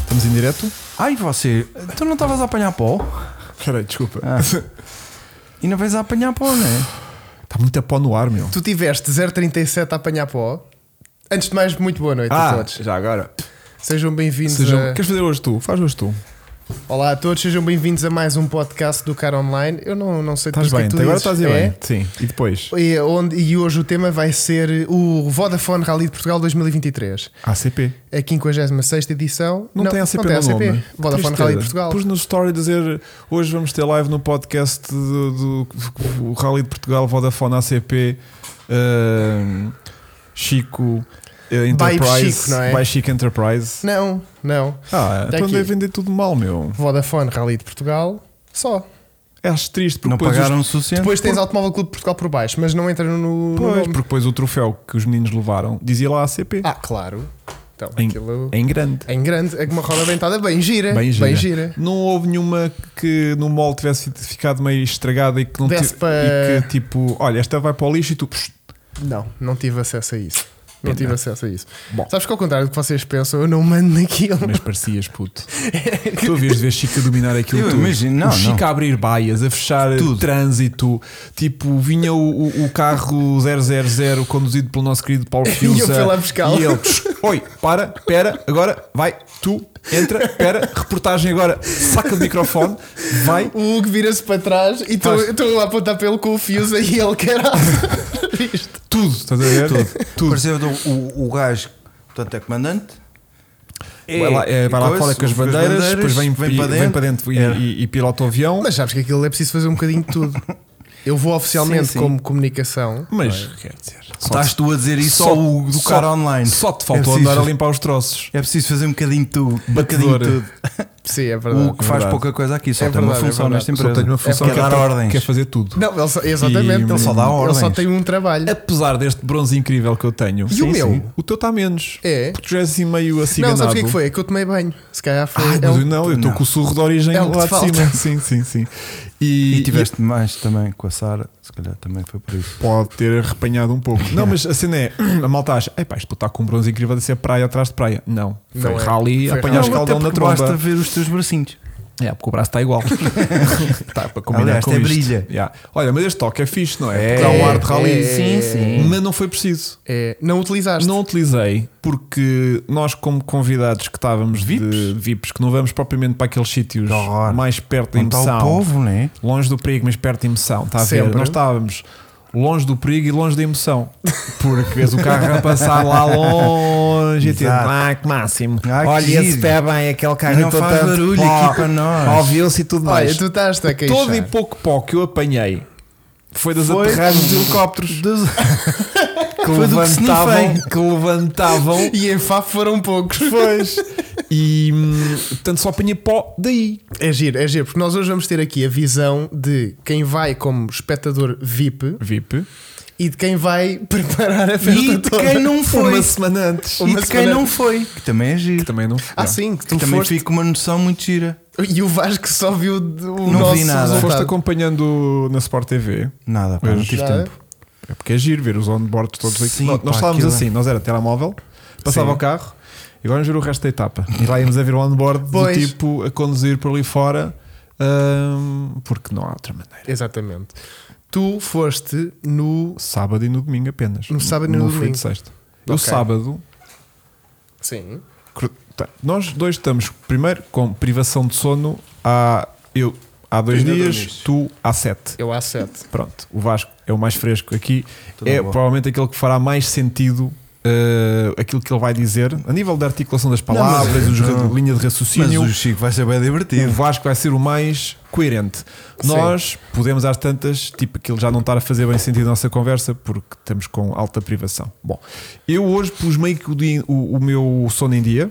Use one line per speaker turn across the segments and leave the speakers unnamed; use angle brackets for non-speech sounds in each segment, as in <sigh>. Estamos em direto?
Ai você, tu não estavas a apanhar pó?
Peraí, desculpa.
Ah.
E não vais a apanhar pó, não é?
Está muita Tá pó no ar, meu.
Tu tiveste 0,37 a apanhar pó. Antes de mais, muito boa noite a todos.
já agora.
Sejam bem-vindos
Ah, Sejam,
a...
Queres fazer hoje tu? Faz hoje tu.
Olá a todos, sejam bem-vindos a mais um podcast do Cara Online. Eu não, não sei
Estás
depois o
bem,
que é que
até
tu
agora
dizes.
estás a ir
É?
bem. Sim, e depois?
E, onde, e hoje o tema vai ser o Vodafone Rally de Portugal 2023.
ACP.
A 56 edição.
Não, tem ACP
não tem
no
ACP.
nome. Que
Vodafone
tristeza.
Rally de Portugal.
Pus no story dizer hoje vamos ter live no podcast do, do- do Rally de Portugal, Vodafone ACP, ahm, ah, Chico eh,
By
Enterprise.
Chico, não é?
By Chico Enterprise.
Não, não.
Ah,
Tá
então
aqui.
devem vender tudo mal, meu.
Vodafone Rally de Portugal. Só.
É acho triste porque
Não
depois os-
pagaram o suficiente?
Depois tens Automóvel Clube de Portugal por baixo, mas não entra no, no
Pois,
nome.
porque depois o troféu que os meninos levaram dizia lá ACP.
Ah, claro. Então,
em,
aquilo.
é em grande.
Em grande, é que uma roda dentada bem gira.
Bem gira.
Bem gira.
Não houve nenhuma que no mall tivesse ficado meio estragada e que não
Desse
ti-
para-
e que tipo, olha, esta vai para o lixo e tu. psh,
Não, não tive acesso a isso. Não
Pena.
tive acesso a isso.
Bom.
Sabes que ao contrário do que vocês pensam, eu não mando naquilo.
Mas parecias
<laughs>
puto. tu havias de ver Chico a dominar aquilo
Eu
tudo.
imagino, não,
o Chico
não.
a abrir baias, a fechar
Tudo.
trânsito. Tipo, vinha o, o- o carro 000 conduzido pelo nosso querido
<laughs>
Paulo Fiusa.
eu fui lá buscá-lo.
E ele, "Tch, oi, para, pera, agora vai, tu, entra, pera, reportagem agora, saca o microfone, vai.
O Hugo vira-se para trás e estou
Faz.
estou a apontar pelo com o Fiusa e ele caralho. Viste?
Tudo, estás a ver? Tudo.
Pareceu do- o, o gajo, portanto, é comandante.
vai lá, é, vai lá
coisa,
fora com as
vê
bandeiras, depois vem, e-
para dentro.
vem para dentro e,
É.
e- e pilota o avião.
<laughs> Mas sabes que aquilo é preciso fazer um bocadinho de tudo. Eu vou oficialmente
Sim, sim.
como comunicação.
Mas, quer dizer, só
Estás
te,
tu a dizer isso ao Hugo do
só-
cara online.
Só te
é
faltou
preciso,
andar a limpar os troços.
É preciso fazer um bocadinho de tu, um bocadinho
Batedor.
de tudo.
Sim, é
O
verdade.
Hugo faz
verdade.
pouca coisa aqui, só
É
tem
verdade,
uma
é
função
verdade.
nesta
Só
empresa.
tenho uma função
é
que é
dar
fa-
ordens.
que é fazer tudo.
Não, ele só, exatamente.
E- Ele só dá
Ele só
ordens.
tem um trabalho.
Apesar deste bronze incrível que eu tenho,
E o meu?
o teu está menos.
É.
Porque tu és assim meio
Não,
aciganado.
sabes o que é que foi? É que eu tomei banho. Se calhar foi.
Ai,
é
mas
um-
eu não, um eu estou
Não.
com o surro da origem
É o que
lá
te
de cima. <laughs> Sim, sim, sim.
E tiveste mais também com a Sara, se calhar também foi por isso.
pode ter arrepanhado um pouco. Não, mas a cena é, <clears throat> a malta acha, epá, isto está com um bronze incrível de ser praia atrás de praia. Não, foi
Não é.
rally,
Foi
apanhaste
rally.
caldão na
porque
tromba.
Basta ver os teus bracinhos.
É, porque o braço está
<laughs>
igual. Está para combinar
Aliás,
com
até
isto.
brilha.
Yeah. Olha, mas este toque é fixe, não é?
É,
Porque dá um ar de rally.
é,
Sim, sim.
Mas não foi preciso.
É, não utilizaste.
Não utilizei porque nós, como convidados que estávamos de VIPs, que não vamos propriamente para aqueles sítios
Que horror.
mais perto da
Não está
emoção,
o povo, não é?
longe do perigo, mas perto da emoção. Está a ver?
Sempre.
Nós estávamos longe do perigo e longe da emoção. Porque vês o carro a passar lá longe e tipo,
Exato.
ah, que máximo.
Ah, que
Olha, esse
giro.
pé bem, aquele carro
E não
todo
faz
tanto
barulho
pó,
aqui para nós.
Ouviu-se e tudo mais.
Olha, tu estás a queixar.
Todo e pouco pó que eu apanhei foi das
Foi-
aterragens de helicópteros
Dos-
<laughs> que
Foi do que
levantavam,
sniffei.
que
<laughs>
levantavam
E em Faf foram poucos. <laughs>
depois. E hum, portanto só apanhei pó daí.
É giro, é giro, porque nós hoje vamos ter aqui a visão de quem vai como espectador VIP
VIP.
e de quem vai <laughs> preparar a festa
E de
toda.
quem não foi.
Uma semana antes.
E
Uma
de quem
semana-
não foi. é Que também é giro.
Também não.
Ah,
Já.
sim, que tu
Que também
foste.
fica uma noção muito gira.
E o Vasco só viu de- o
Não
nosso
vi nada.
resultado.
Foste acompanhando na Sport TV.
Nada, pá,
Mas
não tive
já
tempo.
É porque é giro ver os onboards todos aqui.
Sim,
nós,
pá,
nós estávamos
aquilo é-
assim, nós era telemóvel, passava
Sim.
o carro e agora vamos ver o resto da etapa. E lá íamos a ver o onboard
Pois.
do tipo a conduzir por ali fora, hum, porque não há outra maneira.
Exatamente. Tu foste no.
Sábado e no domingo apenas.
No sábado e no
Não fui
domingo.
de sexta.
Ok.
Eu sábado,
Sim.
cru- tá, nós dois estamos primeiro com privação de sono há, eu, há dois
ainda
dias,
dormiste.
tu há sete.
Eu há 7.
Pronto, o Vasco é o mais fresco aqui.
Tudo
é
bom.
provavelmente aquele que fará mais sentido eh, aquilo que ele vai dizer a nível da articulação das palavras,
mas-
os ra-
não.
linha de
Mas
raciocínio.
o Chico vai ser bem
O
divertido.
Vasco vai ser o mais coerente.
Sim.
Nós podemos, às tantas, tipo, aquilo já não estar a fazer bem sentido a nossa conversa porque estamos com alta privação. Bom, eu hoje pus meio que o, dia- o- o meu sono em dia,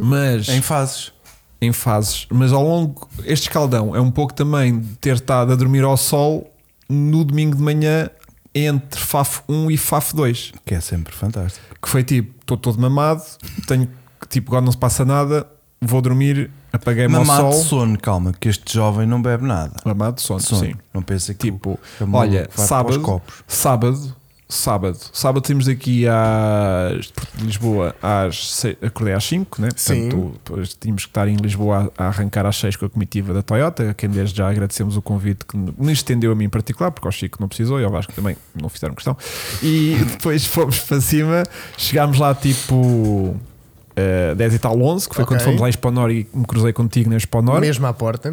mas
Uhum. Em fases.
em fases, mas ao longo este escaldão é um pouco também de ter estado a dormir ao sol no domingo de manhã entre FAF 1 e FAF 2,
Que é sempre fantástico.
que foi tipo, estou todo mamado, tenho tipo, agora não se passa nada, vou dormir, apaguei-me ao
Mamado de
É sol,
sono, calma, que este jovem não bebe nada.
mamado de sono,
Sono.
sim.
Não pensa que
Tipo,
o- que o maluco
olha,
vai para os
sábado,
copos.
sábado, sábado. Sábado temos aqui às Porto de Lisboa às sei- acordei às 5, né?
Sim.
Portanto, depois tínhamos que estar em Lisboa a, a arrancar às 6 com a comitiva da Toyota, a quem desde já agradecemos o convite que me estendeu a mim em particular, porque ao Chico não precisou e ao Vasco também não fizeram questão. E <laughs> depois fomos para cima, chegámos lá tipo eh, 10 e tal 11, que foi quando
Ok.
fomos lá em Espanor e me cruzei contigo na Espanor.
Mesmo à porta,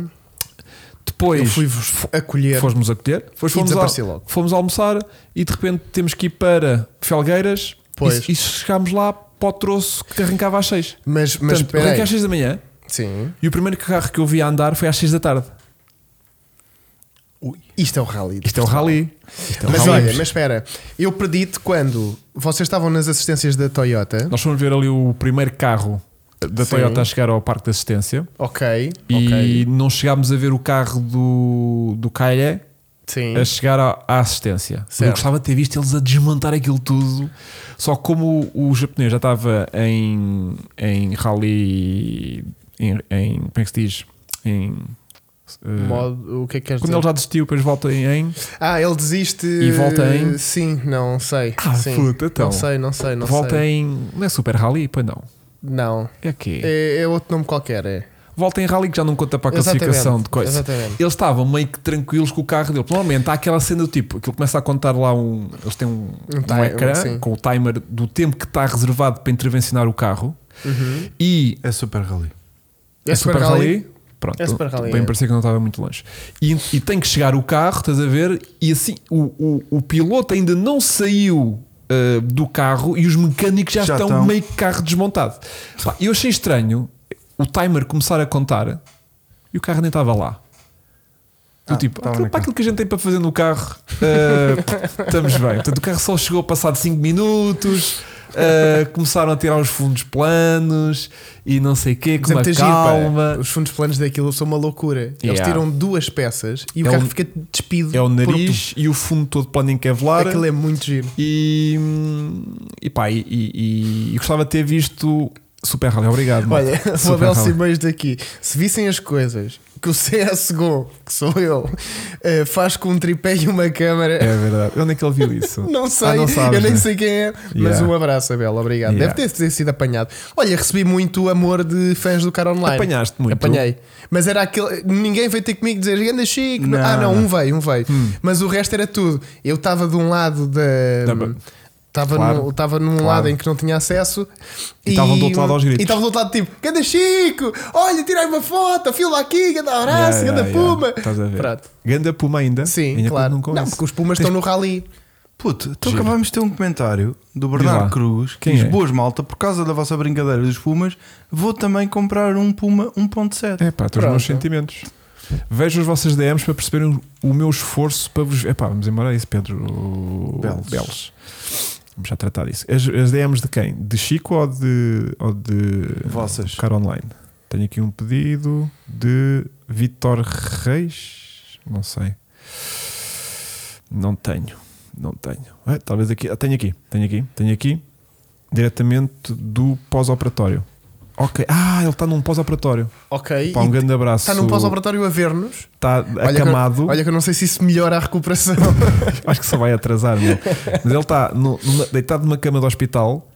eu
Depois
fui-vos acolher.
fomos acolher, depois
E
fomos,
desapareci logo.
fomos almoçar e de repente temos que ir para Felgueiras
Pois.
E, e chegámos lá para o troço que arrancava às 6.
Mas, mas
Portanto, é
espera
arranquei
aí.
às 6 da manhã
Sim.
e o primeiro carro que eu vi a andar foi às 6 da tarde.
Isto é o rally. de
Isto é o
Portugal.
rally. Isto é o
Mas
rally.
olha, mas espera, eu perdi-te quando vocês estavam nas assistências da Toyota.
Nós fomos ver ali o primeiro carro da
Sim.
Toyota a chegar ao parque de assistência
Ok,
e
ok.
não chegámos a ver o carro do, do Caia
Sim.
a chegar à, à assistência.
Certo.
Eu gostava de ter visto eles a desmontar aquilo tudo. Só que como o, o japonês já estava em, em rally, em, em- como é que se diz? Em, eh,
Modo, o que é que queres
quando
dizer?
ele já desistiu, depois volta em. em
Ah, ele desiste.
E volta em-
Sim, não sei.
Ah,
sim.
puta, então.
Não sei, não sei, não
volta
sei.
em. Não é Super Rally? Pois não.
Não.
É que
É, é outro nome qualquer, é.
Volta em Rally que já não conta para a
Exatamente,
classificação de coisa.
Exatamente.
Eles estavam meio que tranquilos com o carro dele. Normalmente há aquela cena do tipo, aquilo começa a contar lá um. Eles têm um, um
timer,
ecrã
sim.
com o timer do tempo que está reservado para intervencionar o carro.
Uhum.
E
É super rally.
é super rally. Pronto,
É super rally,
bem
é.
parecia que não estava muito longe. E, e tem que chegar o carro, estás a ver? E assim, o, o, o piloto ainda não saiu ah, do carro e os mecânicos já,
Já
estão,
estão.
meio que carro desmontado. Pá, eu achei estranho o timer começar a contar e o carro nem estava lá. Do
Ah,
tipo,
estava
aquilo-
na
para aquilo que a gente tem para fazer no carro, ah, <laughs> estamos bem. Portanto, o carro só chegou passado 5 minutos. ah, começaram a tirar os fundos planos e não sei o que, com
Mas é
uma
muito giro, pá.
calma.
Os fundos planos daquilo são uma loucura. Eles
Yeah.
tiram duas peças e
É
o carro
um-
fica despido.
É o
por
nariz e o fundo todo plano em
tudo.
Kevlar.
Aquilo é muito giro.
E, hum, e pá, e, e- e gostava de ter visto Super Rally. Obrigado. malta. <laughs>
Olha, o
Super
Abel
Rally.
Simões daqui. Se vissem as coisas que o <laughs> CSGO, que sou eu, eh, faz com um tripé e uma câmera.
É verdade. Onde é que ele viu
<laughs>
isso?
Não sei,
Ah, não sabes,
eu nem
né?
sei quem é, mas
Yeah.
um abraço, Abel, obrigado.
Yeah.
Deve ter, ter sido apanhado. Olha, recebi muito amor de fãs do Cara Online.
Apanhaste muito.
Apanhei. Mas era aquele. Ninguém veio ter comigo dizer ganda chique.
Não.
Ah, não, um veio, um veio.
Hum.
Mas o resto era tudo. Eu estava de um lado da.
Da ba-
Estava
Claro,
num, tava num
claro.
lado em que não tinha acesso
E estavam do outro lado aos gritos.
E estavam do outro lado tipo: Ganda Chico, olha, tirei uma foto, fila aqui, ganda
Yeah,
abraço,
yeah,
ganda
yeah.
puma.
Estás a ver.
Pronto.
Ganda Puma ainda?
Sim,
Ainda
claro.
não conheço.
Não, porque os Pumas estão no rally.
Puto, então
Giro.
acabamos de ter um comentário do
lá.
Bernardo Cruz que
Quem
diz:
é?
Boas malta, por causa da vossa brincadeira dos Pumas, vou também comprar um Puma 1.7.
É pá, estou os
Pronto.
meus sentimentos. Vejo os vossos DMs para perceberem o meu esforço para vos. É pá, vamos embora a isso, Pedro
Belos.
Belos. Vamos já tratar disso. As, as DMs de quem? De Chico ou de. Ou de
Vossas.
Cara online? Tenho aqui um pedido de Vitor Reis. Não sei. Não tenho. Não tenho. É, talvez aqui. ah, Tenho aqui. Tenho aqui. Tenho aqui. Diretamente do pós-operatório. Ok. Ah, ele está num pós-operatório.
Ok.
Pá,
e
um grande abraço.
Está Tá num pós-operatório a ver-nos.
Está acamado.
Que, eu- olha que eu não sei se isso melhora
<laughs>
a recuperação.
Acho que só vai atrasar, meu. Mas ele está no- numa- deitado numa cama do hospital.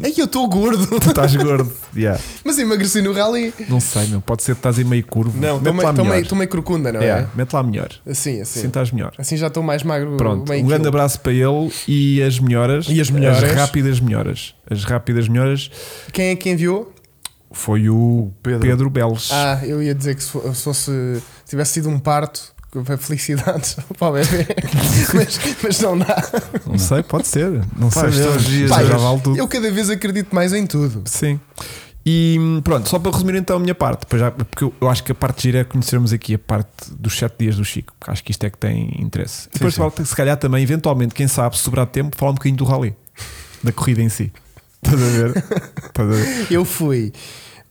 é que eu estou gordo, <laughs>
Tu estás gordo. Yeah.
mas emagreci no rally.
Não sei, meu. Pode ser que estás em meio curvo.
Não,
mete lá melhor.
tomei, tomei crocunda, não
Yeah,
é?
Mete lá melhor.
Assim,
Assim
assim.
estás melhor.
Assim já estou mais magro.
Pronto,
meio
um grande
quilo.
abraço para ele e as melhoras.
E as melhoras.
As rápidas melhoras. As rápidas melhoras
Quem é que enviou?
foi o Pedro,
Pedro.
Belos.
Ah, eu ia dizer que se fo- se fosse. Se tivesse sido um parto, que- <laughs> felicidades para
<laughs>
o bebê. mas, mas não dá.
Não sei, pode ser. Não sei.
Pá, isto
mesmo.
é os dias
Já
Pá, eu-
vale tudo.
Eu cada vez acredito mais em tudo.
Sim. E hum, pronto, só para resumir então a minha parte, depois já- porque eu, eu acho que a parte gira é conhecermos aqui a parte dos 7 dias do Chico, porque acho que isto é que tem interesse. E depois,
sim.
falta- se calhar também, eventualmente, quem sabe, se sobrar tempo, falar um bocadinho do rally, da corrida em si. Estás a ver? Estás a ver?
Eu fui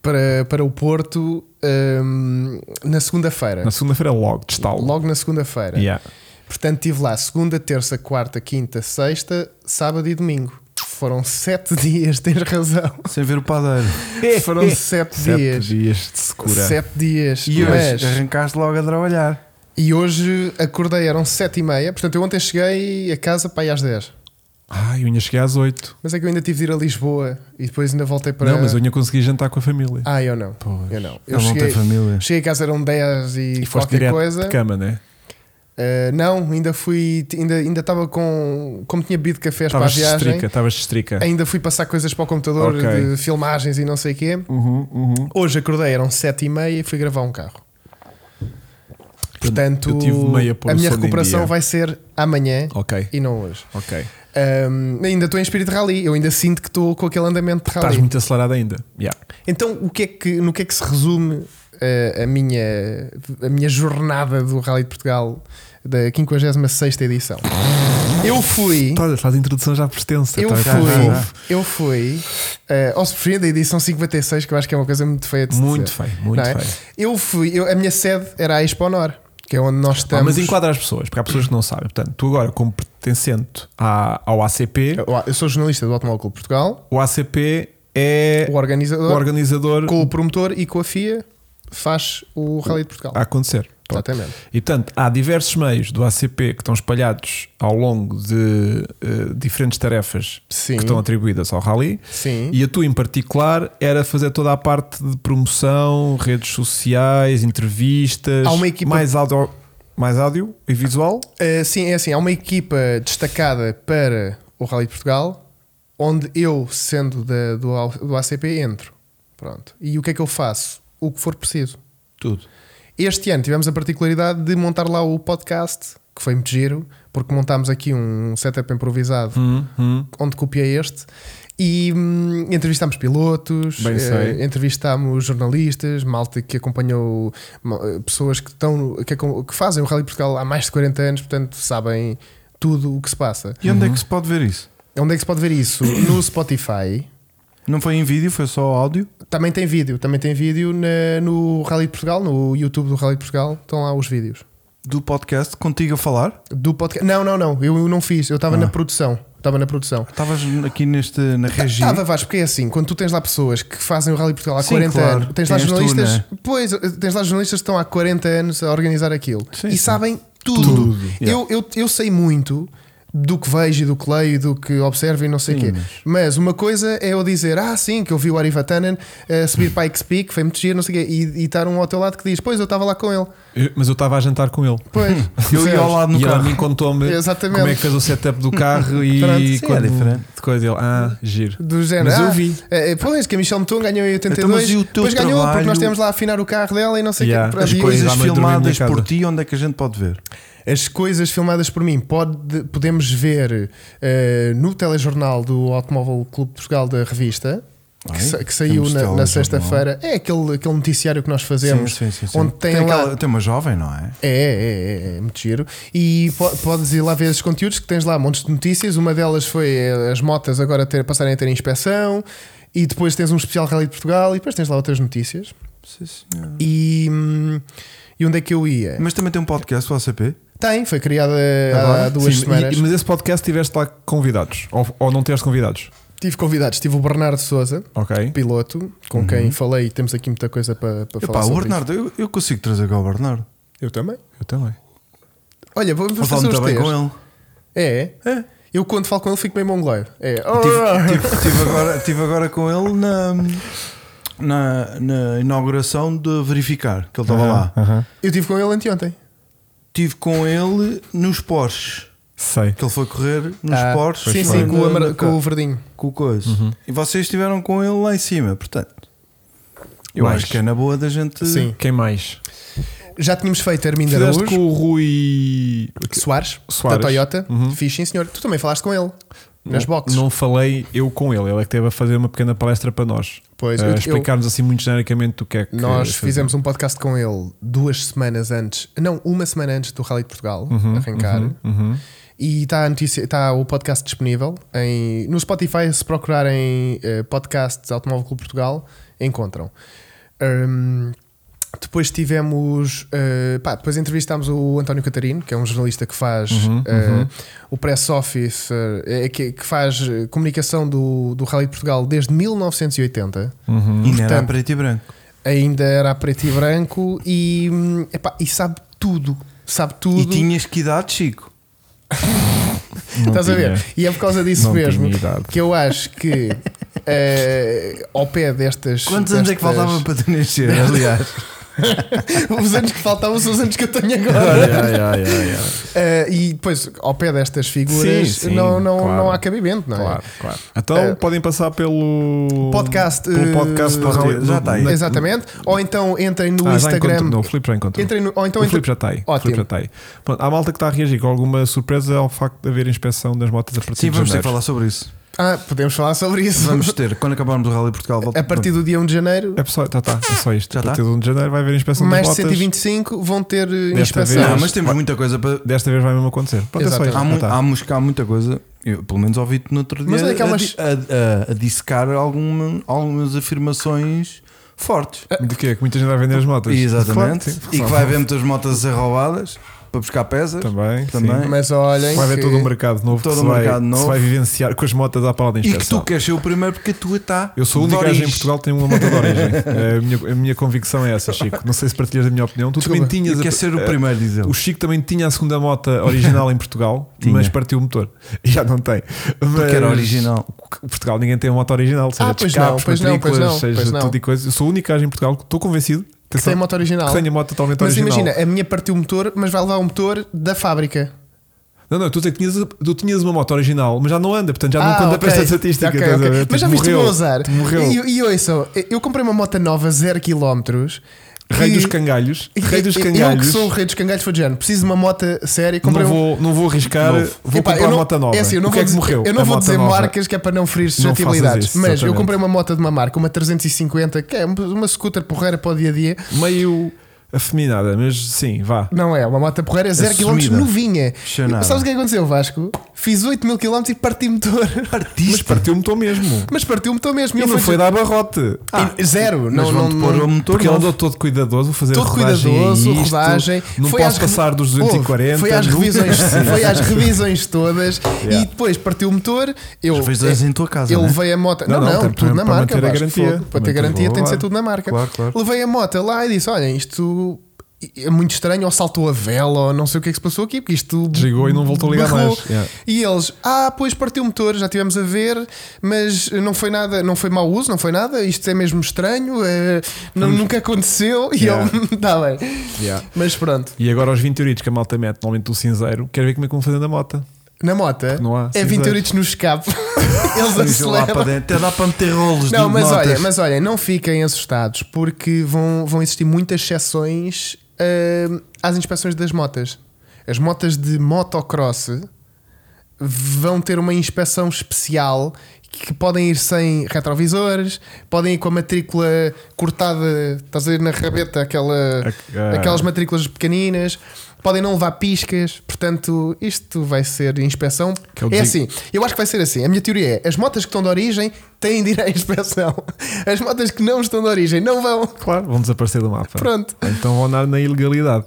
para, para o Porto hum, na segunda-feira.
Na segunda-feira, logo, de estalo.
Logo na segunda-feira.
Yeah.
Portanto, estive lá segunda, terça, quarta, quinta, sexta, sábado e domingo. Foram sete <laughs> dias, tens razão.
Sem ver o padeiro.
Foram
é.
<laughs> sete,
Sete
dias.
dias de secura.
Sete dias.
E hoje
mas
arrancaste logo a trabalhar.
E hoje acordei, eram 7 e meia. Portanto, eu ontem cheguei a casa para aí às 10.
Ai, eu ainda cheguei às 8.
Mas é que eu ainda tive de ir a Lisboa e depois ainda voltei para.
Não, mas eu ainda consegui jantar com a família.
Ah, eu não.
Pois.
Eu não.
Ele
Eu
não
cheguei,
tem família.
cheguei a casa, eram 10 e,
E foste
qualquer
direto
coisa.
de cama, né?
Ah, não, ainda fui. Ainda ainda estava com. Como tinha bebido cafés para a
Estavas
viagem,
estrica, estavas estrica.
ainda fui passar coisas para o computador
Ok.
de filmagens e não sei o quê.
Uhum, uhum.
Hoje acordei, eram 7 e meia e fui gravar um carro. Portanto,
eu tive meio a pôr
a
o
minha
sono em
recuperação
dia.
vai ser amanhã
Ok,
e não hoje.
ok.
Ahm, ainda estou em espírito de rally, eu ainda sinto que estou com aquele andamento de
Estás
rally.
muito acelerado ainda. Yeah.
Então, o que é que, no que é que se resume eh, a, minha, a minha jornada do Rally de Portugal da 56 edição? Eu fui.
Estás- Faz a introdução já pertence.
Eu
estás-
já, já, já.
fui, eu fui eh, ao Sofia da edição 56, que eu acho que é uma coisa muito feia de se
Muito
dizer.
feio, muito
Não é?
feio. Ah,
Eu fui, eu- a minha sede era a Expo Honor, que é onde nós
Ah,
estamos.
mas enquadra as pessoas, porque há pessoas que não sabem. Portanto, tu agora, como pertencente à- ao ACP,
Eu- ah, Eu sou jornalista do Automóvel Clube de Portugal,
o ACP é
o
o
organizador,
organizador
com o promotor e com a FIA, faz o Rally de Portugal.
a acontecer. Pronto.
Exatamente.
E portanto, há diversos meios do ACP que estão espalhados ao longo de eh, diferentes tarefas
Sim.
que estão atribuídas ao Rally.
Sim.
E a tua em particular era fazer toda a parte de promoção, redes sociais, entrevistas,
Há uma equipa-
mais áudio, mais áudio e visual.
Uh, sim, é assim, há uma equipa destacada para o Rally de Portugal, onde eu, sendo da- do, A- do ACP, entro. Pronto. E o que é que eu faço? O que for preciso.
Tudo.
Este ano tivemos a particularidade de montar lá o podcast, que foi muito giro, porque montámos aqui um setup improvisado, onde copiei este, e hum, entrevistámos pilotos,
Bem sei.
eh, entrevistámos jornalistas, malta que acompanhou ma- eh, pessoas que, estão, que, acom- que fazem o Rally Portugal há mais de 40 anos, portanto sabem tudo o que se passa.
E onde é que se pode ver isso?
Onde é que se pode ver isso?
<coughs>
No Spotify.
Não foi em vídeo, foi só áudio.
Também tem vídeo, também tem vídeo na- no Rally de Portugal, no YouTube do Rally de Portugal, estão lá os vídeos.
do podcast contigo a falar.
Do podcast. Não, não, não. Eu não fiz. Eu
Ah.
estava na produção. Estava na produção.
Estavas aqui neste, na região.
Estava, Vasco, porque é assim, quando tu tens lá pessoas que fazem o Rally Portugal há
Sim,
40
claro.
anos, tens lá
Tens tu,
jornalistas,
né?
pois, tens lá jornalistas que estão há 40 anos a organizar aquilo
Sim,
e
sim.
sabem tudo.
Tudo.
Eu, eu, eu sei muito do que vejo e do que leio e do que observo e não sei o
Sim,
quê. Mas...
mas-
uma coisa é eu dizer, ah, sim, que eu vi o Ari Vatanen a subir para a X-Peak, foi muito giro, não sei o quê, e, e estar um ao teu lado que diz, pois, eu estava lá com ele.
Eu- Mas eu estava a jantar com ele.
<laughs> Pois.
Hum, Eu ia ao lado no
e ele a
carro.
mim contou-me
Exatamente.
como é que fez o setup do carro
Pronto,
e
sim,
quando
é diferente.
de coisa ele, ah, giro.
Do género.
Mas eu
ah,
vi.
É, é, pois, que a Michelle Meton ganhou em
Então,
82.
mas e o teu
depois ganhou, porque
trabalho?
nós temos lá a afinar o carro dela e não sei o
Yeah.
quê.
As
E
coisas
à noite dormi na minha
filmadas por
casa.
ti, onde é que a gente pode ver?
As coisas filmadas por mim pode- podemos ver eh, no telejornal do Automóvel Clube de Portugal da revista.
Ai,
Que, sa- que saiu
temos
na- na,
telejornal.
sexta-feira. É aquele, aquele noticiário que nós fazemos. Onde tem, lá.
aquela- tem uma jovem, não é?
É, é, é, é, é muito giro. E po- podes ir lá ver esses conteúdos que tens lá montes de notícias. Uma delas foi eh, as motas agora ter, passarem a ter inspeção. E depois tens um especial Rally de Portugal. E depois tens lá outras notícias.
Sim, senhor.
E, hum, e onde é que eu ia?
Mas também tem um podcast, o ACP.
Tem, foi criada há
Agora?
É, duas
Tá Sim,
semanas.
e- mas esse podcast tiveste lá convidados? Ou, ou não tiveste convidados?
Tive convidados, tive o Bernardo Souza, um
Ok.
piloto, com quem falei. Temos aqui muita coisa para, para
Uhum. Epá,
falar.
o
sobre
Bernardo, eu, eu consigo trazer cá o Bernardo.
isso. Eu também.
Eu também.
Olha, vou
Eu
vamos
falo
fazer os
muito bem
três.
com ele.
É, é.
É.
Eu quando falo com ele fico meio mongoloide. É.
Estive tive, tive agora, tive agora com ele na, na, na inauguração de verificar, que ele estava lá.
Aham.
Eu estive com ele anteontem.
Estive com ele nos Porsche,
Sei.
que ele foi correr nos
Ah,
Porsche.
Sim,
foi
sim, com o,
na-
amar-
na-
com o verdinho.
com o coisa. E vocês estiveram com ele lá em cima, portanto. Eu
Mais.
acho que é na boa da gente.
Sim.
Quem mais?
Já tínhamos feito Armindo
Fizeste com
Araújo,
o Rui.
Soares,
Soares.
da Toyota.
Uhum.
Fiz sim, senhor. Tu também falaste com ele. Nas
Não-
boxes.
Não falei eu com ele, ele é que esteve a fazer uma pequena palestra para nós.
Pois,
a
eu- eu-
explicar-nos assim muito genericamente o que é que.
Nós
fazemos.
fizemos um podcast com ele duas semanas antes, não, uma semana antes do Rally de Portugal arrancar.
Uhum.
E está a notícia- está o podcast disponível em, no Spotify. Se procurarem eh, podcasts Automóvel Clube Portugal, encontram. Hum, depois tivemos. eh, pá, depois entrevistámos o António Catarino, que é um jornalista que faz eh, o press office, eh, que, que faz eh, comunicação do, do Rally de Portugal desde 1980
E não era
Portanto-
preto e branco.
ainda era a preto e branco e, hum, epá, e sabe tudo, sabe tudo.
E tinhas que idade, Chico?
Não
Estás a ver?
<laughs> tinha-
E é por causa disso
não
mesmo
tinha idade.
que eu acho que eh, ao pé destas.
Quantos anos é que
destas-
faltava para tu nascer, aliás?
<laughs> os anos que faltavam são os anos que eu tenho
Ah,
agora.
yeah, yeah, yeah, yeah.
Eh, e depois, ao pé destas figuras,
Sim, sim,
não, não,
claro.
não há cabimento, não é?
Claro, claro. Então
Eh,
podem passar pelo
Podcast,
Pelo
eh,
podcast do
já
Raul-
está Tá aí.
na-
Exatamente. Ou então entrem no
Ah, tá já encontro-
Instagram.
Não, o Filipe já encontrou.
Entrem no, ou então
o Filipe
entrem,
já está aí. O
Ótimo.
Filipe já está aí. Pronto, há malta que está a reagir com alguma surpresa ao facto de haver inspeção das motas a partir de
Sim, vamos ter que
janeiro.
falar sobre isso.
ah, podemos falar sobre isso.
Vamos ter, quando acabarmos o Rally Portugal, volta.
<laughs> a partir do dia 1 de janeiro,
É só, tá, tá, é só isto.
Já
a partir de 1 de janeiro vai haver inspeção
mais de
das motas.
125 vão ter eh,
Desta vez-
inspeção.
Não, mas temos muita coisa para.
Desta vez vai mesmo acontecer. Pronto, é só isto.
Exatamente.
Há, mu
Ah, tá.
há música, há muita coisa. Eu, pelo menos ouvi-te no outro dia
Mas é
a,
daquelas-
di- a, a- a dissecar alguma- algumas afirmações fortes.
De quê? Que muita gente vai vender as motas.
Ah. Exatamente.
Claro, É, sim.
e que vai haver muitas motas a ser roubadas para buscar peças.
Também.
Também.
sim.
Mas olhem.
Vai haver
que-
todo um mercado novo
Todo
que se
um
vai,
mercado
que se
novo.
vai vivenciar com as motas à pala da
E que tu
inspeção.
queres ser o primeiro porque a tua tá está.
Eu sou o único gajo em Portugal que tem uma moto de origem. <laughs> É, a, minha, a minha convicção é essa, Chico. Não sei se partilhas a minha opinião. Tu
Desculpa,
também tinhas. a-
E
é, eh,
quer ser o primeiro, diz ele.
O Chico também tinha a segunda moto original em Portugal,
<laughs> Tinha.
mas partiu o motor. <laughs> Já não tem. Mas-
Porque era original.
Em Portugal ninguém tem uma moto original, seja
Ah,
de
pois
escapes,
não, pois não, pois
matrículas,
não,
seja
pois não.
tudo e coisa. Eu sou o único gajo em Portugal que estou convencido
que tem
atenção,
moto original.
que tenho a moto totalmente
Mas
Então original.
imagina, a minha partiu o motor, mas vai levar o motor da fábrica.
Não, não, tu, que tinhas, tu tinhas uma moto original, mas já não anda, portanto já não
Ah,
conta para
ok.
esta estatística.
Ok,
estás a
ok.
ver?
Mas já
Tipo,
viste o
morreu,
meu azar?
tipo, Morreu.
E, e ouçam, eu comprei uma moto nova, 0km.
Rei dos cangalhos. Rei dos
Eu que
cangalhos.
sou o rei dos cangalhos, foi de género. Preciso de uma moto séria. Comprei
Não
um-
vou, não vou arriscar,
Novo.
vou
Epá,
comprar
eu não-
moto nova.
É assim, eu não
o que
vou,
é que
dizer-
morreu?
Eu não
A
vou
moto
dizer
nova.
marcas que é para não ferir
faças
suscetibilidades.
isso,
mas eu
exatamente.
comprei uma moto de uma marca, uma 350, que é uma scooter porreira para o dia a dia.
Meio afeminada, mas sim, vá.
Não é, uma moto porreira 0km
Assumida.
novinha.
Chanada.
Sabes o que aconteceu, Vasco? Fiz 8.000 km e parti motor.
Mas partiu-me tu mesmo.
Mas partiu o motor mesmo. e
Ele
eu
não
fui-
foi dar barrote.
Ah, zero.
Mas
Não, não,
vão-te pôr o
não,
motor.
Porque ele
novo.
andou todo cuidadoso, vou fazer
todo
a rodagem. é
cuidadoso,
isto,
rodagem.
Não
foi às
posso
revi-
passar dos
Ouve,
240.
Foi às
nunca. <laughs>
revisões,
Sim.
foi às revisões todas e deis partiu o motor. Eu, é,
As revisões em tua casa,
eu
né?
levei a moto.
Não,
Não,
não,
não,
tem-
tudo na
para
marca.
manter a
Vasco,
garantia.
fogo, Para ter
Manter-
garantia tem de ser
claro.
tudo na marca.
Claro, claro.
Levei a moto lá e disse: olhem, isto. É muito estranho, ou saltou a vela, ou não sei o que é que se passou aqui, porque isto
Desligou e não voltou a ligar
berrou.
mais. Yeah.
E eles, ah, pois partiu o motor, já tivemos a ver, mas não foi nada, não foi mau uso, não foi nada, isto é mesmo estranho, é, nu- nunca aconteceu. E
Yeah.
eu, <laughs> tá bem.
Yeah.
Mas pronto,
E agora aos 20 euritos que a malta mete, normalmente do cinzeiro, quero ver como é que vão fazer na moto.
na moto
Não há
é
cinzeiros.
20 euritos
<laughs>
no escape. Eles
Sim, lá para
aceleram.
dentro. Até dá para meter rolos
Não,
de
mas
notas.
olha, mas olha, não fiquem assustados porque vão, vão existir muitas exceções hum, às inspeções das motas. As motas de motocross vão ter uma inspeção especial que podem ir sem retrovisores, podem ir com a matrícula cortada, estás a ver na rabeta aquela,
A- a-
aquelas matrículas pequeninas, podem não levar piscas, portanto, isto vai ser inspeção.
Que é o
é
desig-
assim, eu acho que vai ser assim. A minha teoria é: as motas que estão de origem têm de ir à inspeção, <laughs> as motas que não estão de origem não vão.
Claro, vão desaparecer do mapa.
Pronto.
Então vão andar na ilegalidade.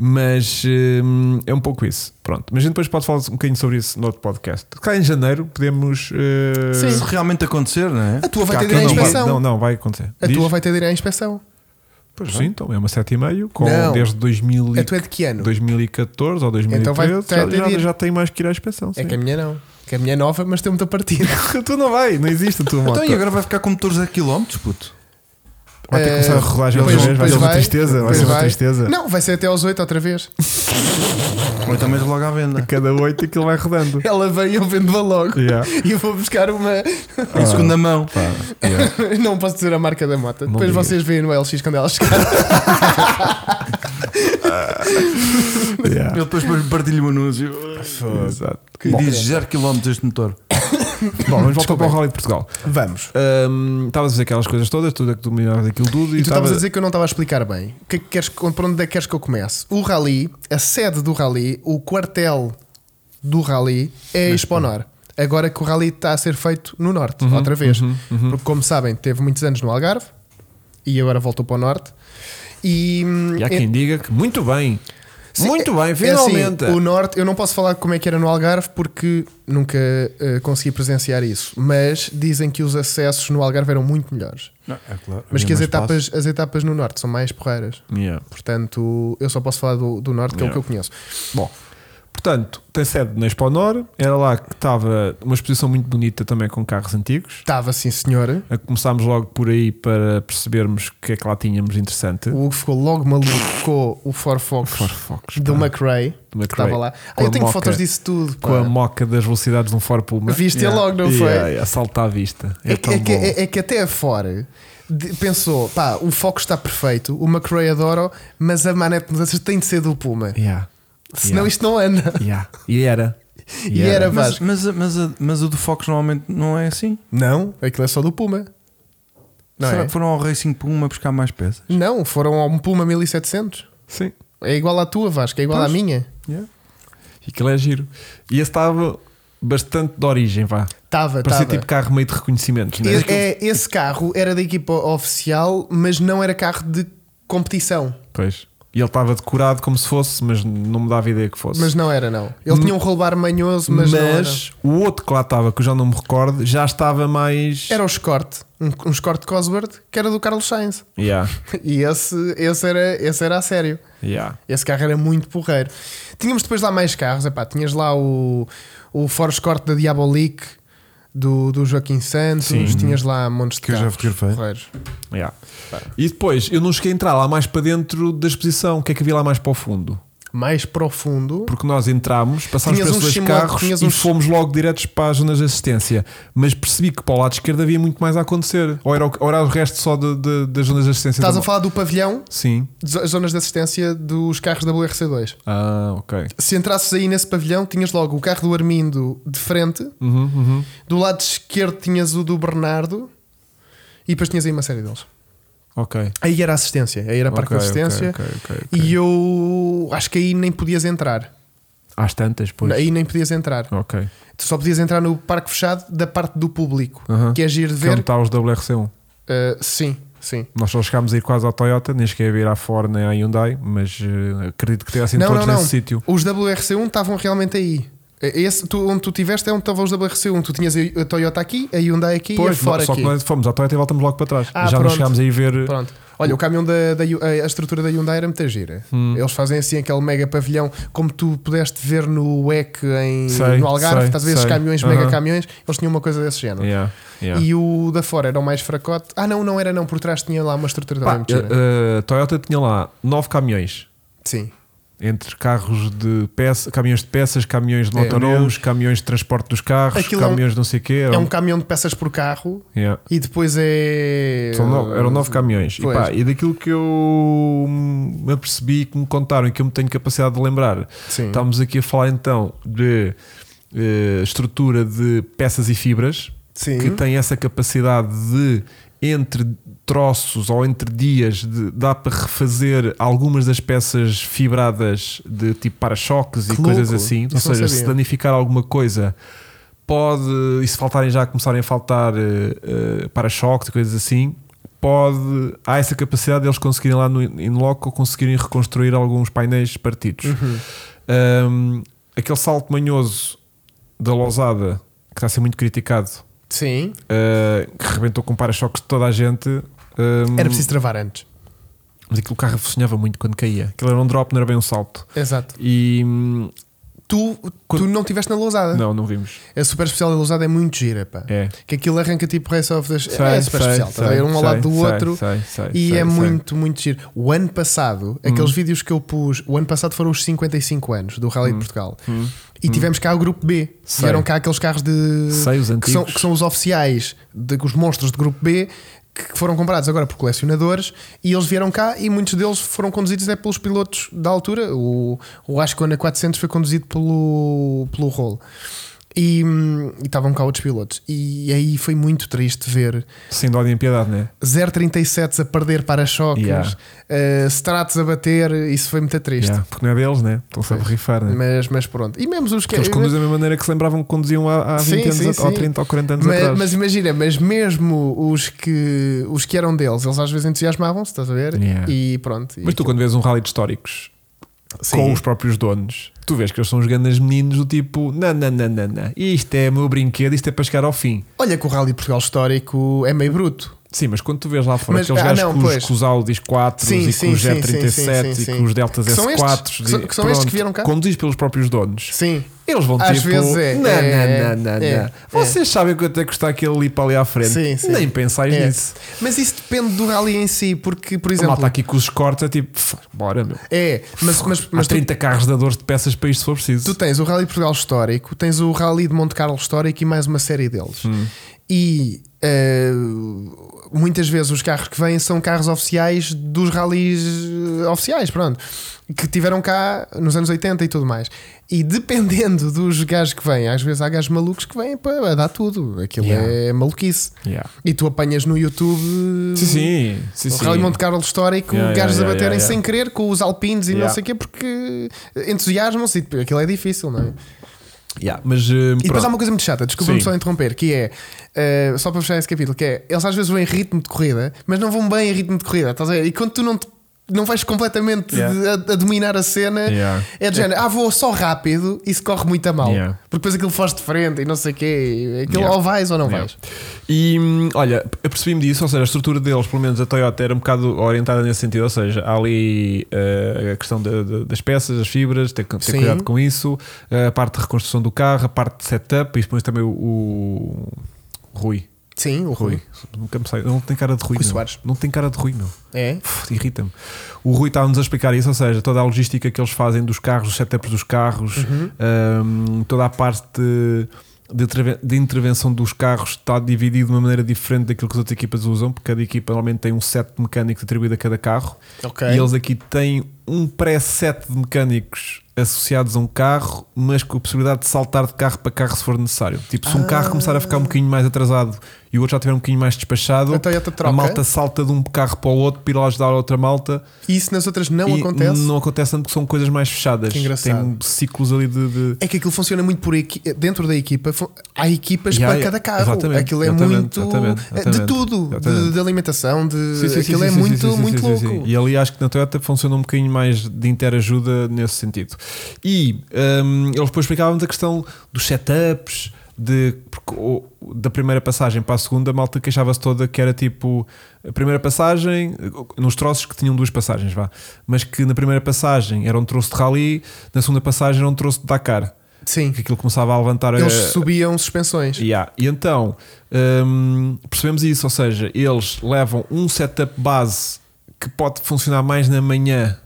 Mas hum, é um pouco isso. Pronto. Mas a gente depois pode falar um bocadinho sobre isso no outro podcast. Cá em janeiro podemos. eh,
Sim.
Se realmente acontecer, não é?
A tua vai
Cá
ter
quem
direito à
não,
não
vai,
inspeção.
não, não, vai acontecer.
A
Diz?
tua vai ter de ir à inspeção.
Pois sim, então é uma 7,5 com
Não.
desde 2000 e-
A tua é de que ano?
2014 ou 2013.
Então vai- vai
já, já,
pedir.
já tem mais que ir à inspeção.
É
sim.
que
<laughs>
a minha não. Que a minha é nova, mas tem muita partida.
tu não vai, não existe a tua moto.
Então e agora vai ficar com motores a quilómetros, puto?
Vai ter que começar a rodagem outra
É, Pois-
vez, vai
pois
ser uma tristeza, vai
pois
ser uma tristeza.
Não, vai ser até aos 8 outra vez. <laughs>
Ou então mesmo logo à venda.
Cada 8 aquilo vai
<laughs>
rodando.
Ela vem e eu vendo-a logo.
Yeah.
<laughs> E eu vou buscar uma. <laughs> Ah.
Em segunda mão.
Não posso dizer a marca da moto.
Não
Depois
digas.
vocês veem no LX quando ela chegar.
Yeah.
Eu depois partilho o anúncio.
Exato.
Que
Bom,
diz 0 km este motor.
bom, vamos voltar
Desculpa.
para o Rally de Portugal.
Vamos.
Hum, Estavas a dizer aquelas coisas todas, tudo é que dominavas aquilo tudo
E
e
tu estavas
estava
a dizer que eu não estava a explicar bem. O que é que queres, por onde é que queres que eu comece? O Rally, a sede do Rally, o quartel do Rally é Expo Nor. Agora que o Rally está a ser feito no Norte, outra vez. Porque, como sabem, teve muitos anos no Algarve e agora voltou para o Norte. E, hum,
E há quem diga que muito bem.
Sim,
Muito bem,
É assim,
finalmente.
o Norte, eu não posso falar como é que era no Algarve porque nunca eh, consegui presenciar isso, mas dizem que os acessos no Algarve eram muito melhores.
Não, é claro.
Mas
havia
que as
mais espaço.
etapas, as etapas no Norte são mais porreiras.
Yeah.
Portanto, eu só posso falar do, do Norte, que é o
Yeah.
que eu conheço.
Bom, portanto, tem sede na Exponor. Era lá que estava uma exposição muito bonita também com carros antigos.
Estava sim, senhora.
A- Começámos logo por aí para percebermos o que é que lá tínhamos interessante.
O Hugo ficou logo maluco com o Ford Focus
For Focus,
do
pá,
McRae,
tá. do
que
McRae,
estava lá. Ah,
Com
eu
a
tenho
moca-
fotos disso tudo. pá.
Com a moca das velocidades de um Ford Puma.
Viste ele logo, não
Yeah,
foi?
yeah, Salta à vista. É,
É, que,
tão
é que-
bom.
é- é que até fora de- pensou, pá, o Focus está perfeito, o McRae adora, mas a manete de mudanças tem de ser do Puma,
Yeah,
senão
yeah,
isto
<laughs>
não anda.
yeah. E era.
E era-
Mas, mas, a- mas, a- mas o do Fox normalmente não é assim.
Não, aquilo é só do Puma. Não,
Será
é?
que foram ao Racing Puma buscar mais peças?
não foram ao Puma 1700.
Sim.
É igual à tua, Vasco, é igual à
Pois.
minha.
Yeah. E aquilo é giro. E esse estava bastante de origem, vá.
Estava,
Parecia
estava.
tipo carro meio de reconhecimentos, não é?
Esse, é- esse carro era da equipa oficial, mas não era carro de competição.
Pois. E ele estava decorado como se fosse, mas não me dava ideia que fosse.
Mas não era, não. Ele tinha um rolo bar manhoso, mas, não era.
Mas o outro que lá estava, que eu já não me recordo, já estava mais.
Era o Escort, um, um Escort Cosworth, que era do Carlos Sainz. <laughs>
Yeah,
E esse, esse, era, esse era a sério.
yeah.
Esse carro era muito porreiro. Tínhamos depois lá mais carros. Epá, tinhas lá o, o Ford Escort da Diabolique do, do Joaquim Santos.
Sim.
Tinhas lá montes de
Que eu já
carros
fotografei.
porreiros.
yeah. E depois, eu não cheguei a entrar lá mais para dentro da exposição. O que é que havia lá mais para o fundo?
Mais profundo.
Porque nós entramos, passámos
Tinhas
pelos
uns
dois
simula-
carros
tinhas um
e
uns-
fomos logo diretos para as zonas de assistência. Mas percebi que para o lado esquerdo havia muito mais a acontecer. Ou era o, ou era o resto só de- de- das zonas de assistência?
Estás
da
a
mo-
falar do pavilhão,
Sim.
zo- zonas de assistência dos carros da WRC2.
Ah, ok.
Se entrasses aí nesse pavilhão, tinhas logo o carro do Armindo de frente.
Uhum, uhum.
Do lado esquerdo, tinhas o do Bernardo. E depois tinhas aí uma série deles.
Ok.
Aí era assistência. Aí era parque
Ok,
de assistência.
ok, ok, ok, ok.
E eu acho que aí nem podias entrar.
Às tantas, pois.
Aí nem podias entrar.
Ok.
Tu só podias entrar no parque fechado da parte do público.
Aham.
Que é giro de
Que é onde
ver.
está os WRC1.
Uh, sim, sim.
Nós só chegámos a ir quase à Toyota, nem cheguei a vir à Ford nem à Hyundai, mas eh, acredito que tivessem
não,
todos
não, não.
nesse sítio.
Os WRC1 estavam realmente aí. Esse, tu- onde tu tiveste é onde estavam os WRC1. Tu tinhas a a Toyota aqui, a Hyundai aqui e a
Pois,
fora
só
aqui.
que nós fomos à Toyota e voltamos logo para trás.
Ah,
Já não
pronto.
chegámos a ir ver.
Pronto. Olha, o caminhão da, da Hyu- a a estrutura da Hyundai era muito gira.
hum, Uhum.
Eles fazem assim aquele mega pavilhão, como tu pudeste ver no WEC em,
Sei,
no Algarve,
sei,
estás a ver esses
sei.
caminhões,
Aham.
mega caminhões, eles tinham uma coisa desse género.
Yeah, yeah.
E o da fora era o mais fracote. Ah, não, não era não, por trás tinha lá uma estrutura
Pá,
também muito gira.
eh, eh, Toyota tinha lá nove caminhões.
Sim.
Entre carros de peças, caminhões de peças, caminhões de
É.
motorhomes, caminhões de transporte dos carros,
Aquilo é um-
caminhões de não sei o quê.
É
eram-
um caminhão de peças por carro
Yeah.
e depois é.
São um nove- eram nove caminhões. E,
Pois.
pá, e daquilo que eu me apercebi, que me contaram e que eu me tenho capacidade de lembrar,
Sim.
estamos aqui a falar então de eh, estrutura de peças e fibras
Sim.
que tem essa capacidade de entre troços ou entre dias de- dá para refazer algumas das peças fibradas de tipo para-choques e
Que
coisas
louco,
assim.
isso
Ou
não
seja, se
sabia.
danificar alguma coisa pode, e se faltarem já começarem a faltar eh, eh, para-choques e coisas assim, pode, há essa capacidade de eles conseguirem lá no in loco conseguirem reconstruir alguns painéis partidos.
Uhum.
Um, aquele salto manhoso da Lousada, que está a ser muito criticado,
Sim.
uh, que rebentou com para-choques de toda a gente. um,
Era preciso travar antes.
Mas aquilo o carro sonhava muito quando caía. Aquilo era um drop, não era bem um salto.
Exato.
E. hum,
Tu, tu não estiveste na lousada.
Não, não vimos.
A super especial da lousada é muito gira, pá.
É.
Que aquilo arranca tipo Race of the É
Sei,
super
sei,
especial, tá a
sei,
ver? um ao lado do
sei,
outro.
sei, sei,
E
sei, Hum. sei.
é muito, muito giro. O ano passado, aqueles vídeos que eu pus, o ano passado foram os 55 anos do Rally de Portugal. E tivemos cá o grupo B. E
Hum. Sei.
eram cá aqueles carros de.
Sei, os
que, são,
antigos.
que são os oficiais, de, os monstros de grupo B, que foram comprados agora por colecionadores. E eles vieram cá e muitos deles foram conduzidos é pelos pilotos da altura. O, o Ascona 400 foi conduzido pelo, pelo Rolo. E hum, e estavam cá outros pilotos. E aí foi muito triste ver.
Sem dó nem piedade, né?
037 a perder para-choques,
Yeah.
eh, Stratos a bater, isso foi muito triste.
Yeah, porque não é deles, né? Estão-se a
Pois.
borrifar, né?
Mas, mas pronto, e mesmo os
Porque
que.
eles conduzem da mesma maneira que se lembravam que conduziam há, há 20
Sim,
anos
sim,
at- ou
sim.
30 ou 40 anos
mas,
atrás.
mas imagina, mas mesmo os que, os que eram deles, eles às vezes entusiasmavam-se, estás a ver?
Yeah.
E pronto. e
Mas tu, quando vês um rally de históricos, com os próprios donos, tu vês que eles são os grandes meninos do tipo, não, não, não, não, não, isto é meu brinquedo, isto é para chegar ao fim.
Olha que o Rally de Portugal histórico é meio bruto.
Sim, mas quando tu vês lá fora
Mas-
aqueles
ah,
gajos
não,
com,
pois.
os, com os Audis 4
Sim,
e
sim,
com os
sim, sim,
G37
sim, sim,
e com os Deltas
Que são
S4
estes? Que são- que são estes que vieram cá?
conduzidos pelos próprios donos.
Sim.
Eles vão
Às
tipo,
vezes é,
não,
é,
não, não, não,
é,
não. Vocês sabem quanto é que custa aquele ali para ali à frente.
Sim, sim.
Nem pensais
É.
nisso.
Mas isso depende do rally em si, porque, por
Por exemplo,
exemplo.
está aqui com os cortes, é tipo, "Pff, bora, meu.
É, mas, mas, mas
Há
tu,
30 carros de dadores de peças para isto se for preciso.
tu tens o Rally de Portugal histórico, tens o Rally de Monte Carlo histórico e mais uma série deles.
Hum.
E eh, muitas vezes os carros que vêm são carros oficiais dos rallies eh, oficiais, pronto, que tiveram cá nos anos 80 e tudo mais. E dependendo dos gajos que vêm, às vezes há gajos malucos que vêm para dar tudo. Aquilo
Yeah.
é maluquice.
Yeah.
E tu apanhas no YouTube
Sim, sim, sim,
O
sim.
Rally Monte Carlo histórico,
Yeah,
gajos
yeah,
a baterem
yeah, yeah.
sem querer com os alpinos e não
Yeah.
sei o quê, porque entusiasmam-se e tipo, aquilo é difícil, não é?
Yeah, Mas, eh,
E depois
pronto.
há uma coisa muito chata, desculpa-me
Sim.
só interromper, que é eh, só para fechar esse capítulo, que é eles às vezes vão em ritmo de corrida, mas não vão bem em ritmo de corrida, estás a ver? E quando tu não te- não vais completamente
Yeah.
de- a, a dominar a cena,
Yeah.
é de género, ah, vou só rápido, isso corre muito a mal.
Yeah.
Porque depois aquilo foge de frente e não sei o quê, e aquilo
Yeah.
ou vais ou não
Yeah.
vais.
E hum, olha, apercebi-me disso, ou seja, a estrutura deles, pelo menos a Toyota, era um bocado orientada nesse sentido, ou seja, há ali eh, a questão da- da- das peças, as fibras, ter, ter
Sim.
cuidado com isso, eh, a parte de reconstrução do carro, a parte de setup, e depois também o, o Rui.
Sim, o Rui.
Rui, nunca me sai, não tem cara de Rui,
Rui
meu.
Soares.
não tem cara de Rui, meu.
É?
Pff, Irrita-me. O Rui estava-nos a explicar isso, ou seja, toda a logística que eles fazem dos carros, os setups dos carros, hum, toda a parte de, de interve- de intervenção dos carros está dividido de uma maneira diferente daquilo que as outras equipas usam, porque cada equipa normalmente tem um set de mecânicos atribuído a cada carro
Ok.
e eles aqui têm um pré-set de mecânicos associados a um carro, mas com a possibilidade de saltar de carro para carro se for necessário. Tipo, se um
Ah.
carro começar a ficar um bocadinho mais atrasado e o outro já tiver um bocadinho mais despachado,
Então, A Toyota troca.
a malta salta de um carro para o outro para ir lá ajudar a outra malta.
E isso nas outras não
e
acontece.
Não acontece tanto porque são coisas mais fechadas.
Que engraçado.
Tem ciclos ali de. de-
É que aquilo funciona muito por equi- dentro da equipa. fu- Há equipas
Yeah,
para
yeah.
cada carro.
Exatamente,
aquilo é
exatamente,
muito
exatamente,
eh, de
exatamente,
tudo, de,
exatamente.
de alimentação, de
Sim, sim, sim,
aquilo
sim,
é
sim, sim,
muito,
sim, sim,
muito
sim,
louco.
sim. E ali acho que na Toyota funciona um bocadinho mais de interajuda nesse sentido. E hum, eles depois explicavam-nos a questão dos setups, de, porque o- da primeira passagem para a segunda, a malta queixava-se toda que era tipo a primeira passagem, nos troços que tinham duas passagens, vá, mas que na primeira passagem era um troço de rally, na segunda passagem era um troço de Dakar,
Sim.
que aquilo começava a levantar
Eles
a,
subiam suspensões.
Yeah. E então hum, percebemos isso, ou seja, eles levam um setup base que pode funcionar mais na manhã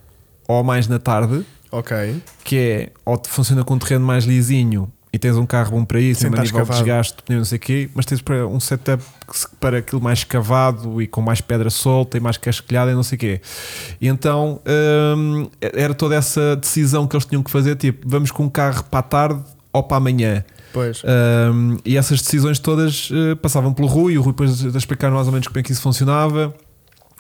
ou mais na tarde,
Ok.
que é ou te funciona com um terreno mais lisinho e tens um carro bom para isso,
Sim,
a nível
estás
de
cavado.
desgaste, pneu, não sei o quê, mas tens para um setup que se- para aquilo mais cavado e com mais pedra solta e mais cascalhada e não sei o quê. E então hum, era toda essa decisão que eles tinham que fazer, tipo, vamos com um carro para a tarde ou para amanhã.
Pois.
Um, e essas decisões todas eh, passavam pelo Rui, o Rui depois a explicar mais ou menos como é que isso funcionava.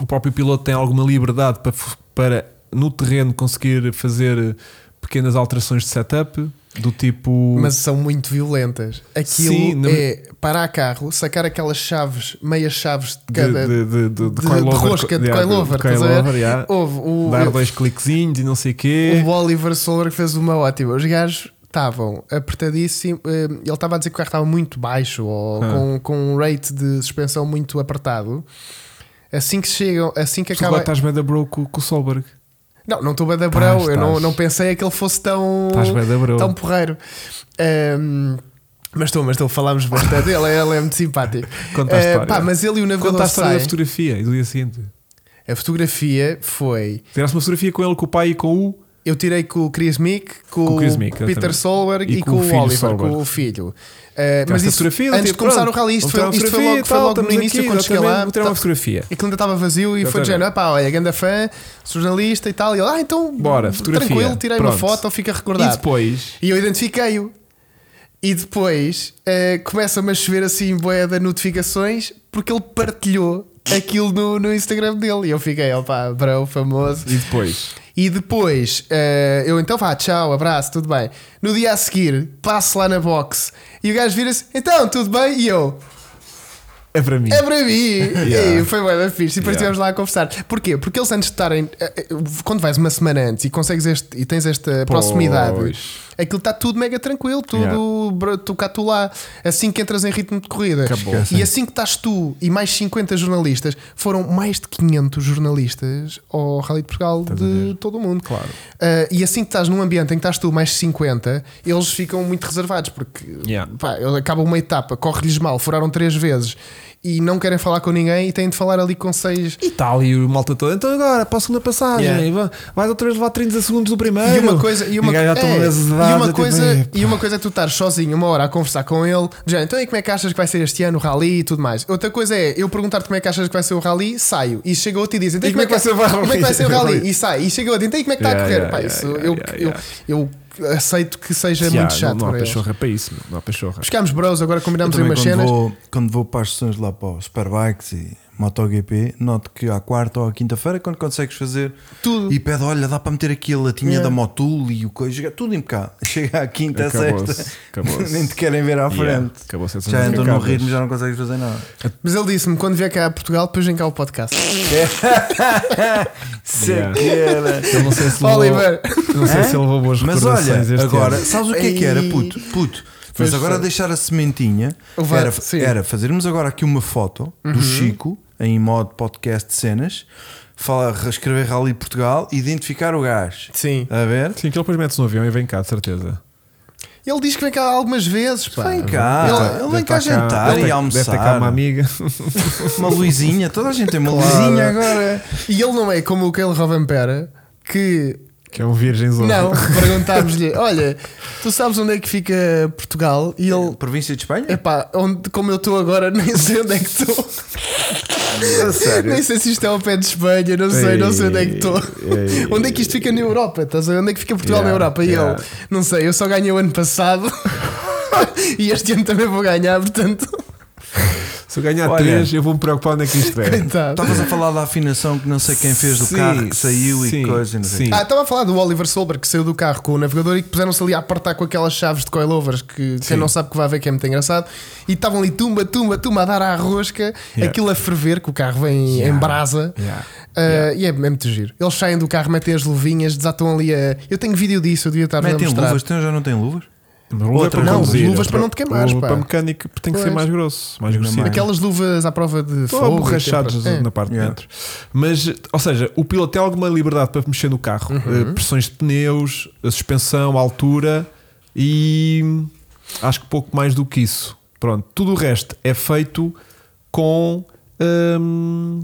O próprio piloto tem alguma liberdade para, f- para no terreno conseguir fazer pequenas alterações de setup, do tipo.
Mas são muito violentas. Aquilo
Sim, não-
é parar carro, sacar aquelas chaves, meias chaves
de,
de cada.
de, de, de, de
de-
coilover,
de rosca, de
yeah,
coilover,
de
estás a ver?
coilover, yeah.
Houve o,
dar dois cliquezinhos e não sei o quê.
O Oliver Um Soler que fez uma ótima. Os gajos estavam apertadíssimos. Ele estava a dizer que o carro estava muito baixo ou
Ah.
com, com um rate de suspensão muito apertado. Assim que chegam, assim que
Tu agora
acaba.
estás bem da bro com, com o Solberg.
Não, não estou bem da brau.
Estás,
Eu não,
estás.
não pensei é que ele fosse tão.
Estás bem da bro.
tão porreiro. Ahm, mas estou, mas estou, falámos bastante. Ele, é- ele é muito simpático.
Conta a
Ah,
história.
pá, mas ele e o navegador
Conta a história da
saem.
fotografia e do dia seguinte.
A fotografia foi.
Tiraste uma fotografia com ele, com o pai e com o.
Eu tirei com o Chris Mick, com,
Com o Chris
o
Mick,
Peter
exatamente.
Solberg e, com, o
filho
Oliver,
Solberg.
com o filho. Uh, mas
Tiraste a
isso,
fotografia,
antes de
tipo,
começar
pronto,
o rally, isto
vamos
foi,
tirar uma
isto foi
fotografia
logo,
e
foi
tal,
logo no
estamos
início,
aqui,
quando cheguei lá.
exatamente, vou tirar uma
tá-
fotografia.
Aquilo ainda estava vazio e foi de
Exatamente.
género, pá, olha, ganda fã, sou jornalista e tal. E ele, ah, então,
Bora, fotografia.
tranquilo, tirei uma
Pronto.
foto, fica
E
recordado.
depois.
E eu identifiquei-o. E depois eh, começa-me a chover assim boia de notificações porque ele partilhou aquilo no, no Instagram dele. E eu fiquei, opá, brão, famoso.
E depois?
E depois, eh, eu então vá, tchau, abraço, tudo bem. No dia a seguir, passo lá na box e o gajo vira-se, então, tudo bem? E eu,
É para mim.
É para mim!
Yeah.
E foi bem da fixe. E depois
Yeah.
estivemos lá a conversar. Porquê? Porque eles antes de estarem. eh, eh, Quando vais uma semana antes e consegues este e tens esta proximidade,
Pois.
aquilo está tudo mega tranquilo, tudo bro, tu cá, tu lá. Assim que entras em ritmo de corrida.
Acabou.
E assim que estás tu e mais 50 jornalistas, foram mais de 500 jornalistas ao Rally de Portugal
Estás a
de
ver?
todo o mundo.
Claro.
Ah, e assim que estás num ambiente em que estás tu mais 50, eles ficam muito reservados porque
Yeah.
pá, ele acaba uma etapa, corre-lhes mal, furaram três vezes e não querem falar com ninguém e têm de falar ali com seis.
E está ali o malta todo. Então agora, para a segunda passagem,
Yeah.
e va- vais outra vez levar 30 segundos do primeiro.
E uma coisa, e uma,
E ganhar
é,
todas as
e
idades,
uma
tipo,
coisa,
epá.
e uma coisa é tu estar sozinho uma hora a conversar com ele, já, então e como é que achas que vai ser este ano o rally e tudo mais. Outra coisa é eu perguntar-te como é que achas que vai ser o rally, saio e chega outro e diz, então
E como é que vai ser o rally?
como é que vai ser
<laughs>
o rally? E sai, e chega outro, então e como é que está
Yeah,
a correr?
yeah,
Pá,
yeah,
isso
yeah,
eu,
yeah,
eu,
yeah.
eu aceito que seja
Yeah,
muito chato.
Não, não
para
há
eles.
pachorra para isso, meu. não há pachorra.
Chegámos bros, agora combinamos aí
Também
umas
quando,
cenas.
vou, quando vou para as sessões lá para os Superbikes e MotoGP, noto que à quarta ou à quinta-feira, quando consegues fazer
Tudo.
e pede, olha, dá para meter aqui a latinha
Yeah.
da Motul e o coisa, tudo impecável. <laughs> Chega à quinta, à
Acabou-se,
sexta,
<laughs>
acabou-se.
nem te querem ver à
Yeah,
frente.
Acabou-se essas
Já entram no
macacadas.
ritmo, já não consegues fazer nada.
Mas ele disse-me: quando vier cá a Portugal, depois vem cá o podcast.
Yeah.
Sequeira.
Eu não sei
Tipo,
se levou,
Tipo,
Oliver!
Não sei
Hã?
se ele levou boas
Mas
recordações
olha,
este
agora,
ano.
sabes o que é que era, puto? Puto.
Pois
Mas agora
foi.
deixar a sementinha
O va-
era,
sim. Uhum.
era fazermos agora aqui uma foto do Chico em modo podcast de cenas, falar, escrever Rally Portugal, identificar o gajo. Tá
Sim.
A ver?
Sim, que ele depois mete-se no avião e vem cá, de certeza.
Ele diz que vem cá algumas vezes, pá.
Vem cá,
Ele-
ele,
Deve
vem cá
estar
jantar
deve
e
ter-
almoçar.
Deve ter cá uma amiga.
Uma luzinha, toda a gente tem uma
Claro.
luzinha agora.
E ele não é como o Kyle Robin Pera, que.
Que é um virgem zona.
Não, perguntámos-lhe: olha, tu sabes onde é que fica Portugal? E ele.
Província de Espanha?
Epá, onde, como eu estou agora, <laughs> nem sei onde é que estou.
A sério.
Nem sei se isto é ao pé de Espanha, não sei, não sei onde é que estou.
Ei,
Onde é que isto fica na Europa? Estás a ver? Onde é que fica Portugal
Yeah,
na Europa? E
yeah.
ele, não sei, eu só ganhei o ano passado <laughs> e este ano também vou ganhar, portanto, <laughs>
Se eu ganhar
Olha.
3, eu vou me preocupar onde é que isto é.
coitado.
Estavas a falar da afinação que não sei quem fez do
Sim,
carro que saiu
sim,
e coisa. e Não sei.
sim.
Ah, estava a falar do Oliver Solberg que saiu do carro com o navegador e que puseram-se ali a apertar com aquelas chaves de coilovers que quem
Sim.
não sabe que vai ver que é muito engraçado e estavam ali tumba, tumba, tumba a dar à rosca,
Yeah.
aquilo a ferver, que o carro vem em
Yeah.
brasa.
Yeah.
Ah, E é, é muito giro. Eles saem do carro, metem as luvinhas, desatam ali a. Eu tenho vídeo disso, eu devia estar a
Metem
mostrar.
luvas, então já não tem luvas?
Mas luva
Outra
para
não,
conduzir,
luvas para não te queimares,
o-
pá.
Para mecânico tem que ser
Pois.
mais grosso, mais grossinho.
Aquelas luvas à prova de
Estão
fogo.
aborrachados
É.
na parte
Yeah.
de dentro. Mas, ou seja, o piloto tem alguma liberdade para mexer no carro.
Uhum.
Eh, pressões de pneus, a suspensão, a altura e acho que pouco mais do que isso. Pronto, tudo o resto é feito com, hum,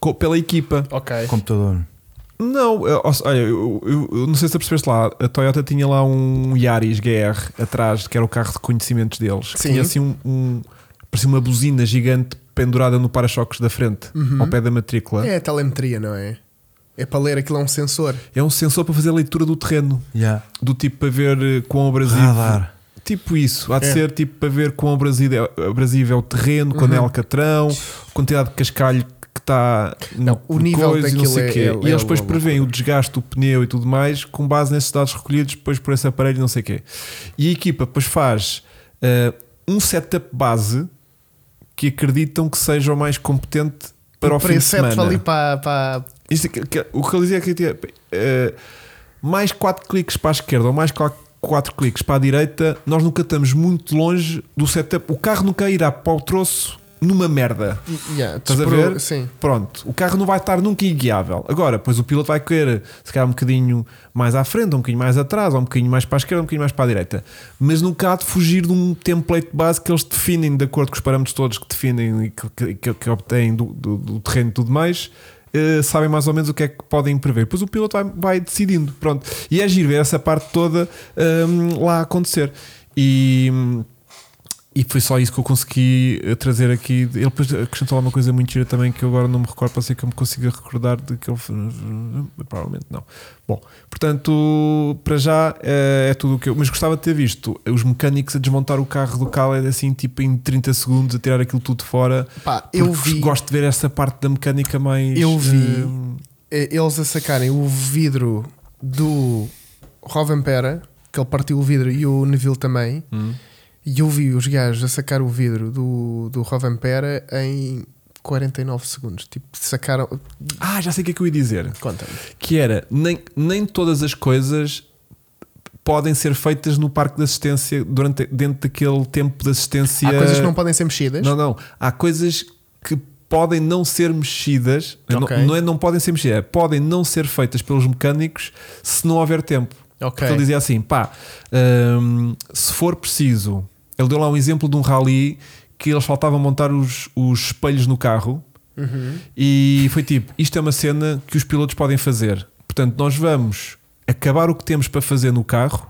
co- pela equipa.
É. Ok.
Computador.
Não, eh, ou se- olha, eu, eu- eu não sei se percebeste lá, a Toyota tinha lá um Yaris GR atrás, que era o carro de conhecimentos deles. que
Sim.
Tinha assim um, um- parecia uma buzina gigante pendurada no para-choques da frente, ao pé da matrícula. É.
É a telemetria, não é? É para ler aquilo, é um sensor.
um sensor para fazer a leitura do terreno,
Yeah.
do tipo para ver eh, quão abrasivo.
Radar.
Tipo isso, há de
É.
ser tipo para ver quão abrasivo é, abrasivo é o terreno, quando
Uhum.
é alcatrão, quantidade de cascalho que está
Não, o nível
coisa, e não
daquilo
sei
é-
quê.
é-
e
é
eles depois
uma
preveem o desgaste do pneu e tudo mais com base nesses dados recolhidos depois por esse aparelho e não sei o quê. E a equipa depois faz ah, um setup base que acreditam que seja o mais competente para o fim de
preset
semana.
ali é para. para...
Isto é que- que- o que ele dizia é que tinha, eh, mais 4 cliques para a esquerda ou mais 4 cliques para a direita, nós nunca estamos muito longe do setup. O carro nunca irá para o troço numa merda.
Yeah,
Estás a
despro-
ver?
Sim.
Pronto, o carro não vai estar nunca inguiável. Agora, pois o piloto vai querer, se calhar, um bocadinho mais à frente, ou um bocadinho mais atrás, ou um bocadinho mais para a esquerda, ou um bocadinho mais para a direita. Mas nunca há de fugir de um template base que eles definem, de acordo com os parâmetros todos que definem e que, que- que- que obtêm do, do- do terreno e tudo mais. eh, sabem mais ou menos o que é que podem prever. Depois o piloto vai, vai decidindo. Pronto. E é giro ver essa parte toda hum, lá acontecer. E. hum, e foi só isso que eu consegui eh, trazer aqui. Ele depois acrescentou lá uma coisa muito gira também que eu agora não me recordo, para ser que eu me consiga recordar de que ele. eh, Provavelmente não. Bom, portanto, para já eh, é, tudo o que eu. Mas gostava de ter visto os mecânicos a desmontar o carro do Khaled assim, tipo em 30 segundos, a tirar aquilo tudo fora.
Pá, eu
Porque
vi.
Gosto de ver essa parte da mecânica mais.
Eu vi.
eh,
eh, eles a sacarem o vidro
Hum.
do Rovan Pera, que ele partiu o vidro e o Neville também, E eu vi os gajos a sacar o vidro do, do Rovan Pera em 49 segundos. Tipo, sacaram.
Ah, já sei o que é que eu ia dizer.
Conta-me.
Que era, nem, nem todas as coisas podem ser feitas no parque de assistência durante, dentro daquele tempo de assistência.
Há coisas que não podem ser mexidas.
Não, não. Há coisas que podem não ser mexidas.
Ok.
Não, não, é, não podem ser mexidas. é, Podem não ser feitas pelos mecânicos se não houver tempo.
ok.
Porque ele dizia assim: pá, hum, se for preciso. Ele deu lá um exemplo de um rally que eles faltava montar os, os espelhos no carro.
Uhum.
E foi tipo: isto é uma cena que os pilotos podem fazer. Portanto, nós vamos acabar o que temos para fazer no carro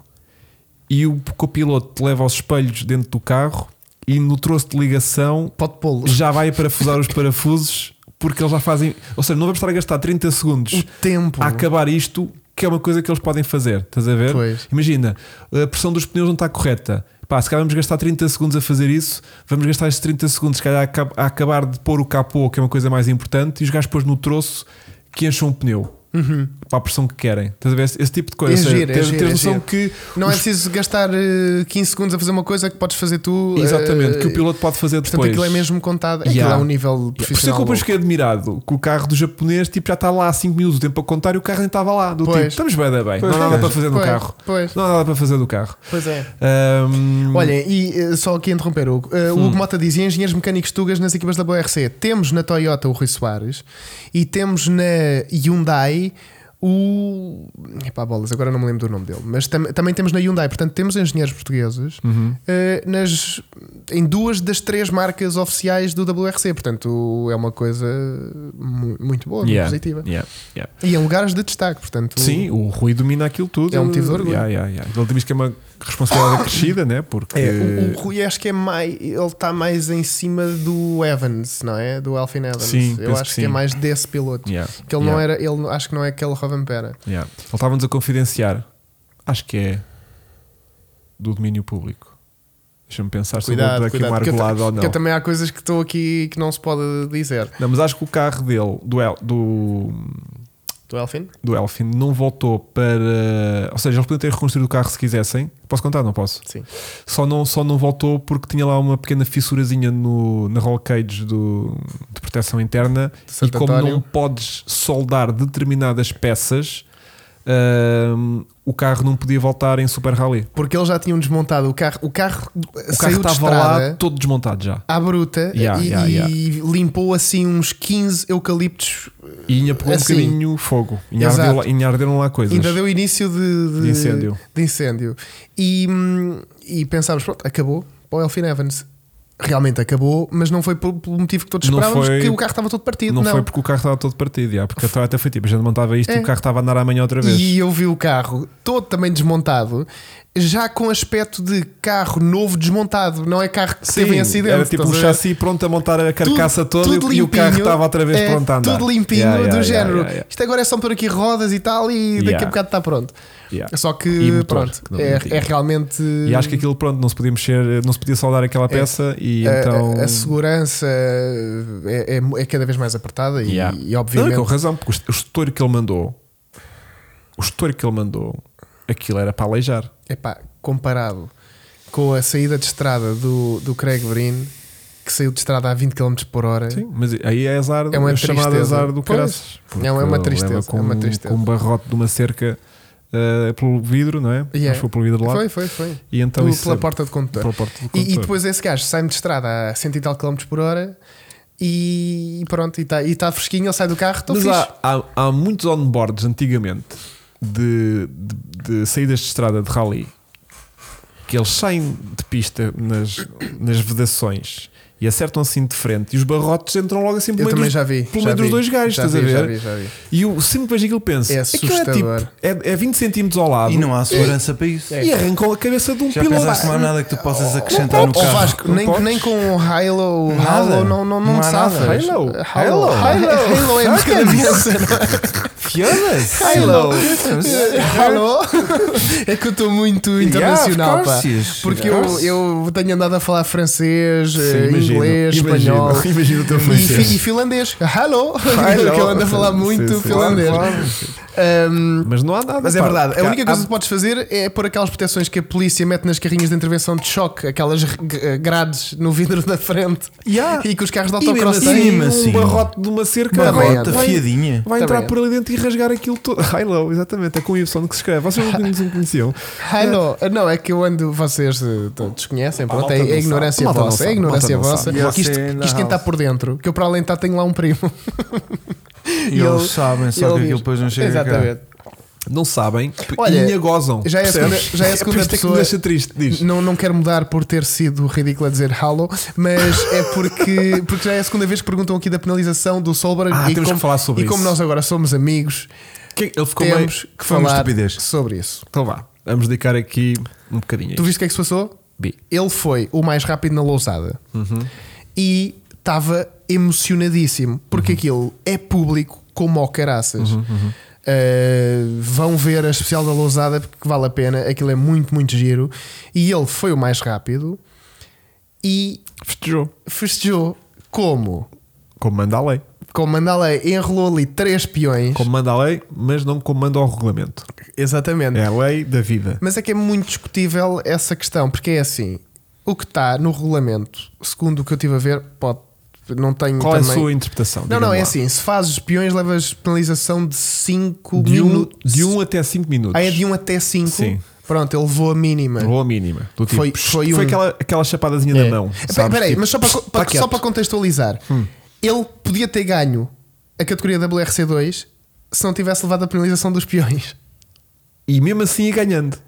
e o copiloto leva os espelhos dentro do carro e no troço de ligação
Pode pô-los.
já vai a parafusar os parafusos porque eles já fazem. Ou seja, não vamos estar a gastar 30
O
segundos
tempo.
a acabar isto, que é uma coisa que eles podem fazer. Estás a ver?
Pois.
Imagina, a pressão dos pneus não está correta. Pá, se calhar vamos gastar 30 segundos a fazer isso, vamos gastar esses 30 segundos, se calhar, a acab- a acabar de pôr o capô, que é uma coisa mais importante, e os gajos pôs no troço que encham o pneu
Uhum.
para a pressão que querem. Estás a ver? Esse tipo de coisa.
É
Ou seja,
giro, é
tens,
giro,
tens
é
noção
giro.
que.
Não é
os-
preciso gastar eh, 15 segundos a fazer uma coisa que podes fazer tu. eh,
Exatamente, que o piloto pode fazer
Portanto,
depois.
aquilo é mesmo contado.
Yeah.
Aquilo é um nível
Por isso é
profissional.
que eu depois
louco.
fiquei admirado que o carro do japonês tipo, já está lá há 5 minutos o tempo a contar e o carro nem estava lá. Do
Pois.
tipo, estamos bem, da bem.
Pois,
não há nada
pois.
para fazer no
Pois,
carro.
Pois,
Não há nada para fazer do carro.
pois é.
Ahm,
Olhem, e eh, só aqui a interromper, Hugo. Eh,
Hum.
O Hugo Mota dizia: engenheiros mecânicos tugas nas equipas da WRC. Temos na Toyota o Rui Soares e temos na Hyundai o. Epá, bolas, agora não me lembro do nome dele. Mas tam- também temos na Hyundai, portanto, temos engenheiros portugueses
Uhum.
eh, nas, em duas das três marcas oficiais do WRC. Portanto, é uma coisa mu- muito boa, muito
yeah,
positiva.
yeah, yeah.
E em lugares de destaque, portanto.
Sim, o Rui domina aquilo tudo.
É um motivo de orgulho.
Yeah, yeah, yeah. Ele diz que é uma responsabilidade crescida, né? Porque.
É, o, o Rui acho que é mais. Ele está mais em cima do Evans, não é? Do Alfin Evans.
Sim,
Eu
penso
acho
que
que,
sim.
é mais desse piloto.
Yeah,
Que ele não
yeah,
era. Ele acho que não é aquele Robin Pera.
yeah. Ele estava-nos a confidenciar. Acho que é do domínio público. Deixa-me pensar se eu vou
Cuidado,
dar aqui
cuidado.
uma
porque eu ta-
argolada ou não.
porque eu também há coisas que estou aqui que não se pode dizer.
Não, mas acho que o carro dele, do, El- do,
Do Alfin?
do Elfin, não voltou para. Ou seja, eles podiam ter reconstruído o carro se quisessem. Posso contar? Não posso.
Sim.
Só não, só não voltou porque tinha lá uma pequena fissurazinha no, na roll cage do, de proteção interna
De Santo
e como
António.
não podes soldar determinadas peças, ahm, o carro não podia voltar em Super Rally.
Porque eles já tinham desmontado o carro. O carro
O carro
saiu de
estava
estrada
lá todo desmontado já.
à bruta
Yeah,
e,
yeah, yeah.
e limpou assim uns 15 eucaliptos.
E ainha pegou
Assim.
um bocadinho fogo. Inha
Exato.
ardeu, lá- inha arderam lá coisas.
Ainda deu início de,
de incêndio.
de incêndio. E, hum, e pensámos, pronto, acabou para o Elfin Evans. Realmente acabou, mas não foi por- pelo motivo que todos
Não
esperávamos,
foi-
que o carro estava todo partido.
Não,
Não,
foi porque o carro estava todo partido, já, porque a Toyota foi tipo, a gente montava isto
É.
e o carro estava a andar amanhã outra vez.
E eu vi o carro todo também desmontado, já com aspecto de carro novo desmontado, não é carro que teve em acidente.
era tipo um
estás a ver?
chassi pronto a montar a carcaça
Tudo-
toda e-
tudo
e o carro
limpinho.
estava outra vez
É,
pronto a andar.
Tudo limpinho,
Yeah, yeah, yeah,
do género.
yeah, yeah.
Isto agora é só por aqui rodas e tal, e daqui a
Yeah.
bocado está pronto.
Yeah.
Só que,
E motor,
pronto,
que não
é,
tinha.
é realmente.
E acho que aquilo pronto, não se podia mexer, não se podia soldar
É
aquela peça e
A-
então.
a, a segurança é, é- é cada vez mais apertada e,
Yeah.
e
Não, é
obviamente
com razão, porque o est- o estouro que ele mandou, o estouro que ele mandou, aquilo era para aleijar.
epá, comparado com a saída de estrada do, do Craig Breen que saiu de estrada a 20 km por hora
Sim, mas aí é azar,
É uma
chamado
tristeza.
azar do
Pois.
caraças.
É uma- é uma
Porque
tristeza,
leva Com,
é uma tristeza.
com um barrote de uma cerca eh, pelo vidro, não é?
Yeah.
Mas foi pelo vidro lá.
foi, foi, foi
E então
Do-
isso
pela porta de condutor
pela porta do
E, e
condutor.
depois esse gajo sai-me de estrada a 100 e tal km por hora e pronto, e está e tá fresquinho, ele sai do carro, estou
Mas
fixe.
há, há, há muitos onboards antigamente de, de, de saídas de estrada de rally que eles saem de pista nas, nas vedações e acertam assim de frente e os barrotes entram logo assim
Eu
pelo meio
também
dos,
já vi.
pelo
já
meio dos
vi,
dois gajos,
já
estás a
vi,
ver?
Já vi, já vi.
E eu sempre que vejo aquilo penso:
É
aquilo é, tipo,
assustador.
é, é 20 centímetros ao lado
E não há segurança para isso.
e arrancam a cabeça de um
Já
piloto.
pensaste que não há nada que tu possas
Oh,
acrescentar
Ou
no carro?
Vasco,
Não
nem,
podes?
nem com o Halo, o
Nada.
Halo não, não, não,
Não há
safas.
nada.
Halo.
Halo,
Halo.
Halo, Halo é a música da Beyoncé.
Fearless.
é? Halo. Halo. <laughs> É que eu estou muito internacional, pá. Porque eu, eu tenho andado a falar francês, eh, inglês, espanhol
<laughs> Imagina o teu
e, fi-
francês.
<laughs> e finlandês. Hello! que eu ando a falar muito
Sim, sim.
finlandês.
Claro, claro.
Ahm,
Mas não há nada.
mas é
pá,
verdade, a
porque
única
há-
coisa que podes fazer é pôr aquelas proteções que a polícia mete nas carrinhas de intervenção de choque, aquelas g- eh, grades no vidro da frente
Yeah.
e que os carros de
Ah, E mesmo
autocross
assim,
Sim, mas
um
sim.
barrote de uma cerca
Uma
Também
vai,
rota
vai-
fiadinha.
vai
Também
entrar
é.
por ali dentro e rasgar aquilo todo. <laughs> High low, exatamente, é com Y que se escreve. Vocês não nos conheciam.
Hello. Não, é que eu ando, vocês eh, t- desconhecem, pronto,
malta
é, é
não sabe. A
ignorância
malta não
vossa, é
sabe, a
ignorância
malta não
vossa.
sabe. E
Que isto,
você ainda
que isto quem está
house.
por dentro, que eu para além de estar tenho lá um primo.
E
ele-
eles sabem,
e ele
só que
diz-
aquilo depois não chega
Exatamente.
Não sabem
Olha,
e a gozam.
já é a segunda-
percebes? <laughs>
já é a
por
segunda
isto
pessoa-
que me deixa triste, diz.
Não, não quero mudar por ter sido ridículo a dizer hello, mas é porque, porque já é a segunda vez que perguntam aqui da penalização do Solberg
Ah,
e,
temos
como,
que falar sobre
e como
isso.
nós agora somos amigos,
é Que- um Ele ficou meio.
temos que
foi uma
falar
estupidez.
sobre isso.
Então vá, vamos dedicar aqui um bocadinho. a
Tu
isto.
viste o que é que se passou?
Bi.
Ele foi o mais rápido na lousada e estava emocionadíssimo porque aquilo é público como ao caraças. Uh, vão ver a especial da lousada porque vale a pena, aquilo é muito, muito giro. E ele foi o mais rápido e
Festejou.
festejou como?
Como manda a lei.
Como manda a lei, enrolou ali três peões.
Como manda a lei, mas não como manda o regulamento.
Exatamente.
É a lei da vida.
Mas é que é muito discutível essa questão, porque é assim: o que está no regulamento, segundo o que eu estive a ver, pode. Não tenho
Qual
também.
é a sua interpretação?
Não,
Diga-me
não, é
lá.
assim: se fazes peões, levas penalização de 5
De 1 um,
minutos.
de um até 5 minutos.
Ah, é de 1 um até 5.
Sim.
Pronto, ele levou a mínima.
Ou a mínima. Do tipo,
Foi-
foi,
foi um.
aquela, aquela chapadazinha
É.
na mão.
Pe-
sabes?
Peraí,
Tipo,
mas só para, co-
tá
para-
quieto. Hum.
só para contextualizar: ele podia ter ganho a categoria WRC2 se não tivesse levado a penalização dos peões.
E mesmo assim ia ganhando.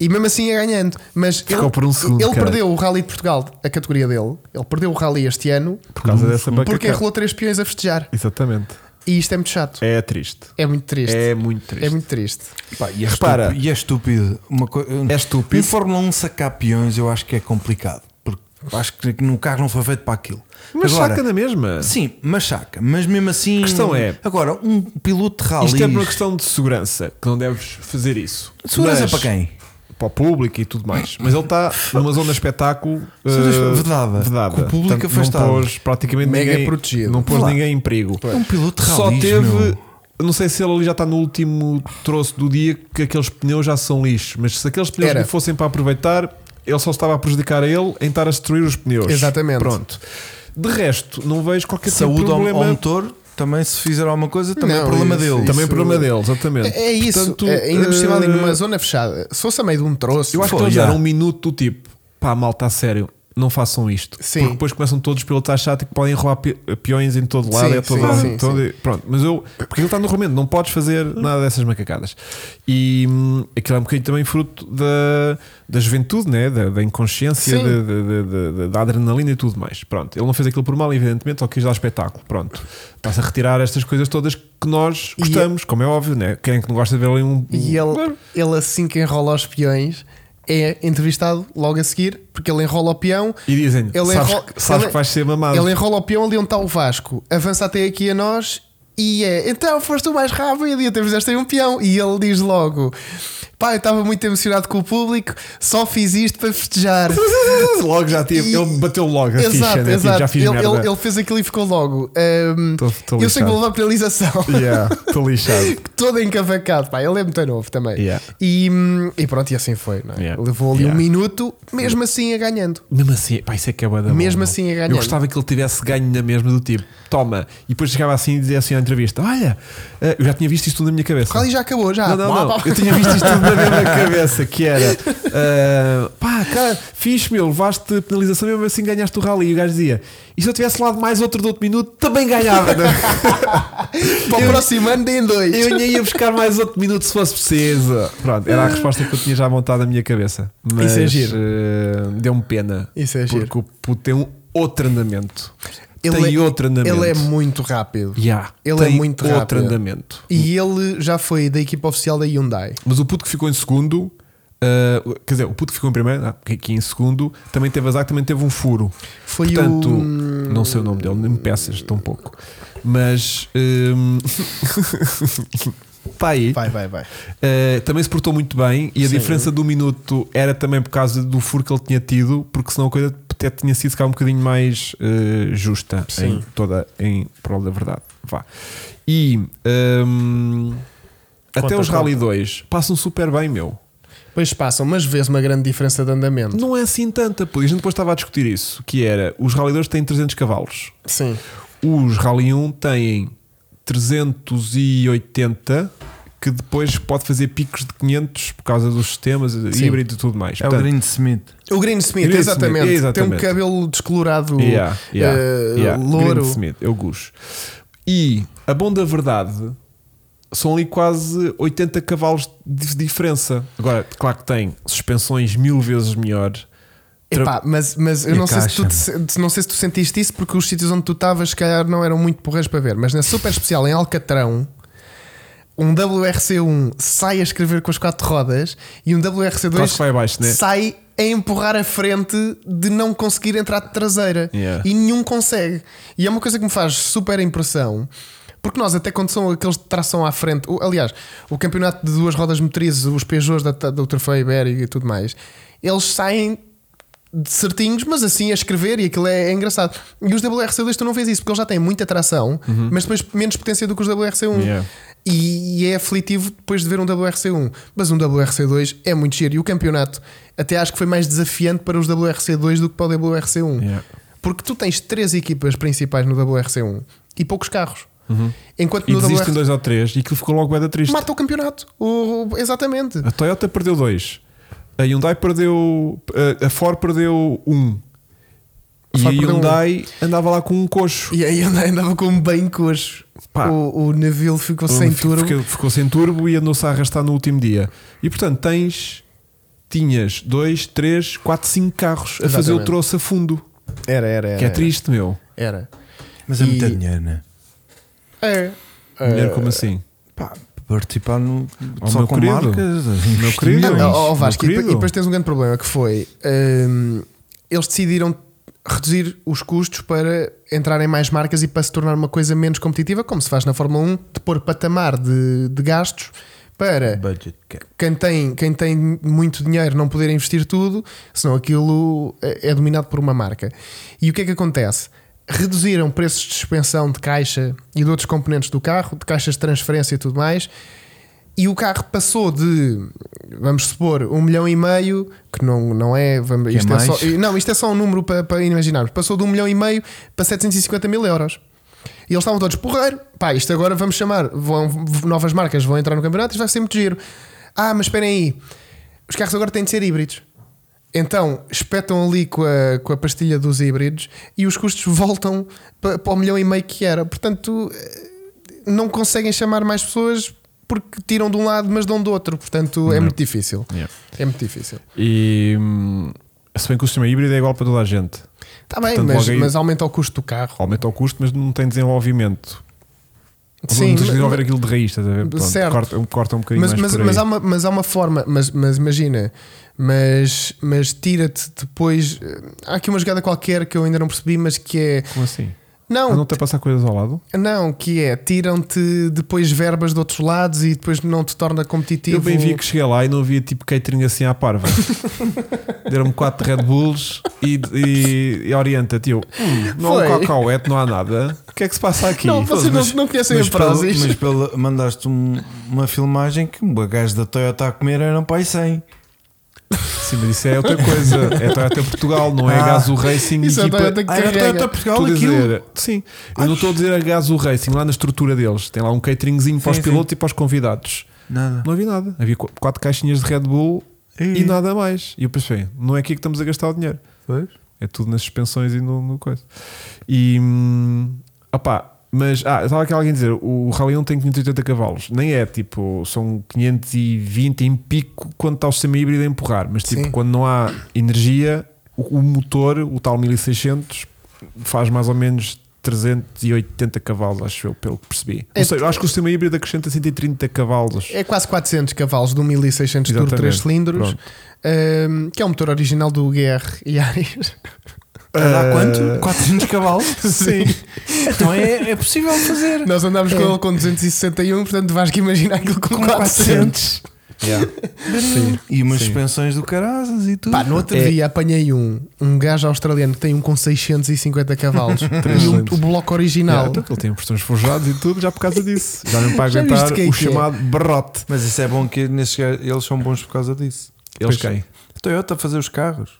E mesmo assim ia ganhando. Mas
Ficou
ele,
por um segundo,
ele
caralho.
perdeu o Rally de Portugal, a categoria dele. Ele perdeu o Rally este ano
Por causa dessa bacaca.
Hum, porque enrolou três peões a festejar.
Exatamente.
E isto é muito chato.
É triste.
É, muito triste.
É muito
É
triste.
muito triste.
Pá, e é
Repara.
estúpido- e é estúpido. Uma co...
É estúpido.
Em Fórmula 1 sacar peões eu acho que é complicado. Porque acho que no carro não foi feito para aquilo.
Mas
Agora,
saca na mesma.
Sim, mas saca. Mas mesmo assim.
A questão é-
Agora, um piloto de rally.
Isto é por uma questão de segurança, que não deves fazer isso.
Segurança
Mas-
para quem?
Para o público e tudo mais. Mas ele
<laughs>
está numa zona de espetáculo.
Zona
eh,
vedada.
vedada.
Com o público
Portanto,
afastado.
Não pôs praticamente
Mega
ninguém.
protegido.
Não pôs
Vá lá.
ninguém em perigo.
É um piloto de rally.
Só teve.
meu.
Não sei se ele ali já está no último troço do dia que aqueles pneus já são lixo, mas se aqueles pneus
Era.
que fossem para aproveitar, ele só estava a prejudicar a ele em estar a destruir os pneus.
Exatamente.
Pronto. De resto, não vejo qualquer tipo
Saúde
de
ao,
problema.
ao motor. Também, se fizer alguma coisa, também
Não,
é problema
isso-
dele.
Também
isso-
problema dele, exatamente.
É, é isso.
Portanto,
É, ainda por cima ali
eh,
numa zona fechada. Se fosse a meio de um troço.
Eu acho
Foi,
que eles
já.
deram um minuto do tipo, pá, malta, a sério, não façam isto.
Sim.
Porque depois começam todos pelo estar chato e que tipo, podem enrolar pe- peões em todo lado,
Sim,
é todo
sim,
lado.
sim,
todo- Pronto, mas eu. Porque ele está no regulamento, não podes fazer nada dessas macacadas. E hum, aquilo é um bocadinho também fruto da, da juventude, né? da, da inconsciência,
Sim.
de- de- de- de- de- da adrenalina e tudo mais. Pronto, ele não fez aquilo por mal, evidentemente, só quis dar espetáculo. Pronto, está-se a retirar estas coisas todas que nós
E-
gostamos, como é óbvio, né? Quem é que não gosta de ver ali um.
E ele, ele assim que enrola os peões é entrevistado logo a seguir porque ele enrola o peão.
E dizem,
Ele
sabes,
enro-
que- sabes
ele-
que vais ser mamado.
Ele enrola o peão ali onde está o Vasco, avança até aqui a nós e é então foste o mais rápido e até fizeste aí um peão. E ele diz logo: pá, eu estava muito emocionado com o público, só fiz isto para
<laughs>
festejar.
logo já tive.
E-
Ele bateu logo a
exato,
ficha, né? Tipo,
exato.
já fiz
ele,
merda.
ele- ele fez aquilo e ficou logo. "Hum,
Tô- tô
eu sei que
lixado."
vou levar penalização.
<laughs> Yeah, estou lixado.
<laughs> Todo encavacado, pá, ele é muito novo também.
Yeah.
E, hum, e pronto, e assim foi. não é?
Yeah.
Levou ali
Yeah.
um minuto, mesmo assim a ganhando.
<laughs> Mesmo assim, pá, isso é que é bué da bom,
Mesmo
meu.
assim, é ganhar.
Eu gostava que ele tivesse ganho na mesma do tipo, toma. E depois chegava assim e dizia assim à entrevista: Olha, eh, eu já tinha visto isto tudo na minha cabeça.
O rally já acabou, já.
Não, não,
Pá,
não.
pá.
Eu tinha visto isto tudo na mesma cabeça, que <laughs> era ah, pá, cara, fixe meu, levaste penalização mesmo assim ganhaste o rally. E o gajo dizia: E se eu tivesse lado mais outro do outro minuto, também ganhava. não é?
<laughs> Para o próximo ano deem dois.
Eu ainda ia buscar mais outro minuto se fosse preciso. Pronto, era a resposta que eu tinha já montada na minha cabeça. Mas
Isso é giro.
eh, deu-me pena.
Isso é
porque
giro.
o puto tem um outro andamento. tem outro andamento.
Ele é muito rápido.
Yeah,
ele é
tem
muito
outro
rápido.
andamento.
E ele já foi da equipa oficial da Hyundai.
Mas o puto que ficou em segundo. eh, quer dizer, o puto que ficou em primeiro, ah, que aqui em segundo, também teve azar, que também teve um furo.
Foi
Portanto,
o.
não sei o nome dele, nem me peças tão pouco. Mas <laughs> está aí.
Vai, vai, vai.
Uh, também se portou muito bem e a
Sim.
diferença do minuto era também por causa do furo que ele tinha tido, porque senão a coisa até tinha sido ficar um bocadinho mais uh, justa em toda em prol da verdade. Vá. E um, Até
Conta,
os
conta.
Rally 2 passam super bem, meu.
Pois passam, mas vês uma grande diferença de andamento.
Não é assim tanta, pô. E a gente depois estava a discutir isso, que era, os Rally 2 têm 300 cavalos.
Sim.
Os Rally 1 têm 380 que depois pode fazer picos de 500 por causa dos sistemas
Sim.
híbrido e tudo mais.
É o Green Smith.
O Green Smith,
Green Smith,
exatamente. Tem um
exatamente.
cabelo descolorado,
yeah, yeah,
eh,
yeah.
louro.
Green Smith, eu gosto. E a bom da verdade são ali quase 80 cavalos de diferença. Agora, claro que tem suspensões mil vezes melhor. Tra-
Epá, mas, mas eu
E
não
a
sei, se tu te
caixa,
se- não sei se tu sentiste isso porque os sítios onde tu estavas, se calhar, não eram muito porreiros para ver. Mas na Super Especial, em Alcatrão, um WRC1 sai a escrever com as quatro rodas e um
Quase que
WRC2
vai abaixo, né?
sai a empurrar a frente de não conseguir entrar de traseira
Yeah.
e nenhum consegue. E é uma coisa que me faz super impressão. Porque nós, até quando são aqueles de tração à frente, o- aliás, o campeonato de duas rodas motrizes, os Peugeots da, da- do Troféu Ibérico e tudo mais, eles saem de certinhos, mas assim a escrever e aquilo é, é engraçado. E os WRC2 tu não vês isso, porque eles já têm muita tração, mas depois menos potência do que os WRC1.
Uhum. Yeah.
E, e é aflitivo depois de ver um WRC1. Mas um WRC2 é muito giro. E o campeonato até acho que foi mais desafiante para os WRC2 do que para o WRC1.
Yeah.
Porque tu tens três equipas principais no WRC1 e poucos carros. Enquanto
Uhum. E
no
desistem
WRC
dois ou três e aquilo ficou logo bem da triste.
mata o campeonato. O-
<laughs>
exatamente.
A Toyota perdeu dois. A Hyundai perdeu. a- A Ford perdeu um.
A
E a
Ford perdeu um.
Hyundai andava lá com um coxo.
E aí andava- andava com um bem coxo.
Pá.
O, o Neville ficou sem
Ficou-
turbo.
Ficou, ficou sem turbo e andou-se a arrastar no último dia. E portanto, tens. Tinhas dois, três, quatro, cinco carros a fazer o
Exatamente.
troço a fundo.
Era, era, era.
que é
era.
triste, meu.
Era.
Mas é
E-
muito dinheiro, né?
É.
Mulher, como assim?
Pá, participar no.
Oh,
só
meu
com
querido.
marcas. Meu
querido.
Não,
Milhões,
ó, ó,
meu
Vasco, e,
querido.
e depois tens um grande problema que foi hum, eles decidiram reduzir os custos para entrarem mais marcas e para se tornar uma coisa menos competitiva, como se faz na Fórmula 1, de pôr patamar de, de gastos para
Budget cap.
quem tem, quem tem muito dinheiro não poder investir tudo, senão aquilo é é dominado por uma marca. E o que é que acontece? Reduziram preços de suspensão de caixa e de outros componentes do carro, de caixas de transferência e tudo mais, e o carro passou de, vamos supor, um milhão e meio, que não, não é. Vamos,
Que é
isto é só-
mais?
não, isto é só um número para, para imaginarmos. Passou de um milhão e meio para 750 mil euros. E eles estavam todos porreiro. Pá, isto agora vamos chamar. Vão, v- novas marcas vão entrar no campeonato, isto vai ser muito giro. Ah, mas esperem aí. Os carros agora têm de ser híbridos. Então espetam ali com a, com a pastilha dos híbridos e os custos <laughs> voltam pa- para, o milhão e meio que era. Portanto, eh, não conseguem chamar mais pessoas porque tiram de um lado, mas dão do outro. Portanto, é
Não.
muito difícil.
Yeah.
É muito difícil.
E. hum, se bem que o sistema híbrido é igual para toda a gente.
Está Tá bem,
Portanto,
mas,
logo aí-
mas aumenta o custo do carro.
Aumenta o custo, mas não tem desenvolvimento. não
Sim,
tens de
mas-
desenvolver aquilo de raiz, estás a ver? Pronto,
Certo.
Corta, corta um bocadinho
mas,
mais
mas,
por aí.
mas, há uma, mas há uma forma, mas, mas imagina, mas, mas tira-te depois. eh, Há aqui uma jogada qualquer que eu ainda não percebi, mas que é.
Como assim?
Não,
Mas não te a passar coisas ao lado?
não, que é tiram-te depois verbas de outros lados e depois não te torna competitivo.
Eu bem vi que cheguei lá e não havia tipo catering assim à parva. Deram-me quatro Red Bulls e, e, e orienta-te. Eu, hum, não há
Foi.
um cacauete, não há nada. O que é que se passa aqui?
Não, vocês não, não conhecem a
Mas, pelo,
frase.
mas pelo- mandaste um- uma filmagem que um gajo da Toyota a comer eram pai 100.
Sim, mas isso é outra coisa. É Toyota Portugal, não é
Ah.
Gaso Racing.
Isso é
equipa-
Toyota que
Ah, era
carrega.
Toyota Portugal
Estou a
aquilo.
dizer, sim, eu não estou a dizer a Gaso Racing lá na estrutura deles. Tem lá um cateringzinho para os
Sim, sim.
pilotos e para os convidados.
Nada.
Não havia nada. Havia qu- quatro caixinhas de Red Bull e,
E-
nada mais. E eu pensei, não é aqui que estamos a gastar o dinheiro.
Pois.
É tudo nas suspensões e no, no coisa. E. Hum, opá, mas. Ah, estava aqui alguém a dizer: o Rally 1 tem 580 cavalos. Nem é tipo. São 520 em pico quando está o sistema híbrido a empurrar. Mas tipo,
Sim.
quando não há energia, o, o motor, o tal 1600, faz mais ou menos. 380 cavalos, acho eu, pelo que percebi.
É
Não sei, eu acho que o sistema híbrido acrescenta 130 cavalos.
É quase 400 cavalos um do 1600 turbo 3
Exatamente.
cilindros,
Pronto.
hum, que é o motor original do GR
<laughs>
e Ares.
A dar
Ah.
quanto? 400 <laughs> cavalos?
<laughs> Sim.
Então é, é possível fazer.
um, Nós andámos com ele com 261, portanto vais que imaginar aquilo com,
Com
400. <laughs>
Yeah.
Sim. E umas suspensões do Carazas e tudo.
Pá, no outro
É.
dia apanhei um, um gajo australiano que tem um com
<laughs>
650 cavalos e o,
300.
o bloco
Yeah,
original.
então que ele tem impressões forjadas e tudo, já por causa disso. Já não para
Já viste
aguentar
quem
o
que é?
chamado barrote.
Mas isso é bom que nesses, gajos- eles são bons por causa disso.
Eles
Pois.
quem?
A Toyota a fazer os carros.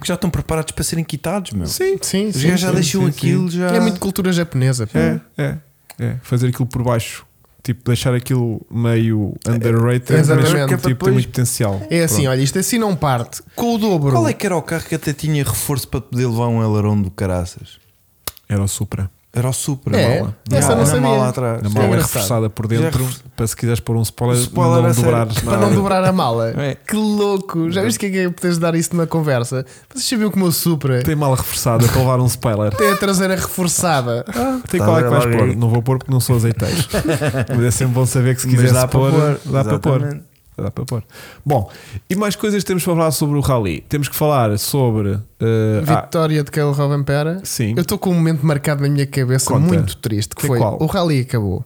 Que já estão preparados para serem quitados, meu.
Sim, sim,
Os
sim,
gajos já
sim.
deixam
sim, sim.
aquilo, já.
É muito cultura japonesa. pá.
É, é, é. Fazer aquilo por baixo. Tipo, deixar aquilo meio underrated,
É, exatamente.
mas
Que é
tipo,
para
tem
depois-
muito potencial.
É assim, olha, isto assim não parte. Com o dobro.
Qual é que era o carro que até tinha reforço para poder levar um aileron do Caraças?
Era o Supra.
Era o Supra.
É,
mala.
essa eu não
na
sabia.
mala atrás.
Na
Isto é
mala
engraçado.
reforçada por
Já
dentro,
ref-
para se quiseres pôr um spoiler,
O spoiler
não
a sério.
dobrares
é Para não
nada.
dobrar a mala.
É.
Que louco. Já viste que é que é podes dar isso numa conversa? Vocês sabiam que o meu Supra
Tem mala reforçada para levar um spoiler.
tem a traseira reforçada.
Tem
Tá
qual é que
a
vais
ver
pôr?
aí.
Não vou pôr porque não sou
<laughs>
azeiteiro. Mas é sempre bom saber que se
Mas
quiseres
dá para
pôr,
pôr,
dá para pôr.
exatamente.
Dá para pôr. Bom, e mais coisas que temos para falar sobre o Rally. Temos que falar sobre. eh, ah,
Vitória de Carlos Robin Pera.
sim.
Eu estou com um momento marcado na minha cabeça
Conta.
muito triste, que
Que
foi
qual?
o rally acabou.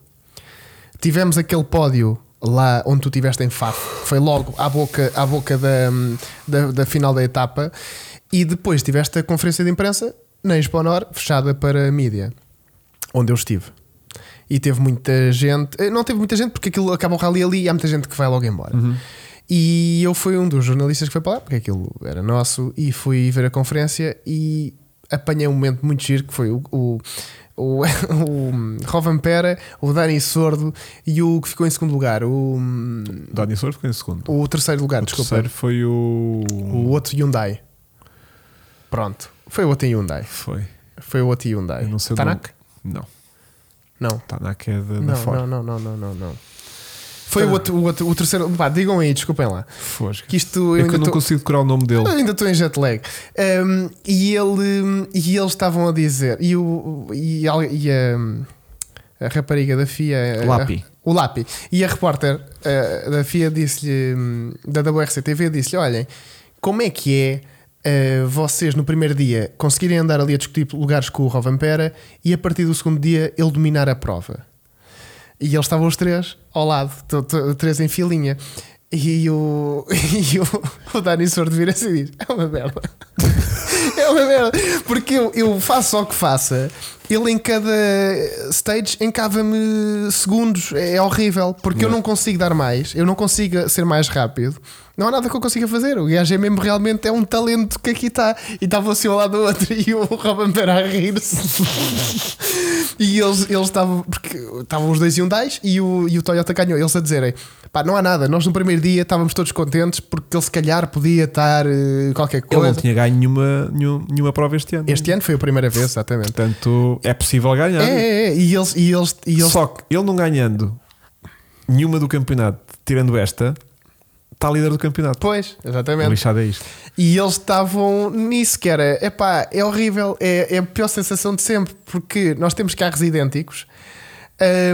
Tivemos aquele pódio lá onde tu tiveste em Faf, que foi logo à boca, à boca da, da, da final da etapa, e depois tiveste a conferência de imprensa na Expo Honor, fechada para a mídia, onde eu estive. E teve muita gente, eh, não teve muita gente porque aquilo acaba o rally ali e há muita gente que vai logo embora.
Uhum.
E eu fui um dos jornalistas que foi para lá, porque aquilo era nosso, e fui ver a conferência e apanhei um momento muito giro que foi o, o, o, <laughs> o Rovan Pera, o Dani Sordo e o que ficou em segundo lugar, o,
Dani Sor ficou em segundo.
o terceiro lugar,
O
desculpa,
terceiro foi o.
o outro Hyundai. Pronto, foi o outro Hyundai.
Foi.
Foi o outro Hyundai.
Eu não sei o
Tanak?
Não,
Não.
está na queda da
Não,
fora.
não, não, não, não, não, não. Foi o outro, o outro, o terceiro. Pá, digam aí, desculpem lá.
Fosga.
Que isto eu
É que
ainda
eu não
tô-
consigo decorar o nome dele.
Eu Ah, ainda estou em jet lag. Um, e, ele, e eles estavam a dizer. E, o, e, a, e a- a rapariga da FIA. a-
Lapi.
o Lapi. E a repórter eh, da FIA disse-lhe. hum, Da WRCTV disse-lhe: olhem, como é que é. eh, vocês no primeiro dia conseguirem andar ali a discutir lugares com o Rovan Pera e a partir do segundo dia ele dominar a prova. E eles estavam os três ao lado, to- to- três em filinha. E o, <laughs> e o, o Dani Sordo vira-se e diz: É uma merda. <laughs> É uma merda. Porque eu, eu faço o que faça, ele em cada stage encava-me segundos. É horrível. Porque eu não consigo dar mais, eu não consigo ser mais rápido. Não há nada que eu consiga fazer. O gajo é mesmo realmente é um talento que aqui está. E estava assim ao lado do outro <laughs> e o Robin Pera a rir-se. <laughs> E eles eles estavam, porque estavam os dois Hyundais e o, e o Toyota ganhou. Eles a dizerem: pá, não há nada. Nós no primeiro dia estávamos todos contentes porque ele se calhar podia estar eh, qualquer
Ele
coisa.
não tinha ganho nenhuma, nenhum- nenhuma prova este ano.
Este ano foi a primeira vez, exatamente.
Portanto, é possível ganhar.
É, é, é. E eles, e eles, e eles
Só que ele não ganhando nenhuma do campeonato, tirando esta, está líder do campeonato.
Pois,
O
exatamente.
lixado é isto.
E eles estavam nisso que era, epá, é horrível, é, é a pior sensação de sempre, porque nós temos carros idênticos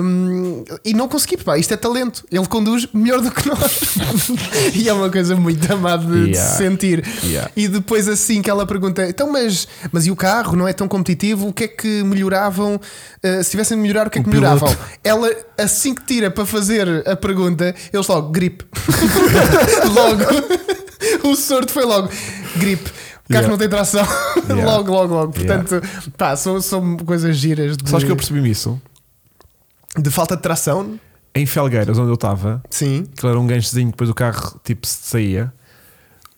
hum, e não conseguimos, pá, isto é talento, ele conduz melhor do que nós. <laughs> e é uma coisa muito amada de, de
Yeah.
se sentir.
Yeah.
E depois assim que ela pergunta, então mas, mas e o carro não é tão competitivo, o que é que melhoravam, eh, se tivessem de melhorar, o que é que
piloto.
melhoravam? Ela assim que tira para fazer a pergunta, eles logo, gripe. logo. <laughs> o sorte foi logo. Gripe. O carro
Yeah.
não tem tração.
Yeah.
<laughs> logo, logo, logo. Portanto, pá, são, são coisas giras de,
Sabes que eu percebi isso?
de falta de tração.
Em Felgueiras, onde eu estava,
Sim.
que era um ganchozinho que depois o carro tipo se saía,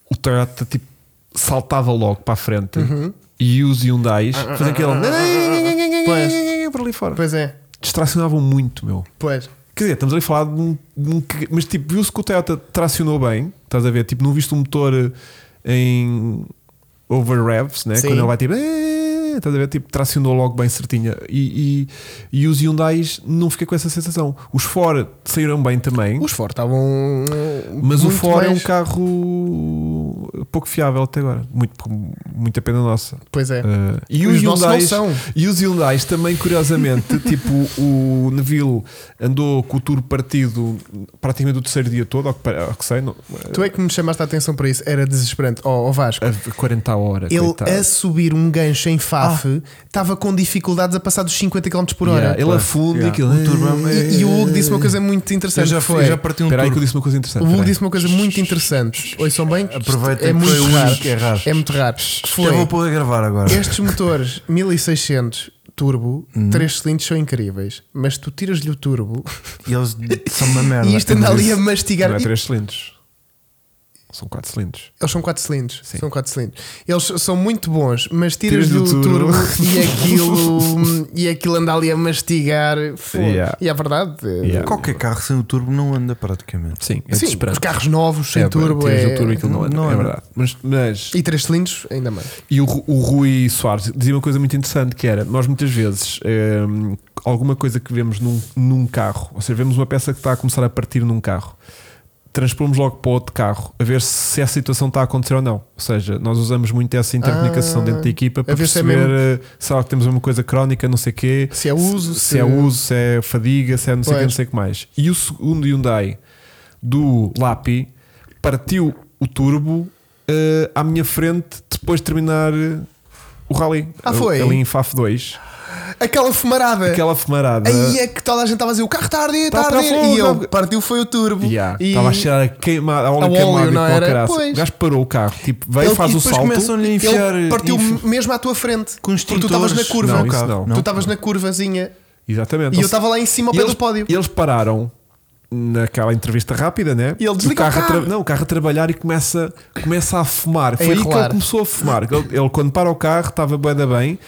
o Toyota tipo saltava logo para a frente
Uhum.
e os Hyundais
Ah,
faziam aquele <laughs>
Pois.
por ali fora.
ah, Pois é.
Distracionavam muito, meu.
Pois.
Quer dizer, estamos ali a falar de um, de um que- Mas tipo, viu-se que o Toyota tracionou bem, estás a ver? Tipo, não viste um motor eh, em over revs, né?
Sim.
Quando ele vai tipo. "Eh", Estás a ver? Tipo, tracionou logo bem certinha. E, e, e os Hyundais não fiquei com essa sensação. Os Ford saíram bem também.
Os Ford estavam.
Mas o
muito
Ford é um
mais-
carro pouco fiável até agora. Muito, muita pena nossa.
Pois é.
Eh, e
os
os
nossos não
Hyundais,
são.
e os Hyundais também,
<laughs>
curiosamente, tipo, o Neville andou com o tour partido praticamente o terceiro dia todo, ao que, pare- ao que sei, não-
Tu é que me chamaste a atenção para isso. Era desesperante. Ó oh, Vasco.
a 40 horas.
Ele
Eh, coitado. Ah.
a subir um gancho em FAF estava com dificuldades a passar dos 50 km por hora.
Yeah, ele Eh, afunda
Yeah.
e aquilo.
O turbo é-
E, e o Hugo disse uma coisa muito
Eu
interessante.
já,
que foi,
fui, já parti um
Espera aí que eu
turbo.
disse uma coisa interessante.
o Hugo
espera aí.
disse uma coisa muito interessante. Ouçam bem, que isto
Aproveitem
é
que foi
um
muito
o
raro.
único que é raro.
É muito raro. Que
Eu
foi,
vou pôr a gravar agora.
estes motores 1600 turbo,
Uhum.
3 cilindros são incríveis, mas tu tiras-lhe o turbo
E eles são uma merda.
e isto anda ali a mastigar.
Não é
E
3 cilindros. São 4 cilindros.
Eles são 4 cilindros.
Sim.
São quatro cilindros. Eles são muito bons, mas tiras do
Tiras do
turbo,
turbo. <laughs>
e aquilo e aquilo anda ali a mastigar. Fogo.
Yeah.
E é verdade.
Yeah.
Qualquer carro sem o turbo não anda praticamente.
Sim, é
Sim, os
desesperante.
carros novos sem
É,
turbo,
tiras
é...
o turbo e aquilo não, anda,
não
é
anda.
verdade. Mas, mas-
E 3 cilindros, ainda mais.
e o, Ru- o Rui Soares dizia uma coisa muito interessante que era: nós muitas vezes hum, alguma coisa que vemos num, num carro, ou seja, vemos uma peça que está a começar a partir num carro, transpomos logo para outro carro a ver se essa situação está a acontecer ou não. Ou seja, nós usamos muito essa intercomunicação
Ah,
dentro da equipa para
a ver se é
perceber eh, se há- temos uma coisa crónica, não sei o quê.
Se é uso,
se, se é uso, se é fadiga, se é não sei o que,
Pois.
não sei o que mais. E o segundo Hyundai do Lapi partiu o turbo eh, à minha frente depois de terminar eh, o rally.
Ah, foi?
Ali em FAF 2.
Aquela fumarada.
Aquela fumarada.
Aí é que toda a gente estava a dizer o carro está a arder,
Tá
está a
para
arder.
fogo,
E ele
tá-
partiu foi o turbo.
Yeah,
é- E
Estava a cheirar a, queima, a óleo
A óleo,
queimado
não
e com
era?
a caraça.
Pois.
O gajo parou o carro, tipo, veio,
Ele-
faz
e
o
depois
salto.
começam-lhe a enfiar.
ele partiu
enfi-
mesmo à tua frente.
com
porque tu estavas na
extintores
curva.
Não, isso não.
Tu tá-
Não.
estavas na curvazinha
Exatamente.
Então e eu
Ou
estava lá em cima ao
E
pé
eles,
do pódio.
eles pararam naquela entrevista rápida, né?
E ele desliga o
a
carro.
tra- Não, o carro a trabalhar e começa, começa a fumar. Foi aí que
enrolar.
ele começou a fumar. Ele, ele, quando para o carro, estava bué da bem.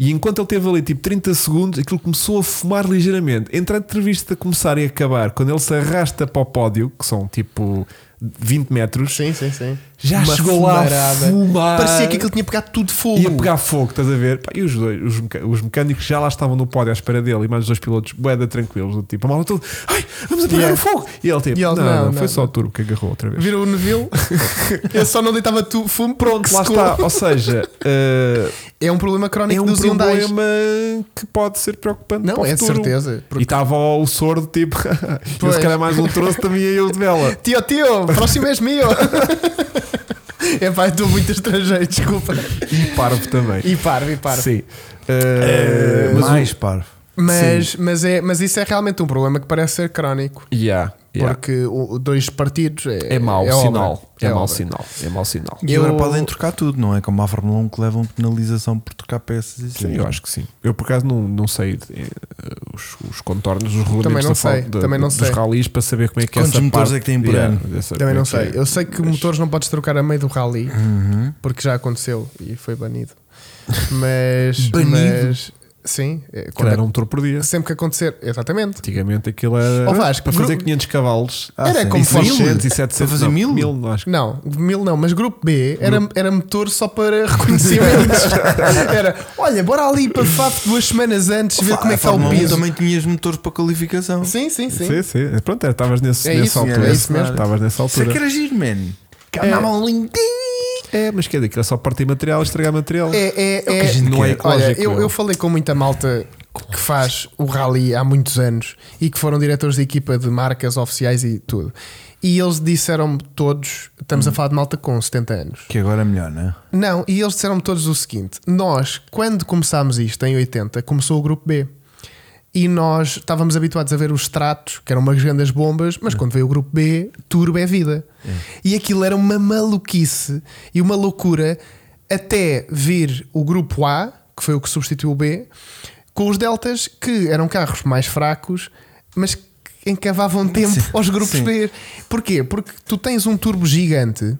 E enquanto ele teve ali tipo 30 segundos, aquilo começou a fumar ligeiramente. Entre a entrevista começar e acabar, quando ele se arrasta para o pódio, que são tipo 20 metros,
Sim, sim, sim.
já
Uma
chegou lá a
fumarada.
fumar.
Parecia que aquilo tinha pegado tudo fogo.
Ia pegar fogo, estás a ver? Pá, e os, dois, os, meca- os mecânicos já lá estavam no pódio à espera dele e mais os dois pilotos boeda tranquilos, do tipo, a malta toda, ai, vamos apagar
Yeah.
o fogo! E ele tipo,
E
não,
ele, não,
não,
não,
foi só
não."
o turbo que agarrou outra vez.
Virou o <laughs> Neville. ele só não deitava tu- fumo. Pronto,
Lá está, ou
<laughs>
seja, eh,
É um problema crónico
é um
dos Hyundais.
problema que pode ser preocupante.
Não,
para o
é de
futuro.
certeza.
E
Porque...
estava o sordo, tipo, <laughs> eu
Pois.
se calhar mais um troço também ia eu de
<laughs>
vela.
Tio, tio, próximo és <laughs> meu. é pá, estou muito estrangeiro, desculpa.
E parvo também.
E parvo, e parvo.
Sim. Eh, mas o-
mais parvo.
Mas, mas, é, mas isso é realmente um problema que parece ser crónico.
Yeah, yeah.
Porque o, o dois partidos é,
É mau
obra.
sinal. É, mau
obra.
sinal. É mau sinal.
E
Eu-
agora podem trocar tudo, não é? Como a Fórmula 1 que levam penalização por trocar peças e assim.
Sim, eu acho que sim. Eu por acaso não, não sei eh, os, os contornos, os regulamentos
não
da Fórmula-
sei,
da-
também não
dos
sei.
ralis para saber como é que
Quantos
essa
motores
parte,
é que têm por ano?
dessa-
Também não
como é
sei.
que é.
Eu sei que
Mas-
motores não podes trocar a meio do rally,
Uhum.
porque já aconteceu e foi banido.
<laughs>
Mas.
Banido?
mas- sim. é,
Aquilo
quando
era um motor por dia.
Sempre que acontecer, exatamente.
Antigamente aquilo era
Ó, Vasco,
para fazer
gru-
500 cavalos.
Ah,
era
sim.
como
E
Isso é
fosse.
mil?
600 e 700.
Para fazer
não,
mil?
não acho.
Não, mil não, mas grupo B era, era motor só para <laughs> reconhecimentos.
<laughs>
era, olha, bora ali para FAP duas semanas antes, ver como é que está o
Fórmula 1
piso.
também tinhas motores para qualificação.
Sim, sim, sim.
um Sim, sim. Pronto, era, estavas nesse,
É
nessa
isso,
altura.
é isso mesmo.
Estavas nessa
Isso é que
altura.
era giro, man. Que
É.
andavam lindinho.
É, mas quer dizer, aquilo é só partir material, estragar material.
É, é,
que
é,
a gente não é ecológico,
Olha, eu,
meu.
eu falei com muita malta que faz o rally há muitos anos e que foram diretores de equipa de marcas oficiais e tudo. E eles disseram-me todos, estamos
Hum.
a falar de malta com 70 anos.
Que agora é melhor, não é?
Não, e eles disseram-me todos o seguinte: nós, quando começámos isto, em 80, começou o grupo B. E nós estávamos habituados a ver os tratos, que eram umas grandes bombas, mas quando veio o grupo B, turbo é vida. E aquilo era uma maluquice e uma loucura até vir o grupo A, que foi o que substituiu o B, com os Deltas, que eram carros mais fracos, mas que encavavam tempo aos grupos
sim.
B. Porquê? Porque tu tens um turbo gigante.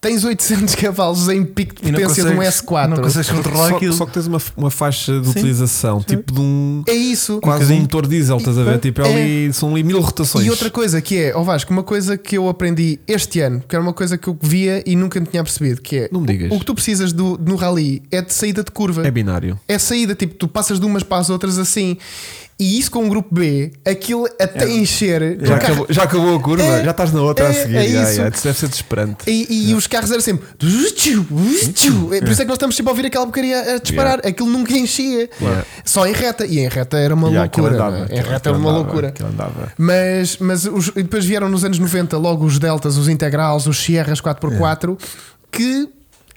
Tens 800 <laughs> cavalos em pico de
E não
potência de um
consegues-
S4.
Não consegues controlar
Só,
aquilo.
só que tens uma, uma faixa de
Sim.
utilização, tipo de um.
É isso.
Quase um motor diesel, estás a ver? Tipo, é
É.
ali, são ali mil rotações.
E outra coisa que é, oh Vasco, uma coisa que eu aprendi este ano, que era uma coisa que eu via e nunca me tinha percebido, que é
Não me digas.
o que tu precisas do, no rally é de saída de curva.
É binário.
É saída, tipo, tu passas de umas para as outras assim. E isso com um grupo B, aquilo
É.
até encher.
Já
o carro-
acabou, já acabou a curva,
É,
já estás na outra
é,
a seguir.
é
já,
isso.
já, isso deve ser desesperante.
E, e os carros eram sempre. "Tchiu, tchiu". É Por isso é que nós estamos sempre a ouvir aquela bocaria a disparar. Aquilo nunca enchia.
Yeah.
Só em reta. E em reta era uma
Já, aquilo
loucura.
andava,
não é?
aquilo-
Em reta
aquilo
era uma
andava,
loucura.
aquilo andava.
Mas, mas os- e depois vieram nos anos 90 logo os Deltas, os Integrals, os Sierras 4x4 que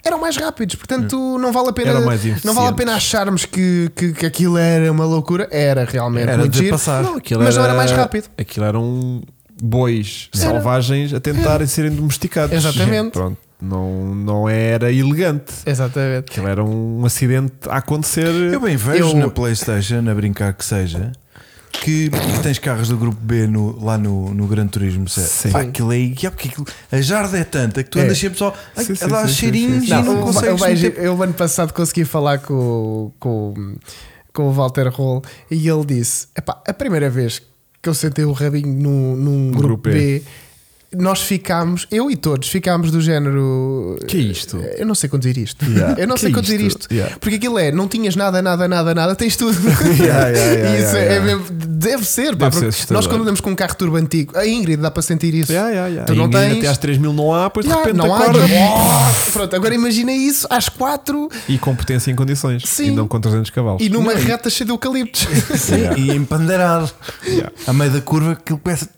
eram mais rápidos, portanto não vale a pena
É. Eram mais
não vale a pena
eficientes.
acharmos que, que, que aquilo era uma loucura, era realmente
Era
muito
de
giro,
passar.
Não, aquilo
mas não era mais rápido.
Aquilo eram bois
Era.
selvagens a tentarem serem domesticados.
Exatamente.
Pronto, não, não era elegante.
Exatamente.
Aquilo era um acidente a acontecer.
Eu bem vejo
Eu-
na Playstation, a brincar que seja, que tens carros do grupo B no- lá no, no Gran Turismo
Sim.
7. Pá, aquilo é, e é porque aquilo- a jarda é tanta que tu
É.
andas sempre só ai,
Sim, sim,
a dar
sim, sim,
cheirinhos
sim,
e
sim.
Não,
não,
eu- eu,
consegues
vejo-
meter-
eu, ano passado consegui falar com, com, com o Walter Roll e ele disse: "Epá, a primeira vez que eu sentei o rabinho num, num grupo,
grupo
B, nós ficámos, eu e todos, ficámos do género. eh,
Que é isto?
Eu não sei conduzir isto.
Yeah.
Eu não
Que
sei
é
conduzir
isto?
isto.
Yeah.
Porque aquilo é, não tinhas nada, nada, nada, nada, tens tudo.
<laughs> Yeah, yeah, yeah,
<laughs> E isso
yeah,
é
yeah.
mesmo- deve ser, pá,
Deve
porque
ser assustador.
nós quando andamos com um carro turbo antigo, a Ingrid dá para sentir isso.
Yeah, yeah, yeah.
Tu não
E
tens-
Até às 3 mil não há, pois
Yeah,
de repente
não há-
acorda.
Pronto, agora imagina isso às quatro
E com potência em condições.
Sim.
E não com 300 cavalos.
e numa reta cheia
<laughs>
de eucaliptos.
Sim, e empandeirado. A meio da curva aquilo começa.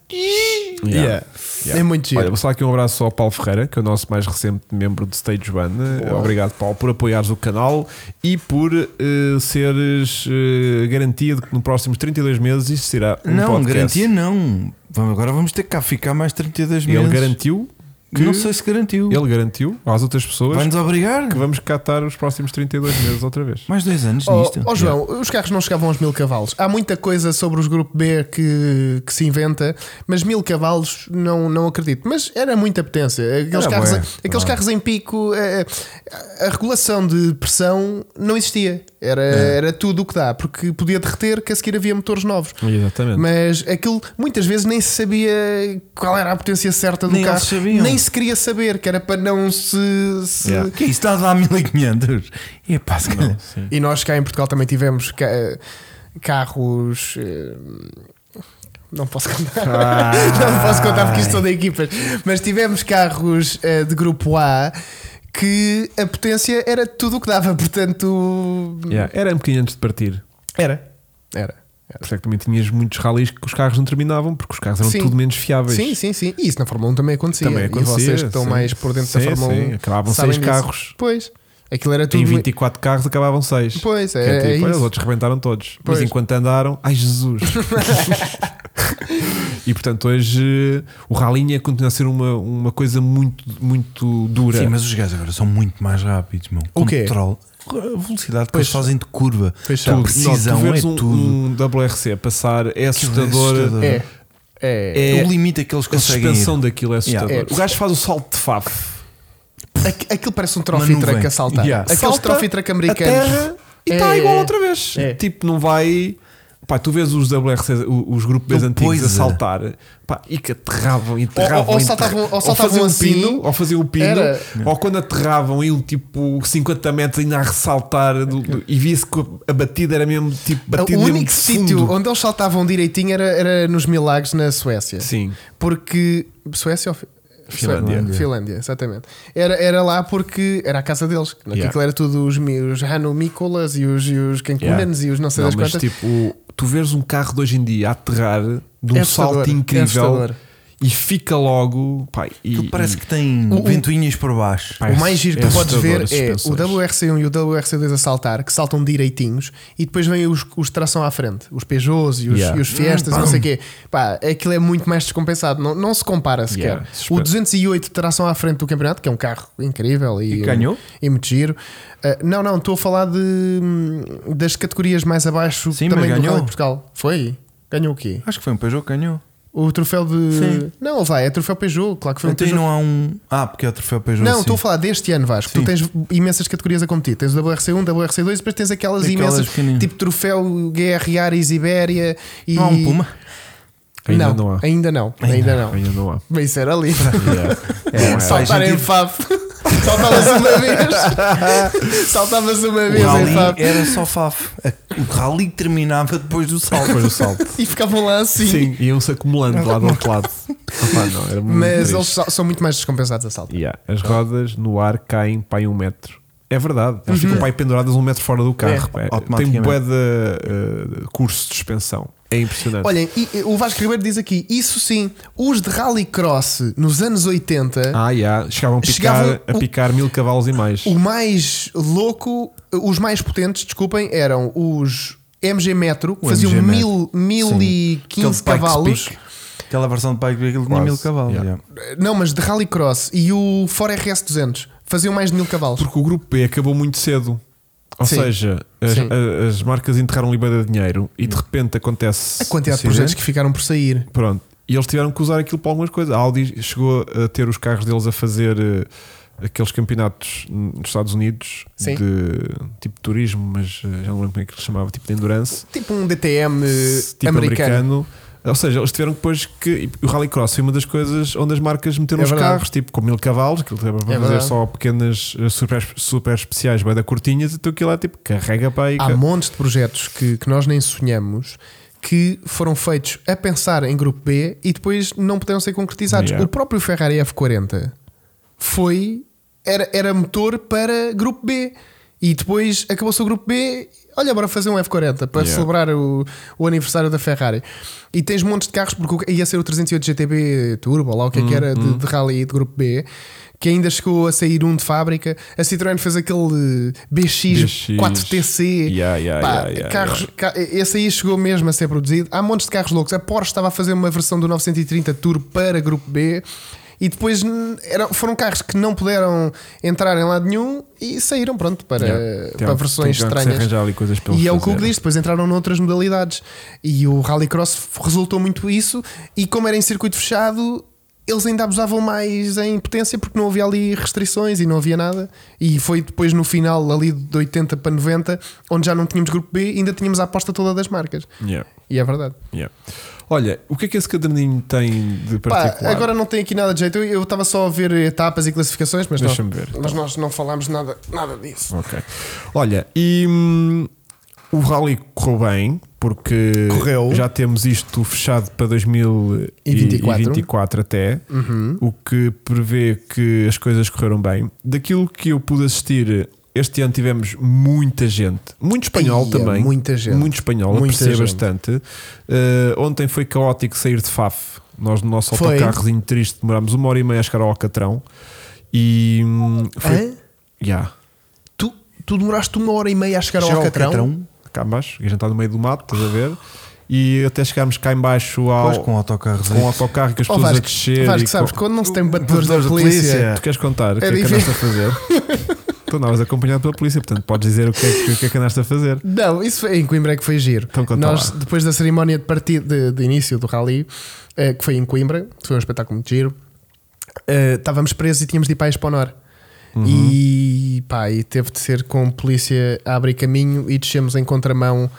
Yeah.
É muito giro.
Olha, vou só aqui um abraço ao Paulo Ferreira, que é o nosso mais recente membro de Stage One. Obrigado, Paulo, por apoiares o canal e por eh, seres eh, garantia de que nos próximos 32 meses isto será um
não,
podcast.
garantia não. Vamos, agora vamos ter que cá ficar mais 32 meses.
Ele garantiu, que-
Não sei se garantiu.
ele garantiu às outras pessoas
Vai-nos obrigar?
que vamos catar os próximos 32 meses outra
<laughs>
vez.
Mais dois anos
Ó
nisto.
ó, Oh, João, os carros não chegavam aos mil cavalos. Há muita coisa sobre os grupo B que, que se inventa, mas mil cavalos não, não acredito. Mas era muita potência. Aqueles,
Era
carros,
bué.
aqueles carros em pico, eh, a, a regulação de pressão não existia. Era,
É.
era tudo o que dá, porque podia derreter que a seguir havia motores novos.
Exatamente.
Mas aquilo muitas vezes nem se sabia qual era a potência certa do
Nem
carro,
eles sabiam.
nem se queria saber, que era para não se. se-
Yeah.
Que isso está a dar 1500? E pá, se calhar.
E nós cá em Portugal também tivemos ca- carros. eh, Não posso contar. <laughs> Não posso contar porque isto são de equipas. Mas tivemos carros eh, de grupo A que a potência era tudo o que dava, <laughs> portanto.
Yeah, Era um bocadinho antes de partir.
Era. Era.
Por isso é que também tinhas muitos rallies que os carros não terminavam, porque os carros eram
Sim.
tudo menos fiáveis.
Sim, sim, sim. E isso na Fórmula 1 também acontecia.
Também acontecia,
E vocês que estão
sim.
mais por dentro
Sim,
da Fórmula
sim.
1.
Acabavam
sabem
seis
disso.
carros.
Pois. Aquilo era tudo.
Em 24 carros acabavam 6.
Pois, é,
Que é
é
tipo, olha, os
isso.
outros rebentaram todos.
Pois.
Mas enquanto andaram, ai
<laughs>
Jesus! e portanto, hoje eh, o ralinha continua a ser uma, uma coisa muito, muito dura.
Sim, mas os gajos agora são muito mais rápidos, meu.
O quê?
Control. A velocidade que
Pois.
eles fazem de curva.
Pois
a
são.
precisão
não, tu
é
veres um,
tudo.
um WRC passar é
Aquilo é
assustador.
assustador.
É. É.
É,
o limite a que eles
a
conseguem.
suspensão
ir.
daquilo é assustador.
Yeah. É.
O gajo faz o salto de faf.
Aqu- Aquilo parece um
Uma
trophy
nuvem.
truck a saltar.
Yeah.
Aqueles
É. Salta
trophy truck
A
americanos.
terra e
É,
está
é,
igual
é.
outra vez.
É.
Tipo, não vai. Pá, tu vês os WRC, o- os grupos Bs
Não
antigos a
poisa.
saltar pá, e que aterravam, e aterravam,
é. Ou- ou
e
saltavam-
aterra-
ou saltavam
faziam
assim,
um pino, ou faziam um pino,
era-
ou quando aterravam, iam tipo 50 metros ainda a ressaltar do- do- e via-se que a batida era mesmo tipo batida
É o
mesmo
único
de fundo.
sítio onde eles saltavam direitinho era, era nos Milagres, na Suécia.
Sim,
Porque. Suécia ou. Fi-
Finlândia.
Sué- Finlândia, exatamente. Era, era lá porque era a casa deles.
Yeah.
Aquilo era tudo os, mi- os Hanu Mikolas e os, e os Cancunans e os não sei
não,
das
mas
quantas.
tipo, o- tu vês um carro de hoje em dia a aterrar de um
É assustador,
salto
é
incrível
assustador.
e fica logo, pá, e,
Aquilo parece
e-
que tem
O- o-
ventoinhas por baixo.
Pá,
O mais giro que
é
podes
assustador
ver
as
é o
suspensões.
WRC1 e o WRC2 a saltar, que saltam direitinhos, e depois vêm os, os tração à frente, os Peugeots e os,
Yeah.
e os Fiestas, não sei o quê. Pá, aquilo é muito mais descompensado, não, não se compara sequer.
Yeah,
O
suspenso.
208 tração à frente do campeonato, que é um carro incrível e,
E ganhou?
e muito giro. Ah, não, não, estou a falar de, hum, das categorias mais abaixo
Sim,
também
mas
do
ganhou.
Rally de Portugal. Foi? Ganhou o quê?
Acho que foi um Peugeot que ganhou.
O troféu de.
Sim.
Não, vai, é troféu Peugeot, claro que foi um
Então
Peugeot.
não há um. Ah, porque é o troféu Peugeot.
Não,
sim.
estou a falar deste ano, Vasco. Tu
Sim.
tens imensas categorias a competir. Tens o WRC1, WRC2, depois tens aquelas,
Aquelas
imensas,
pequeninas.
tipo troféu GR Ares Ibéria e.
Não há um Puma.
Ainda
não,
não há.
Ainda não, ainda não.
ainda não há.
Mas isso era lindo.
<laughs> Yeah. É, não é.
Faz
Saltar em
sentido.
FAF. <laughs> Saltavas uma vez. Saltavas uma
O
vez em
Um rally
Fab.
era só Faf. O rally terminava depois do salto.
Depois do salto.
E ficavam lá assim.
Sim. Iam-se acumulando lá do outro lado. Opa, não, era muito
Mas
triste.
eles só- são muito mais descompensados a salto.
Yeah, As rodas no ar caem para aí um metro. É verdade, elas
Uhum.
ficam para aí penduradas um metro
É.
fora do carro. pá. Tem
automaticamente.
bué de eh, curso de suspensão. É impressionante.
Olhem, e- e o Vasco Ribeiro diz aqui: isso sim, os de rallycross nos anos 80
ah, yeah. chegavam a picar,
Chegavam um
a
o-
picar mil cavalos e mais.
O mais louco, os mais potentes, desculpem, eram os MG Metro, que
O
faziam
MG
mil, mil e
Aquele Pikes
quinze cavalos.
Peak. Aquela versão de Pike Peak ele tinha
Quase,
mil cavalos.
yeah.
yeah.
Não, mas de Rallycross. E o Ford RS 200 faziam mais de mil cavalos.
Porque o grupo B acabou muito cedo. Ou
Sim.
seja, as,
Sim.
a- as marcas enterraram libera de dinheiro e de repente acontece.
A quantidade de
acidente.
projetos que ficaram por sair.
Pronto. E eles tiveram que usar aquilo para algumas coisas. A Audi chegou a ter os carros deles a fazer eh, aqueles campeonatos nos Estados Unidos
Sim.
de tipo turismo, mas eh, já não lembro como é que ele chamava, tipo de endurance,
Tipo um DTM eh,
tipo
americano.
americano. Ou seja, eles tiveram depois que. e O Rallycross foi uma das coisas onde as marcas meteram
É
os
verdade.
carros, tipo com mil cavalos, que ele para
É
fazer
verdade.
só pequenas eh, super, super especiais, bem da curtinhas, então aquilo é tipo carrega para aí.
Há montes de projetos que, que nós nem sonhamos que foram feitos a pensar em grupo B e depois não puderam ser concretizados.
Yeah.
O próprio Ferrari F40 foi era, era motor para grupo B e depois acabou-se o grupo B. Olha, bora fazer um F40 para
Yeah.
celebrar o, o aniversário da Ferrari. E tens montes de carros, porque o- ia ser o 308 GTB Turbo, lá o que é que era,
Uhum.
de, de rally de grupo B, que ainda chegou a sair um de fábrica. A Citroën fez aquele BX,
BX.
4TC.
Yeah, yeah,
Pá,
yeah, yeah,
carros, ca- esse aí chegou mesmo a ser produzido. Há montes de carros loucos. A Porsche estava a fazer uma versão do 930 Turbo para grupo B. E depois hum, eram- foram carros que não puderam entrar em lado nenhum e saíram, pronto, para,
Yeah.
para
Tiveram
versões
que se
estranhas.
arranjar ali coisas para
E
eles
é o que o que
fazerem.
diz, depois entraram noutras modalidades. E o Rallycross f- resultou muito isso. E como era em circuito fechado, eles ainda abusavam mais em potência porque não havia ali restrições e não havia nada. E foi depois no final, ali de 80 para 90, onde já não tínhamos grupo B, ainda tínhamos a aposta toda das marcas.
Yeah,
E é verdade.
yeah. Olha, o que é que esse caderninho tem de
Pá,
particular?
agora não tem aqui nada de jeito. Eu- Eu estava só a ver etapas e classificações, mas, nós,
Deixa-me ver.
mas nós não falámos nada, nada disso.
Ok. Olha, e hum, o rally correu bem, porque
Correu.
já temos isto fechado para 2024
24.
até,
Uhum.
o que prevê que as coisas correram bem. Daquilo que eu pude assistir, este ano tivemos muita gente, muito espanhol
Ia,
também.
muita gente.
Muito espanhol,
Muita
apreciei
gente.
bastante. Eh, ontem foi caótico sair de Faf. Nós no nosso
Foi.
autocarrozinho triste demorámos uma hora e meia a chegar ao Alcatrão. E hum, foi.
Hã?
Yeah.
Tu, tu demoraste uma hora e meia a chegar ao
Chegou
Alcatrão.
cá em baixo, e a gente está no meio do mato, estás a ver? E até chegarmos cá em baixo ao,
Pois, com autocarros.
com o autocarro que as
Ó,
pessoas a
Oh, Vasco,
descer.
Vasco,
e
sabes,
com-
quando não se tem batedores da
Batedores da
polícia,
polícia.
Tu queres contar o que é que
difícil.
andaste a fazer?
<laughs>
tu andavas acompanhado pela polícia, portanto podes dizer o que é que, o que, é que andaste a fazer.
Não, isso foi em Coimbra é que foi giro.
Então conta
Nós,
lá.
depois da cerimónia de partida de, de início do rally, eh, que foi em Coimbra, que foi um espetáculo muito giro, eh, estávamos presos e tínhamos de ir para a Exponor.
Uhum.
E pá, e teve de ser com polícia a abrir caminho e descemos em contramão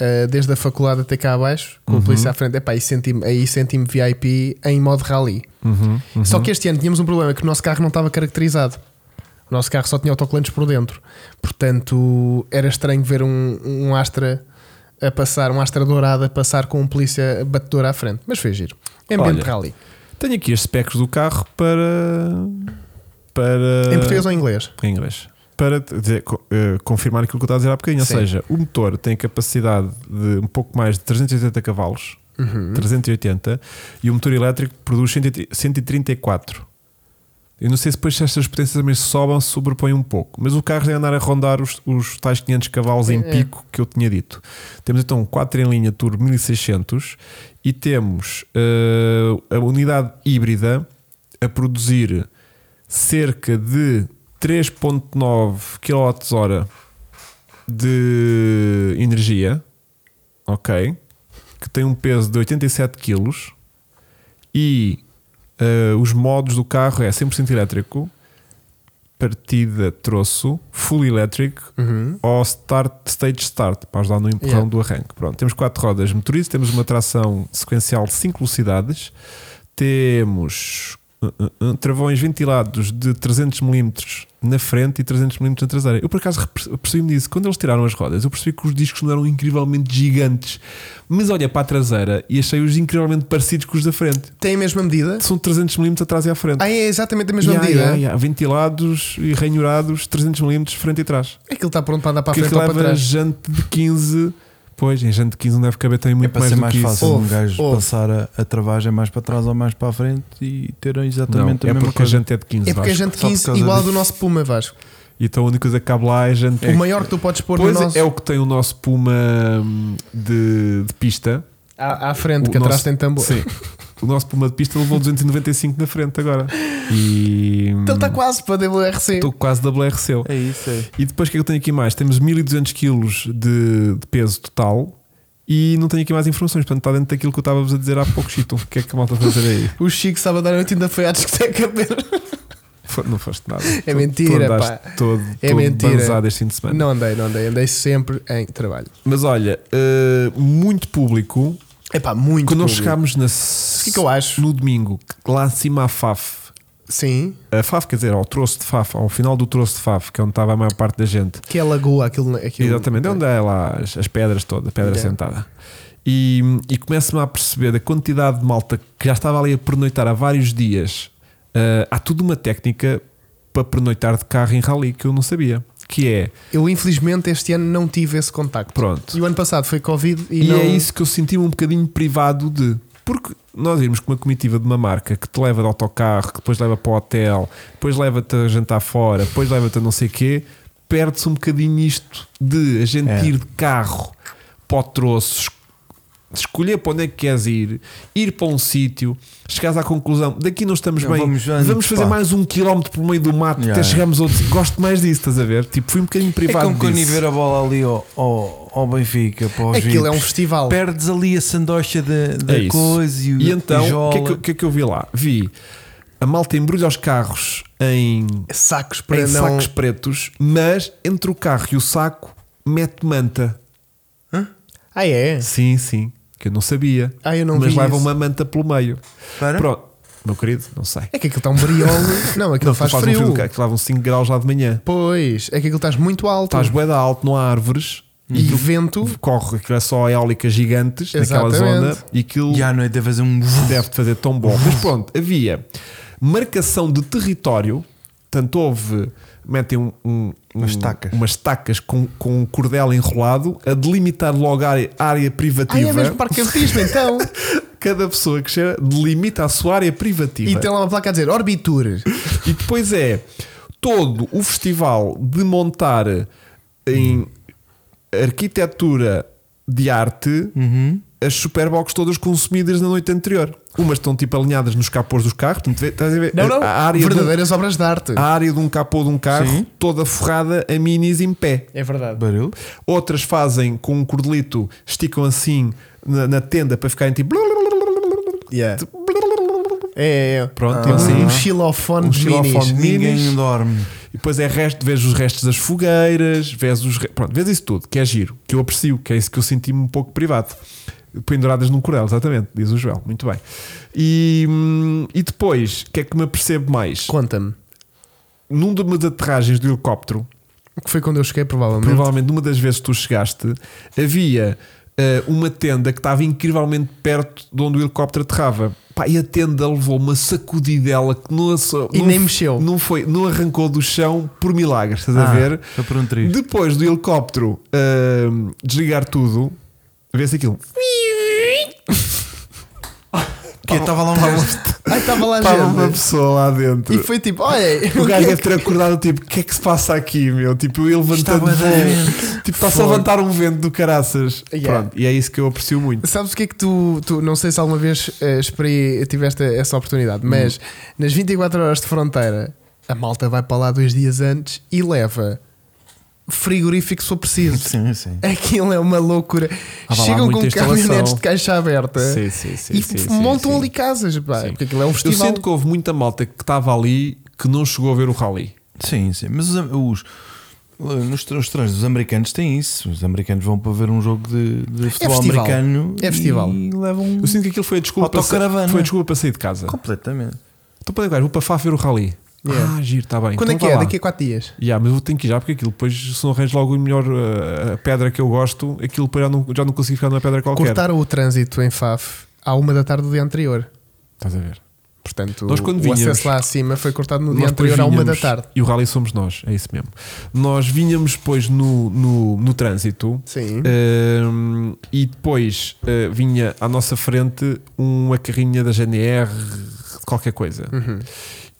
eh, desde a faculdade até cá abaixo,
Uhum.
com a polícia à frente. Epá, aí senti-me aí senti VIP em modo rally.
Uhum, uhum.
Só que este ano tínhamos um problema que o nosso carro não estava caracterizado. O nosso carro só tinha autocolantes por dentro. Portanto, era estranho ver um, um Astra a passar, um Astra dourado a passar com um polícia batedor à frente. Mas foi giro. Em ambiente
Olha,
de rally.
Tenho aqui as specs do carro para. para
Em português ou em inglês?
em inglês. Para te dizer, co- eh, confirmar aquilo que eu estava a dizer há bocadinho,
Sim.
ou seja, o motor tem capacidade de um pouco mais de 380 cavalos, 380, e o motor elétrico produz 100 134. Eu não sei se depois se estas potências também sobam, se sobrepõem um pouco, mas o carro deve andar a rondar os, os tais 500 cavalos em
É.
pico que eu tinha dito. Temos então 4 em linha Turbo 1600 e temos eh, a unidade híbrida a produzir cerca de 3,9 kWh de energia, ok, que tem um peso de 87 kg e eh, os modos do carro é 100% elétrico, partida troço, full electric ou start, stage start, para ajudar no empurrão
Yeah.
do arranque. Pronto, temos quatro rodas motorizadas, temos uma tração sequencial de 5 velocidades, temos uh, uh, uh, travões ventilados de 300mm na frente e 300mm na traseira. Eu por acaso repre- percebi-me disso. Quando eles tiraram as rodas, eu percebi que os discos não eram incrivelmente gigantes. Mas olha para a traseira e achei-os incrivelmente parecidos com os da frente.
Tem a mesma medida?
São 300mm atrás e à frente.
Ah, é exatamente a mesma
Yeah,
medida. é?
yeah, yeah. Ventilados e ranhurados 300mm frente e trás.
Aquilo está pronto para andar para a
Porque
frente
aquilo
ou para
leva
trás.
jante de 15. Pois, em jante de 15 não deve caber também
É
muito
para
mais
ser
do
mais
que isso.
fácil
Ouve,
um gajo
ouve.
passar a, a travagem mais para trás ou mais para a frente e ter
Não,
exatamente
é
a mesma
porque a
coisa.
jante é de 15.
É porque a
Vasco.
gente
só por
15
causa
igual ao do
disso.
nosso Puma, Vasco.
Então a única coisa que cabe lá é a jante.
O maior que tu podes pôr no
Pois
nosso
é o que tem o nosso Puma hum, de, de pista.
à, à frente,
O
que atrás
nosso-
tem tambor.
Sim. O nosso Puma de pista levou 295 na frente agora. E. hum,
Então está quase para WRC.
Estou quase WRC.
É isso, é.
E depois o que é que eu tenho aqui mais? Temos 1200 kg de, de peso total e não tenho aqui mais informações. Portanto, está dentro daquilo que eu estava-vos a dizer há pouco, Chito. O que é que a malta vai fazer
<laughs>
aí?
O Chico sábado à noite ainda foi à discoteca ver.
Fo- Não foste nada.
É mentira,
tu andaste
pá.
Todo,
É
todo
mentira.
banzado este fim de semana.
Não andei, não andei, andei sempre em trabalho.
Mas olha, uh, muito público.
Epá, muito.
Quando nós
público.
chegámos na,
O que é que eu acho?
no domingo, que lá acima a FAF,
Sim,
a FAF quer dizer, ao troço de FAF, ao final do troço de FAF, que é onde estava a maior parte da gente,
que é lagoa, aquilo. aquilo
Exatamente, é onde é lá as, as pedras todas, a pedra
Yeah.
sentada. E, e começo-me a perceber da quantidade de malta que já estava ali a pernoitar há vários dias. Ah, há tudo uma técnica para pernoitar de carro em rally que eu não sabia. Que é,
Eu infelizmente este ano não tive esse contacto.
pronto.
E o ano passado foi Covid e,
E,
não.
é isso que eu senti um bocadinho privado de. Porque nós irmos com uma comitiva de uma marca que te leva de autocarro, que depois leva para o hotel, depois leva-te a jantar fora, depois leva-te a não sei quê, perde-se um bocadinho isto de a gente
É.
ir de carro para o troço, es- escolher para onde é que queres ir, ir para um sítio, chegares à conclusão, daqui não estamos
Não,
bem,
vamos
vamos,
antes,
fazer
pá.
mais um quilómetro por meio do mato
Yeah,
até
yeah.
chegarmos a outro. Gosto mais disso, estás a ver? Tipo, fui um bocadinho
É
privado
como quando
disso.
ver a bola ali ao, ao, ao Benfica, para os
Aquilo é um
VIPs.
festival.
Perdes ali a sandocha da, da
É isso.
coisa e o
E então,
tijola.
o que, é que, eu- o que é que eu vi lá? Vi a malta embrulha os carros em,
É Sacos para
em
não.
É sacos pretos, mas entre o carro e o saco mete manta.
Ah, é?
Sim, sim, que eu não sabia.
Ah, eu não
mas
vi
leva
isso.
uma manta pelo meio.
Para?
Pronto, meu querido, não sei.
É que aquilo está um
<laughs>
briolo. não, aquilo
Não,
faz,
faz um
frio.
frio do caralho, que lá vão 5 graus lá de manhã.
Pois, é que aquilo estás muito alto.
Estás boeda alto, não há árvores.
Hum. E vento.
Corre, aquilo é só eólicas gigantes naquela
Exatamente.
zona. E aquilo
E à noite deve fazer um.
deve-te fazer tão bom. Mas pronto, havia marcação de território, tanto houve, metem um, um-
Umas
um-
tacas.
umas tacas com, com um cordel enrolado a delimitar logo a área, a área
Ah,
privativa.
é mesmo parque de
<laughs>
campismo então.
Cada pessoa que chega delimita a sua área privativa.
e tem lá uma placa a dizer Orbitur.
E depois é todo o festival de montar em arquitetura de arte
Uhum.
as superbox todas consumidas na noite anterior. Umas estão tipo alinhadas nos capôs dos carros, portanto, vê- estás a ver?
Não, não.
A, área de um,
Verdadeiras obras de arte.
a área de um capô de um carro
Sim.
toda forrada a minis em pé.
É verdade.
Barulho?
Outras fazem com um cordelito, esticam assim na, na tenda para ficarem tipo.
Yeah. É, é, é.
Pronto,
Tipo
tipo assim.
um xilofone
Um
de minis.
xilofone.
Ninguém
Minis.
dorme.
E depois é resto, vês os restos das fogueiras, vês os. re- Pronto, vês isso tudo, que é giro, que eu aprecio, que é isso que eu senti-me um pouco privado. Penduradas num coral, exatamente, diz o Joel, muito bem. E, hum, e depois, o que é que me apercebo mais?
Conta-me.
Num de umas aterragens do helicóptero,
Que foi quando eu cheguei, provavelmente.
provavelmente numa das vezes que tu chegaste, havia eh, uma tenda que estava incrivelmente perto de onde o helicóptero aterrava. Pá, e a tenda levou uma sacudidela que não, asso-
E
não
nem
f-
mexeu.
Não, foi, não arrancou do chão por milagres, estás a
Ah,
ver?
Foi por um triz.
Depois do helicóptero ahm, desligar tudo, vê-se aquilo.
Que estava lá um <laughs> gajo.
Ai, estava lá
Estava uma
gente.
pessoa lá dentro.
E foi tipo, olha,
<laughs> O
o
gajo
que é
deve ter acordado, tipo, o que é que se passa aqui, meu? Tipo, eu levantando.
Estava a dar
voo.
vento.
Tipo, está-se a
Fogo.
levantar um vento do caraças.
Yeah.
Pronto, e é isso que eu aprecio muito.
<laughs> Sabes o que é que tu, tu não sei se alguma vez eh, esperei, tiveste essa
Hum.
oportunidade, mas nas 24 horas de fronteira, a malta vai para lá dois dias antes e leva frigorífico se for preciso.
Sim, sim.
Aquilo é uma loucura.
Ah, vá lá,
Chegam com
muita instalação.
caminhonetes de caixa aberta
Sim, sim, sim,
e
sim,
f-
sim,
montam
sim.
ali casas, pá,
Sim.
porque aquilo é um
Eu
festival.
sinto que houve muita malta que estava ali que não chegou a ver o rally.
Sim, sim. Mas os, os, eh, nos, os trans, os americanos têm isso. Os americanos vão para ver um jogo de, de futebol
festival.
americano
É festival.
e levam
Eu sinto que aquilo foi a desculpa, para, sa-
Autocaravana.
foi a desculpa para sair de casa.
completamente.
Então, para vou para Faf ver o rally.
Yeah.
Ah, giro, está bem.
Quando
então
é que
vá
é?
lá.
Daqui a 4 dias.
Yeah, mas eu tenho que ir já porque aquilo depois, se não arranjo logo o melhor uh, a pedra que eu gosto, aquilo depois já não, já não consigo ficar numa pedra qualquer.
Cortaram o trânsito em Faf à uma da tarde do dia anterior.
Estás a ver?
Portanto,
Nós quando
o
vinhamos-
acesso lá acima foi cortado no dia
Nós depois
anterior à uma da
vinhamos-
tarde.
E o rally somos nós, é isso mesmo. Nós vinhamos depois no, no, no trânsito
Sim.
É, um, e depois uh, vinha à nossa frente uma carrinha da GNR, de qualquer coisa.
Uhum.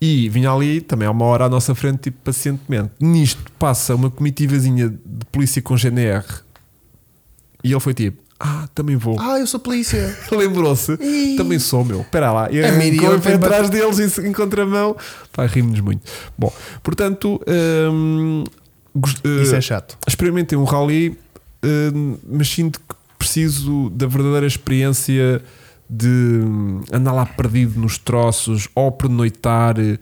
E vinha ali também há uma hora à nossa frente, tipo, pacientemente. Nisto passa uma comitivazinha de polícia com GNR e ele foi tipo: Ah, também vou.
Ah, eu sou
<laughs>
polícia.
Lembrou-se,
Ih.
também sou meu. Espera lá, e
A Miriam
arrancou e foi
tem
atrás deles em contramão. Pá, rimos muito. Bom, portanto, hum, gos-
Isso
eh,
é chato.
experimentem um rally, hum, mas sinto que preciso da verdadeira experiência de hum, andar lá perdido nos troços ou pernoitar. eh,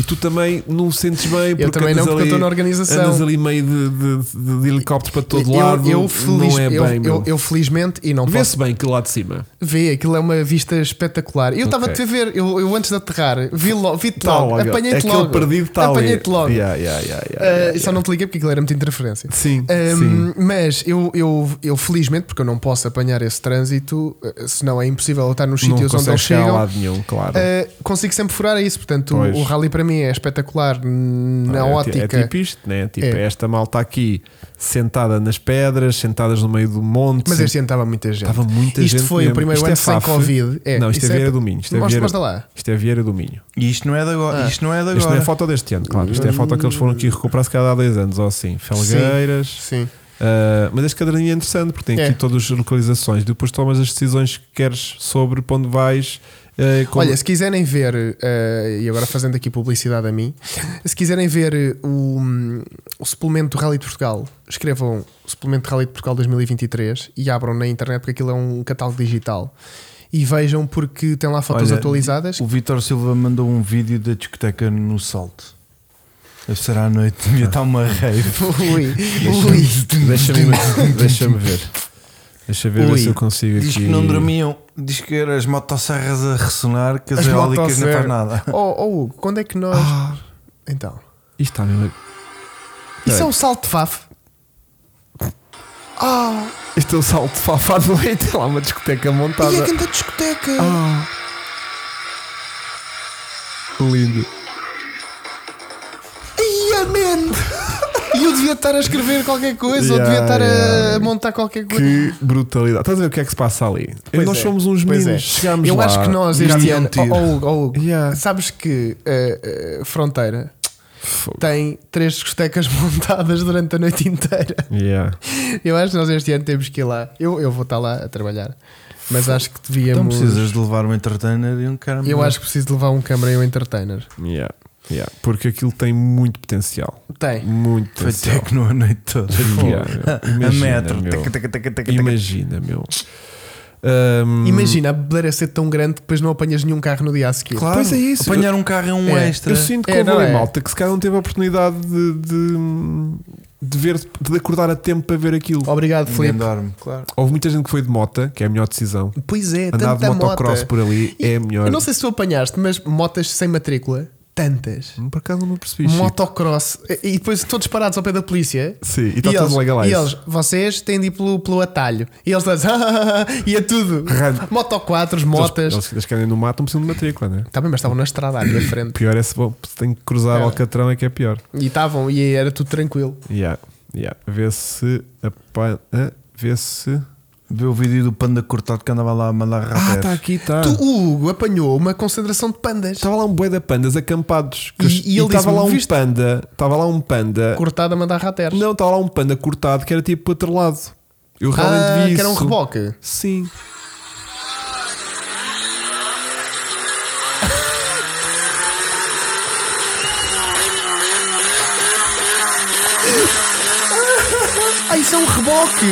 E tu também não sentes bem porque
Eu também não,
andas
porque eu
ali,
estou na
andas
organização.
ali meio de, de- de- de helicóptero para todo
eu,
lado.
eu feliz-
não é
eu-
bem,
eu-
meu.
eu felizmente, e não posso
Vê-se bem que lá de cima.
ver, aquilo é uma vista espetacular. Eu estava
Ok.
a te ver, eu, eu antes de aterrar, vi lo- vi-te
Tá
logo,
logo.
apanhei-te
Aquele
logo.
perdido está tá ali.
Apanhei-te logo. Eh,
Yeah, yeah, yeah, yeah,
Ah,
yeah,
Só
yeah.
não te liguei porque aquilo era muita interferência.
Sim,
Ahm,
sim.
Mas eu, eu, eu felizmente, porque eu não posso apanhar esse trânsito, eh, senão é impossível eu estar nos sítios onde eles
consegues chegar a
chegam,
lado nenhum, claro.
eh, consigo sempre furar a isso. Portanto,
Pois.
o, o rally para mim é espetacular n- na
é,
ótica.
É tipo isto, né? Tipo,
É.
esta malta aqui sentada nas pedras, sentadas no meio do monte.
mas
sem-
este ano estava muita gente.
Estava muita
isto
gente
foi
mesmo.
o primeiro
Isto
ano
é
sem
Faf.
Covid. É,
não, isto é
isso
Vieira do Minho. Isto é
Mostra-
Vieira,
mostra lá.
isto é Vieira do Minho.
E isto não é de agora.
Ah.
Isto não é de
Isto não
agora.
é foto deste ano, claro. Isto é foto que eles foram aqui recuperar se calhar há dois anos ou assim. Felgueiras.
Sim.
Uh, mas este caderninho é interessante porque tem
É.
aqui todas as localizações. Depois tomas as decisões que queres sobre para onde vais. uh, como-
Olha, se quiserem ver, eh, e agora fazendo aqui publicidade a mim, se quiserem ver eh, o, o suplemento do Rally de Portugal, escrevam o suplemento do Rally de Portugal 2023 e abram na internet porque aquilo é um catálogo digital. E vejam porque tem lá fotos
Olha,
atualizadas.
O Vitor Silva mandou um vídeo da discoteca no Salto. Deve ser à noite,
Ah.
devia estar uma rave.
<laughs> Ui, ui.
<laughs> Deixa-me
<laughs>
deixa-me- deixa-me ver. Deixa ver
Ui.
se eu consigo
Diz
aqui.
que não dormiam, diz que eram as motosserras a ressonar, que as,
As
eólicas não
motosserras.
faz nada.
Oh, oh, Hugo, quando é que nós.
Ah,
Então.
isto está mesmo.
Isso é
Peraí.
um salto de faf. Ah,
Isto é o salto de fafa à noite. <laughs> Tem lá uma discoteca montada.
e a É grande discoteca.
Ah. Lindo.
Ia, man! <laughs> E eu devia estar a escrever qualquer coisa ou
Yeah,
devia estar
yeah.
a montar qualquer coisa.
Que brutalidade. Estás a ver o que é que se passa ali?
Pois
nós
é,
somos uns
pois
meninos.
é.
Chegámos
Eu
lá.
acho que nós este
ganham
ano.
tiro.
Oh, oh, oh,
Yeah.
Sabes que a Fronteira
Fogo.
tem três discotecas <laughs> montadas durante a noite inteira.
Yeah.
Eu acho que nós este ano temos que ir lá. Eu, eu vou estar lá a trabalhar. Mas acho que
Então
devíamos.
precisas de levar um entertainer e um cara
eu acho que preciso levar um câmera e um entertainer.
Yeah. Yeah. Porque aquilo tem muito potencial.
Tem.
Muito
foi
potencial.
tecno a noite toda.
Yeah, meu.
a
Imagina,
metro.
meu.
Taca, taca, taca, taca, taca.
Imagina, meu. Ahm,
Imagina a bebedeira ser tão grande que depois não apanhas nenhum carro no dia a seguir.
Claro, Pois é isso.
Apanhar um carro é um
É.
extra.
Eu sinto que
É,
houve
não
ali
é?
malta que se calhar não teve a oportunidade de, de, de ver, de acordar a tempo para ver aquilo.
Obrigado,
Ninguém
Filipe.
dorme, claro.
Houve muita gente que foi de mota, que é a melhor decisão.
Pois é,
Andar de
tanta
motocross
mota.
por ali é a melhor.
Eu não sei se tu apanhaste, mas motas sem matrícula, tantas.
Por acaso não percebi. Chico.
Motocross. E e depois todos parados ao pé da polícia.
Sim, e está
E
tudo
eles, e
legalized.
eles, vocês têm de ir pelo, pelo atalho. E eles dizem, <laughs> "Ah", e é tudo.
Rando.
Moto 4,
Eles,
motas.
eles, eles querem no mato, não precisam de matrícula, né?
Tá bem, mas estavam na estrada à minha frente.
Pior é se, vão- se tem que cruzar o
É.
Alcatrão, é que é pior.
E estavam, e era tudo tranquilo.
Yeah, yeah. Vê se. apa- ah, Vê se.
Vê o vídeo do panda cortado que andava lá a mandar rapé.
Ah,
tá
está aqui, está.
Tu, o Hugo apanhou uma concentração de pandas
Estava lá um boi de pandas acampados. Que
E-
os-
e ele
e estava
disse-me,
lá um
"Viste?"
panda. Estava lá um panda.
cortada a mandar rateros.
Não, estava lá um panda cortado que era tipo atrelado. Eu realmente
Ah,
vi
que era um
isso.
reboque.
Sim.
Ah, isso é um reboque!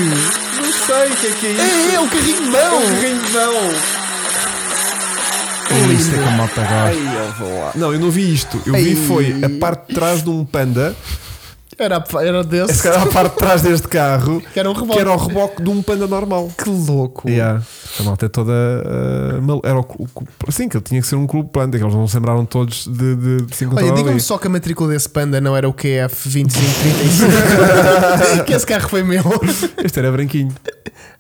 Não sei o que é que é
É, é o carrinho de mão!
É isto é que a malta gosta.
Não, eu não vi isto. Eu vi
Ei.
foi a parte de trás de um panda
Era, a- era
Esse
desse,
cara a parte de trás deste
<laughs>
carro,
que era um
que
rebote.
era o reboque de um panda normal.
Que louco.
Yeah. A malta é toda. ah, mal- era o clube, sim, que ele tinha que ser um clube planta, que eles não se lembraram todos de, de, de se encontrar
Olha, digam-me
ali.
só que a matrícula desse panda não era o QF2535.
<laughs>
que esse carro foi meu.
Este era branquinho.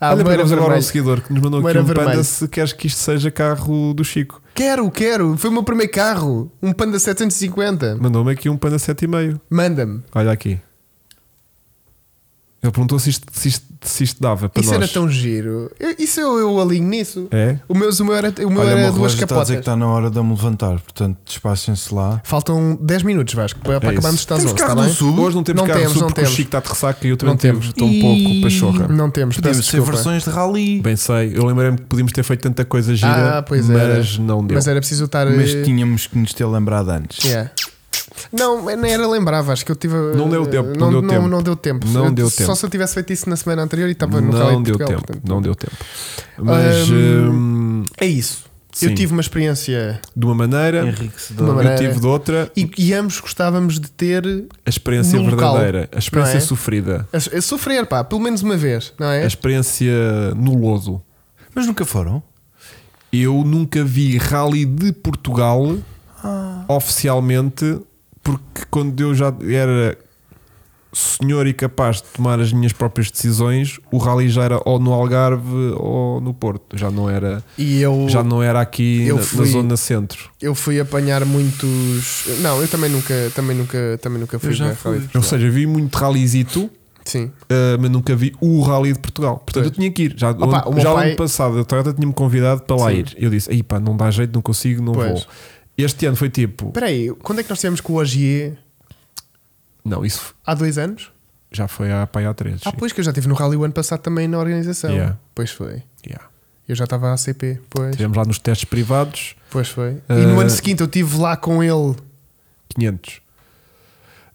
Ah,
Olha,
o meu era
para agora um
vermelho.
seguidor que nos mandou
Uma
aqui
era
um
vermelho.
panda se queres que isto seja carro do Chico.
Quero, quero. Foi o meu primeiro carro. Um panda 750.
Mandou-me aqui um panda 7,5.
Manda-me.
Olha aqui. Ele perguntou se isto, se isto, se isto dava para
Isso
nós.
era tão giro. Eu- isso eu, eu alinho nisso.
É?
O meu, o meu era, o meu
Olha, o
era
meu
duas
relógio está a
capotas.
dizer que
tá-
está na hora de eu me levantar, portanto, despacem-se lá.
Faltam 10 minutos, Vasco, para, para
É isso.
acabarmos de
Temos
às 11,
carro
está
do
bem?
Sul?
Hoje não temos
Não
carro
temos,
sul
não
porque
temos.
o Chico está de ressaca e eu também
Não
temos.
temos.
Estou um pouco pachorra.
Não temos, peço
Podíamos ser
desculpa.
versões de rally.
Bem sei, eu lembrei-me que podíamos ter feito tanta coisa gira,
Ah, pois era.
mas não deu.
Mas era preciso estar.
Mas
eh,
tínhamos que nos ter lembrado antes.
yeah. Não, nem era lembrava, acho que eu tive. eh,
Não deu tempo, não
Não,
deu
não,
tempo.
não deu tempo.
Não
Eu-
deu
Só
tempo.
se eu tivesse feito isso na semana anterior e estava no Rally
não deu
de Portugal,
tempo,
portanto.
não deu tempo. Mas
Ahm,
hum,
É isso.
Sim.
Eu tive uma experiência.
de uma maneira,
Enriquecedor.
Uma maneira.
eu tive de outra,
E, e ambos gostávamos de ter.
a experiência
Num local,
verdadeira, a experiência
não é?
sofrida,
A, a sofrer, pá, pelo menos uma vez, não
a
é?
experiência no lodo.
Mas nunca foram?
Eu nunca vi Rally de Portugal
Ah.
oficialmente, porque quando eu já era senhor e capaz de tomar as minhas próprias decisões, o Rally já era ou no Algarve ou no Porto, já não era,
E eu.
já não era aqui
eu
na, na
fui-
zona centro.
Eu fui apanhar muitos. Não, eu também nunca, também nunca, também nunca fui
Eu já
ver
fui.
Rally de
Ou
Portugal.
seja, vi muito rallyzito.
Sim.
Uh, mas nunca vi o Rally de Portugal. Portanto, eu
Pois.
tinha que ir. Já,
Opa, o
ano,
meu
já o
pai-
ano passado, a Toyota tinha-me convidado para lá
Sim.
ir. Eu disse: aí pá, não dá jeito, não consigo, não
Pois.
vou. Este ano foi tipo:
Espera aí, quando é que nós tivemos com o Ogier?
não, isso
Há dois anos?
já foi há, pá, há três.
Ah, pois que eu já estive no Rally o ano passado também na organização.
Yeah.
Pois foi.
Yeah.
Eu já estava à CP. Pois,
Tivemos lá nos testes privados
pois foi. E
Eh,
no ano seguinte eu estive lá com ele.
500.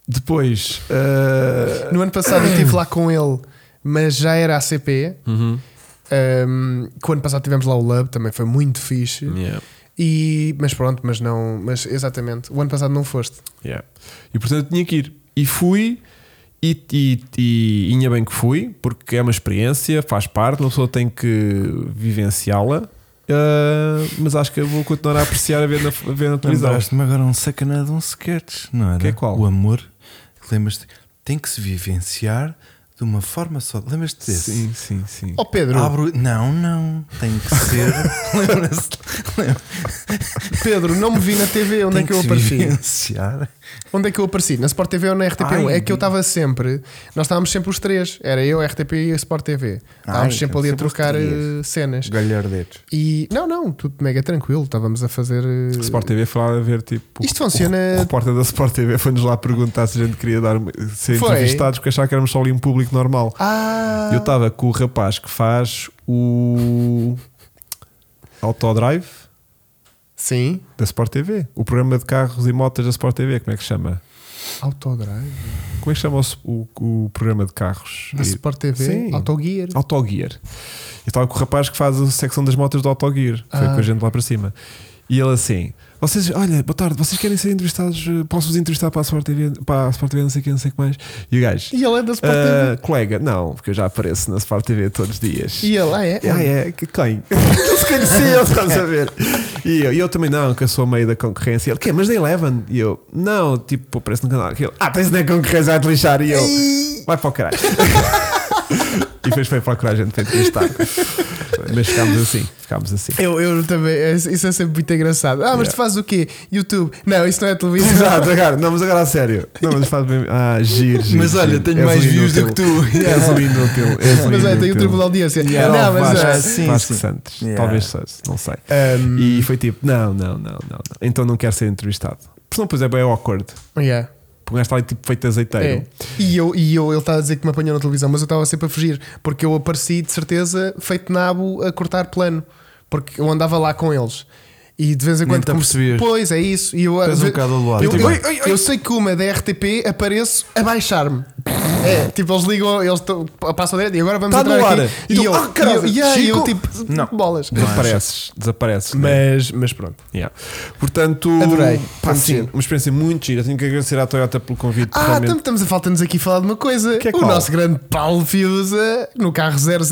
Depois, uh,
No ano passado eu estive lá com ele, mas já era a CP.
uhum.
Um, que o ano passado tivemos lá o Lab, também foi muito fixe.
Yeah.
E, mas pronto, mas não. Mas exatamente, o ano passado não foste.
Yeah. E portanto eu tinha que ir. E fui, e, e, e ainda bem que fui, porque é uma experiência, faz parte, uma pessoa tem que vivenciá-la. Ah, mas acho que eu vou continuar a apreciar a ver na, a ver na televisão.
Lembraste-me agora um sacanado de um sketch, não era?
Que é qual?
O amor, lembras-te, tem que se vivenciar de uma forma só. Lembras-te desse?
Sim, sim, sim.
Oh Pedro,
Abro... Não, não, tem que ser. Lembra-se?
Pedro, não me vi na TV, onde
Tem
é que eu
se
apareci?
vivenciar.
Onde é que eu apareci? Na Sport TV ou na RTP1?
Ai.
é que eu estava sempre. Nós estávamos sempre os três. Era eu, a RTP e a Sport TV. Estávamos
Ai,
sempre ali a
sempre os
trocar
três.
eh, cenas.
Galhardetes.
E. Não, não, tudo mega tranquilo. Estávamos a fazer. eh,
Sport TV foi lá a ver tipo.
Isto funciona-
O, o repórter da Sport TV foi-nos lá perguntar se a gente queria dar, ser
Foi.
entrevistados porque achava que éramos só ali um público normal.
Ah!
Eu estava com o rapaz que faz o Autodrive.
Sim.
Da Sport TV. O programa de carros e motas da Sport TV, como é que chama?
Autodrive.
Como é que chama o, o- o programa de carros?
Na
E-
Sport TV.
Sim.
Autogear.
Autogear. Eu estava com o rapaz que faz a secção das motas do Autogear. Foi
Ah.
com a gente lá para cima. E ele assim: vocês, olha, boa tarde, vocês querem ser entrevistados? eh, Posso-vos entrevistar para a Sport TV, para a Sport TV, não sei o que, não sei o que mais. E o gajo,
E ele é da Sport TV.
"Ah, colega, não, porque eu já apareço na Sport TV todos os dias.
E ele ah, é.
Ah, é? Que quem? <laughs> Não se conhecia, estás a ver? E eu, e eu também não, que eu sou meio da concorrência. Ele, quê? Mas da Eleven? E eu, não, tipo, aparece no canal. E ele, ah, tens na concorrência, vai-te lixar. E eu, vai para o caralho. <laughs> e depois foi procurar a gente para entrevistar. Mas ficámos assim, ficámos assim.
Eu, eu também, é- isso é sempre muito engraçado. Ah, mas
Yeah.
tu fazes o quê? YouTube? Não, isso não é televisão.
Exato, agora, não, mas agora a sério. Não, mas faz bem. Ah, giro, giro.
Mas olha,
giro.
tenho
És
mais
um
views do
inútil.
que tu.
És um inútil. És um
<laughs> Mas é, tem o
inútil.
tribunal de audiência.
Yeah.
não, mas.
Vasco.
ah,
sim,
Vasco
sim.
Santos.
Yeah.
Talvez seja, não sei.
ahm,
E foi tipo, não, não, não, não, não. Então não quero ser entrevistado. Porque senão, pois é bem awkward.
yeah.
Porque um gajo está ali tipo feito azeiteiro.
É. E eu, e eu ele estava a dizer que me apanhou na televisão, mas eu estava sempre a fugir, porque eu apareci de certeza feito nabo a cortar plano, porque eu andava lá com eles. E de vez em
Nem
quando
te apercebias.
Pois é isso. E eu,
Tu és um
eu-
bocado aloado.
eu,
Oi,
eu- eu sei que uma da RTP apareço a baixar-me. É, tipo, eles ligam, eles tão- passam direto e agora vamos
Tá no
entrar
ar.
aqui.
E tu,
eu,
ah, caralho,
e eu, yeah, e eu,
Chico.
tipo,
Não. é.
bolas.
Desapareces, desapareces. né?
Mas, mas pronto.
Yeah. Portanto,
Adorei.
Pá,
Muito
sim,
giro.
uma experiência muito gira. Tenho que agradecer à Toyota pelo convite.
Ah,
realmente.
tam- estamos a falta-nos aqui falar de uma coisa.
Que é
o
qual?
nosso grande Paulo Fiusa no carro 000.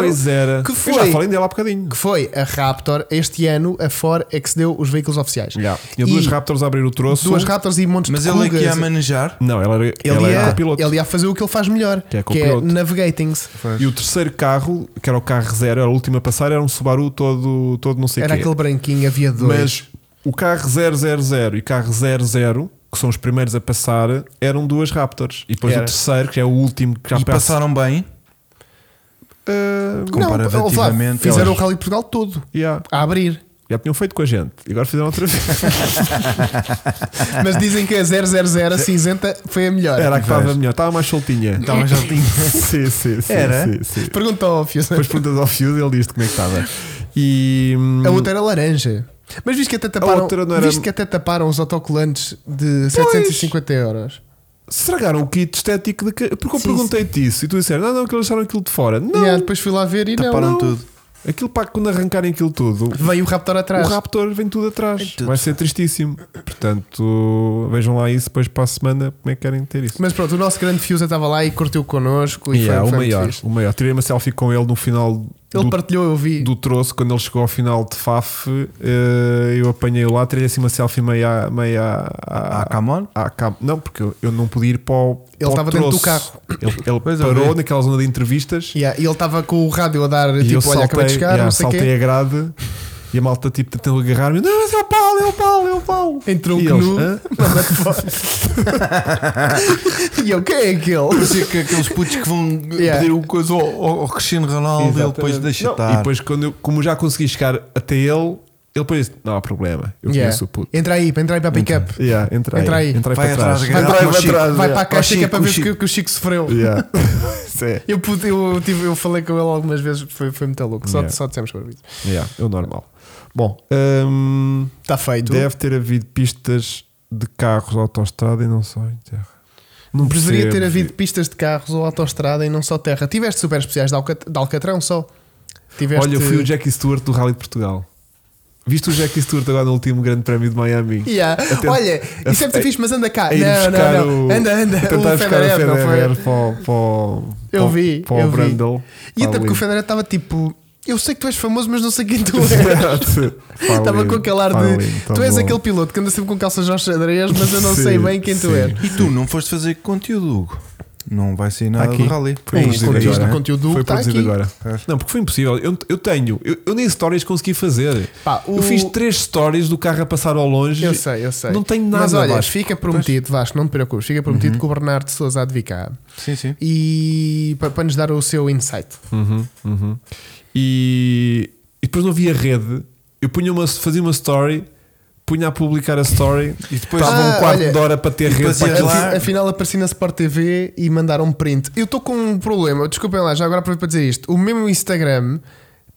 Pois era.
Que
Eu já
foi?
falei dela há bocadinho.
que foi a Raptor este ano a Ford é que se deu os veículos oficiais
Yeah. E duas Raptors a abrir o troço.
duas Raptors e montes
Mas
de
é
ele aqui
Kugas.
a manejar.
Não, ela era,
ele
ela
ia,
era é copiloto.
ele ia fazer o que ele faz melhor
Que é copiloto.
navigatings
E
Ah,
o terceiro carro, que era o carro zero, era o último a passar, era um Subaru todo, todo não sei o
era
quê.
aquele branquinho aviador
é. Mas o carro 000 e o carro 00, que são os primeiros a passar, eram duas Raptors. E depois
Era.
o terceiro, que é o último que já
E
passa-
passaram bem.
Ah,
Não,
comparativamente,
Flávio,
elas-
fizeram o Rally Portugal todo
yeah,
a abrir
já tinham feito com a gente. E agora fizeram outra vez.
mas dizem que
<laughs>
a 000 a cinzenta foi a melhor
Era a que estava
Pois.
melhor, estava mais soltinha.
<laughs>
Então já
<laughs>
tinha.
sim, sim, sim,
Era?
sim, sim.
pergunta ao Fiusa
Depois perguntas ao Fiusa e ele diz-te como é que estava. E. hum,
a outra era laranja mas viste que até taparam,
outra não era-
viste que até taparam os autocolantes de 750 euros
se estragaram o kit estético de que... Porque eu perguntei-te isso e tu disseram, não, não, que eles deixaram aquilo de fora. Não,
e ah, depois fui lá ver e não,
taparam
não.
tudo. Aquilo para quando arrancarem aquilo tudo,
veio o Raptor atrás
o Raptor vem tudo atrás.
Vem tudo.
Vai ser tristíssimo. Portanto, vejam lá isso depois para a semana como é que querem ter isso.
Mas pronto, o nosso grande Fiusa estava lá e curtiu connosco. E
E é
foi,
o
foi muito
maior,
fixe.
o maior. Tirei uma selfie com ele no final
Ele
do,
partilhou, eu vi.
do troço, quando ele chegou ao final de FAF, eh, eu apanhei lá, tirei assim uma selfie meia. meia
Ah,
à- à-
come on.
à cam- Não, porque eu, eu não podia ir para o. para o
estava dentro do
troço.
carro.
Ele, ele
Pois é,
parou
vi.
naquela zona de entrevistas
Yeah, e ele estava com o rádio a dar
e eu
tipo: Olha, acabei
saltei,
de chegar,
yeah,
não sei o
saltei
quê.
a grade e a malta tipo tentou agarrar-me. Não, mas é o Paulo, é o Paulo, é o Paulo.
Entrou o
E eles,
Canu,
"Hã?"
manda fora. <laughs> E eu, quem é aquele?
Parecia que aqueles putos que vão
Yeah.
pedir o coisa ao, ao- ao Cristiano Ronaldo e ele depois
Exatamente.
deixa
Não,
estar.
E depois, quando eu- como já consegui chegar até ele, ele depois disse: Não há problema, eu
Yeah.
conheço o puto.
Entra aí, entra aí para a pick-up.
Yeah, entra aí,
Entra aí.
entra aí
Vai
para
atrás,
trás.
agarra-
Entra aí
com o
para
Chico.
trás.
Vai
yeah.
para a caixa
Ó,
que é
Chico,
para ver
Chico.
que, que o Chico sofreu.
<laughs>
<laughs>
Yeah. Isso é.
Eu, pude- eu, tive, eu falei com ele algumas vezes, foi, foi muito louco. Só,
Yeah.
só dissemos para isso.
Yeah, é o normal. Bom, hum,
Está feito.
deve ter havido pistas de carros de autoestrada e não só em terra. Não
Deveria
percebo.
ter havido pistas de carros ou autoestrada e não só terra. Tiveste super especiais de, Alcat- de Alcatrão só. Tiveste...
Olha, eu fui o Jackie Stewart do Rally de Portugal. Viste o Jackie Stewart agora no último Grande Prémio de Miami?
Yeah.
Até-
Olha,
a-
isso é muito
a-
fixe, mas anda cá.
a ir
Não,
buscar
não, não.
o-
Anda, anda.
A tentar
o
buscar o
Federer, não foi?
Federer para o- para o-
Eu
para o-
vi,
para o
eu vi.
Brundle.
E
Para
até porque o
ali.
Federer estava tipo: Eu sei que tu és famoso, mas não sei quem
<laughs>
tu és. Estava com aquele ar de:
tá
Tu és aquele piloto que anda sempre com calças aos xadrez, mas eu não
Sim,
sei bem quem tu
sim.
és.
E tu não foste fazer conteúdo, Hugo? Não vai sair nada
aqui.
do rally. é
Foi um
Sim,
produzido
isto
né?
agora. né?
no conteúdo
Foi
está
produzido
aqui.
agora. Não, porque foi impossível. Eu, eu tenho, eu, eu nem stories consegui fazer.
Pá, o-
Eu fiz três stories do carro a passar ao longe.
Eu sei, eu sei.
Não tenho nada Uhum.
Mas olha,
Vasco.
fica prometido, Vasco, não te preocupes, fica prometido que o Bernardo Souza há de vir cá.
Sim, sim.
E para, para nos dar o seu insight.
Uhum, uhum. E, e depois não havia rede. Eu punha uma, fazia uma story, punha a publicar a story
E depois
estava
Ah,
um quarto
olha.
de hora para ter
E
rede.
depois
Para
ia
aquilo.
lá.
Afi- Afinal apareci na Sport TV e mandaram um print. Eu estou com um problema, desculpem lá, já agora aproveito para dizer isto. O mesmo Instagram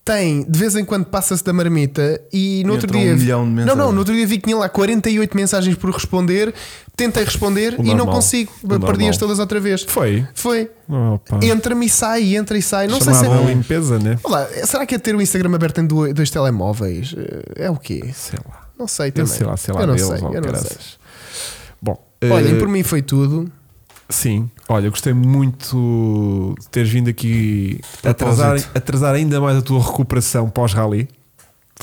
tem, de vez em quando passa-se da marmita e no outro
Entra um
dia. vi-
milhão de
não, não,
mensagens.
no outro dia vi que tinha lá 48 mensagens por responder, tentei responder
O
e não
normal.
consigo.
O
Perdi-as
normal. Ah.
todas outra vez.
Foi.
Foi.
Opa.
Entra-me e sai, entra e sai. Não sei se
Chamava
é.
limpeza, né?
Olá, será que é ter o Instagram aberto em do- dois telemóveis? É o quê?
Sei lá.
Não sei
Eu
também.
sei lá, sei lá.
Eu não
deles,
sei,
ou
eu não sei.
caraças. Bom,
Olhem,
eh,
por mim foi tudo.
Sim, olha, eu gostei muito de teres vindo aqui
propósito.
atrasar, atrasar ainda mais a tua recuperação pós-rally,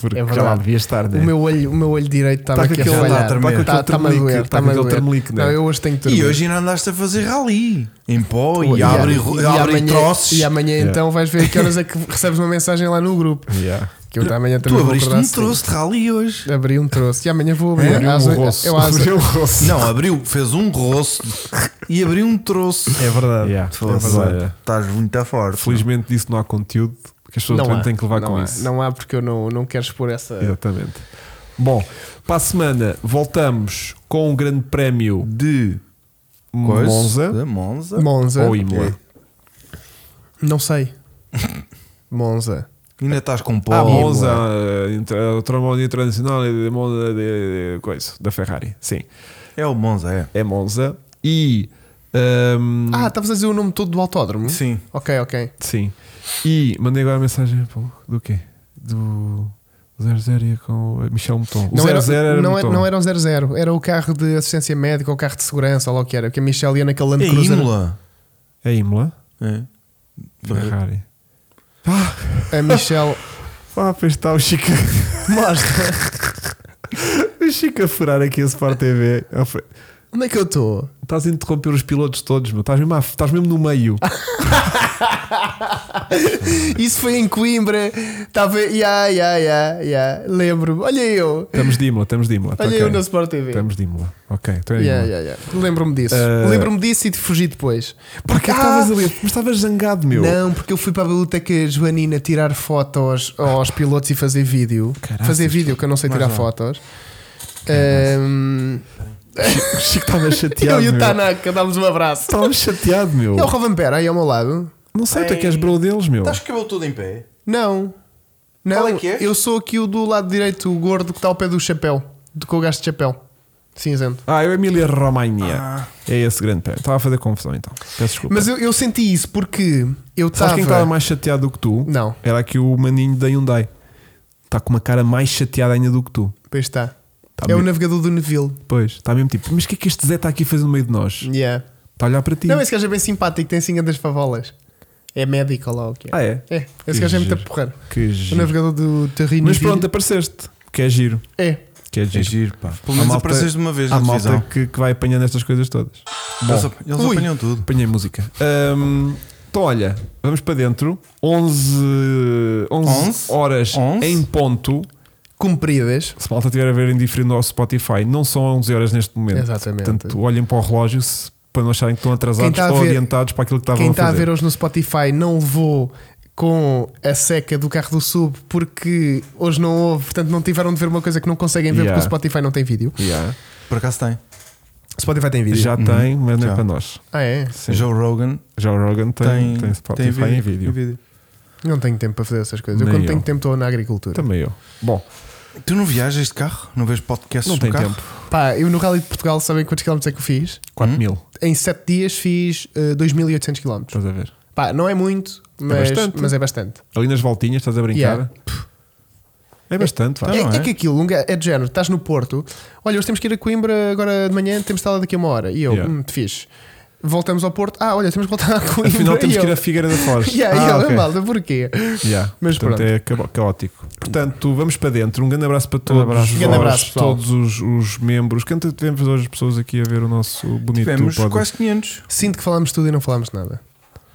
porque
É
já lá
verdade.
devias estar, né?
O meu olho, o meu olho direito estava
Tá com
aqui a
aquele-
falhar.
tá com aquele
Tá- tá-me a
tremelique,
doer,
tá
tá-me
com
a
aquele
doer.
tremelique, né?
Não, eu hoje tenho
E
tremelique.
hoje ainda andaste a fazer rally. Em pó e,
E
abre,
amanhã-
abre
e
troços.
E amanhã
Yeah.
então vais ver que horas é que recebes uma mensagem lá no grupo.
Yeah.
Que eu amanhã também
tu
vou
abriste
acordar
um
cedo.
troço de rally hoje.
<laughs> Abri um troço. E amanhã vou abrir.
Abriu um
Às oito-
roço.
eu às
Abriu um roço.
Não, abriu, fez um roço e abriu um troço.
É verdade. Yeah, é
Foda-se,
verdade.
Estás muito forte.
Felizmente disso não há conteúdo, porque as pessoas
não
também
há.
têm que levar
não
com
há.
isso.
Não há porque eu não, não quero expor essa.
Exatamente. Bom, para a semana voltamos com o grande prémio
De coisa?
Monza
De Monza.
Monza. É.
ou Imola.
Não sei. Monza.
Ainda estás com pó.
Ah, Monza, eh, inter- o Tromone Internacional e de Monza de, de- coisa, da Ferrari, sim.
É o Monza, é.
é Monza e Ahm,
Ah, estavas a dizer o nome todo do autódromo?
Sim.
Ok, ok.
Sim. E mandei agora a mensagem pô, do quê? Do 00 ia com o Michel Mouton. O 00 era,
não, é-
Mouton.
não era o 00, era o carro de assistência médica ou o carro de segurança, ou lá o que era, porque a Michelle ia naquele Land
É
Cruiser.
Imola.
É Imola?
É.
Ferrari. Ah,
A Michelle.
pá, pois está o <laughs> Chico.
Mostra,
o Chico a furar aqui a Sport TV. Ao fre-
onde é que eu estou?
Estás a interromper os pilotos todos, meu. Estás mesmo, à- estás mesmo no meio.
Isso foi em Coimbra. Estava. Ya, ya, ya, ya. Lembro-me. Olha eu.
Estamos de Imola, estamos de Imola. Tá
Olha eu
ok.
na Sport TV.
Estamos de Imola. Ok, então é
Yeah,
Imola.
yeah, yeah. Lembro-me disso.
Eh,
Lembro-me disso e de fugir depois.
Porque
Ah,
estavas ali, mas estavas zangado, meu.
Não, porque eu fui para a biblioteca Joanina tirar fotos aos pilotos e fazer vídeo.
Caraças. um.
Fazer vídeo, que eu não sei
Mais
tirar
não.
fotos.
é
Ahm,
O Chico estava
<laughs> eu
chateado.
e o
meu.
Tanaka dámos um abraço.
Estava Tá chateado, meu.
E o Rovan Pera aí ao meu lado?
Não sei, tu é que és bro deles, meu.
Estás com o cabelo todo em pé?
Não. Não,
Qual é que é?
eu sou aqui o do lado direito, o gordo que está ao pé do chapéu. Do que eu gasto de chapéu. Cinzento.
Ah, é o Emília Romagna. É esse grande pé. Estava a fazer confusão então. Peço desculpa.
Ah. Mas eu, eu senti isso porque eu
Sabes
estava.
quem tá estava mais chateado do que tu?
Não,
Era aqui o maninho da Hyundai. Está com uma cara mais chateada ainda do que tu.
pois está.
Tá
é o
mesmo-
navegador do Neville.
Pois, está mesmo tipo, mas o que é que este Zé está aqui a fazer no meio de nós?
Yeah.
Está a olhar para ti.
Não, esse gajo é bem simpático, tem 5 das favolas. É médico lá o que é.
Ah, é?
É, esse gajo é muito
giro.
porreiro.
Que
O
giro.
navegador do Terrino.
Mas pronto, apareceste. Que é giro.
É.
Que é
É
giro.
giro, pá. Pelo
Há
menos
malta-
apareces de uma vez
Há
na televisão.
malta que, que vai apanhando estas coisas todas.
Eles,
Bom,
ap- eles
Ui.
apanham tudo.
apanhei música. Ahm, então, olha, vamos para dentro. 11, 11,
Onze?
horas
Onze?
em ponto.
Cumpridas.
Se a malta estiver a ver em diferido ao Spotify, não são 11 horas neste momento.
Exatamente.
Portanto, olhem para o relógio se- para não acharem que estão
Quem
atrasados
está a
ou
ver-
adiantados para aquilo que estavam
Quem
a
está a
Ah, fazer.
ver hoje no Spotify não levou com a seca do carro do sub porque hoje não houve, portanto não tiveram de ver uma coisa que não conseguem ver
Yeah.
porque o Spotify não tem vídeo.
Yeah.
Por acaso tem.
Spotify tem
Já tem, mas não é
Já.
para nós.
Ah, é?
Sim.
Joe Rogan
Já o Rogan tem,
tem,
tem Spotify em vídeo.
Não tenho tempo para fazer essas coisas. Eu
Nem
quando
eu.
tenho tempo estou na agricultura.
Também eu. Bom,
Tu não viajas de carro? Não vês podcasts
não
no
tem
carro?
tempo.
Pá, eu no Rally de Portugal, sabem quantos quilómetros é que eu fiz?
4 mil,
Em 7 dias fiz eh, 2.800 quilómetros.
estás a ver?
Pá, não é muito, mas é
bastante.
bastante. Mas é, bastante.
Ali nas voltinhas, estás a brincar?
Yeah.
É bastante, vá.
Tá,
é,
não
é
é?
que aquilo um ga- é de género. Estás no Porto, olha, hoje temos que ir a Coimbra agora de manhã, temos de estar lá daqui a uma hora. E eu,
Yeah.
hum, te fiz. Voltamos ao Porto, ah, olha, temos que voltar a Coimbra.
Afinal,
<laughs> E
temos
eu,
que ir a Figueira da Foz.
<laughs> Yeah, e
Ah,
eu,
ok.
malda, porquê?
Yeah.
Mas
Portanto,
pronto.
é ca- caótico. Portanto, vamos para dentro. Um grande abraço para todos,
abraço.
vós,
Grande abraço, pessoal.
todos os, os membros. Quanto tivemos hoje pessoas aqui a ver o nosso bonito
Tivemos
podcast?
quase 500.
Sinto que falámos tudo e não falámos nada.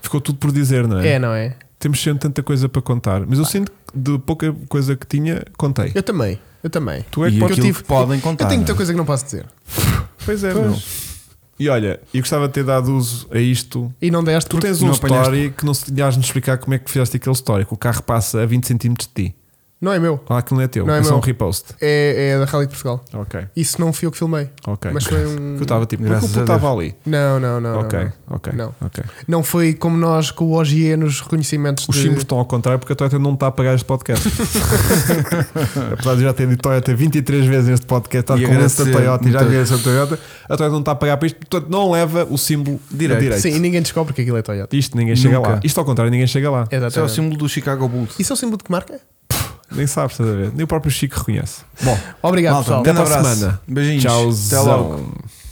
Ficou tudo por dizer, não é?
É, não é?
Temos sempre tanta coisa para contar, mas eu sinto que de pouca coisa que tinha, contei.
Eu também, eu também.
Tu é que
E
podes.
aquilo
tive-
que podem contar.
eu tenho
não
muita
é?
coisa que não posso dizer.
Pois é, meu. E olha, eu gostava de ter dado uso a isto.
E não deste
Tu
porque
tens
não
um
apanhaste.
story que não se nos explicar como é que fizeste aquele story, que o carro passa a 20 cm de ti.
não é meu.
Claro que não é teu,
Não é
é só
meu.
um repost.
É, é da Rally de Portugal.
Ok,
Isso não fui eu que filmei.
ok.
Mas
<laughs>
foi um.
Eu estava tipo, porque
Graças
o puto
a Deus.
estava ali.
Não, não, não.
ok,
Não, não.
ok.
Não.
ok.
Não foi como nós com o OGE nos reconhecimentos
Os
de-
símbolos estão ao contrário porque a Toyota não está a pagar este
<laughs>
podcast. Apesar de eu já ter dito Toyota 23 vezes este podcast,
E
está com essa
agradecer
Toyota e já
muito.
agradeço a Toyota, a Toyota não está a pagar para isto, portanto não leva o símbolo direito.
Direito.
direito.
Sim, e ninguém descobre que aquilo é Toyota.
Isto ninguém chega
Nunca.
lá. Isto ao contrário, ninguém chega lá.
Isso é o
Exatamente.
símbolo do Chicago Bulls.
Isso é o símbolo de que marca?
Nem sabes, estás a ver? Nem o próprio Chico reconhece. Bom,
Obrigado,
Malta, um
pessoal.
até
grande
para a
abraço.
semana.
Beijinhos.
Tchau,
Até logo.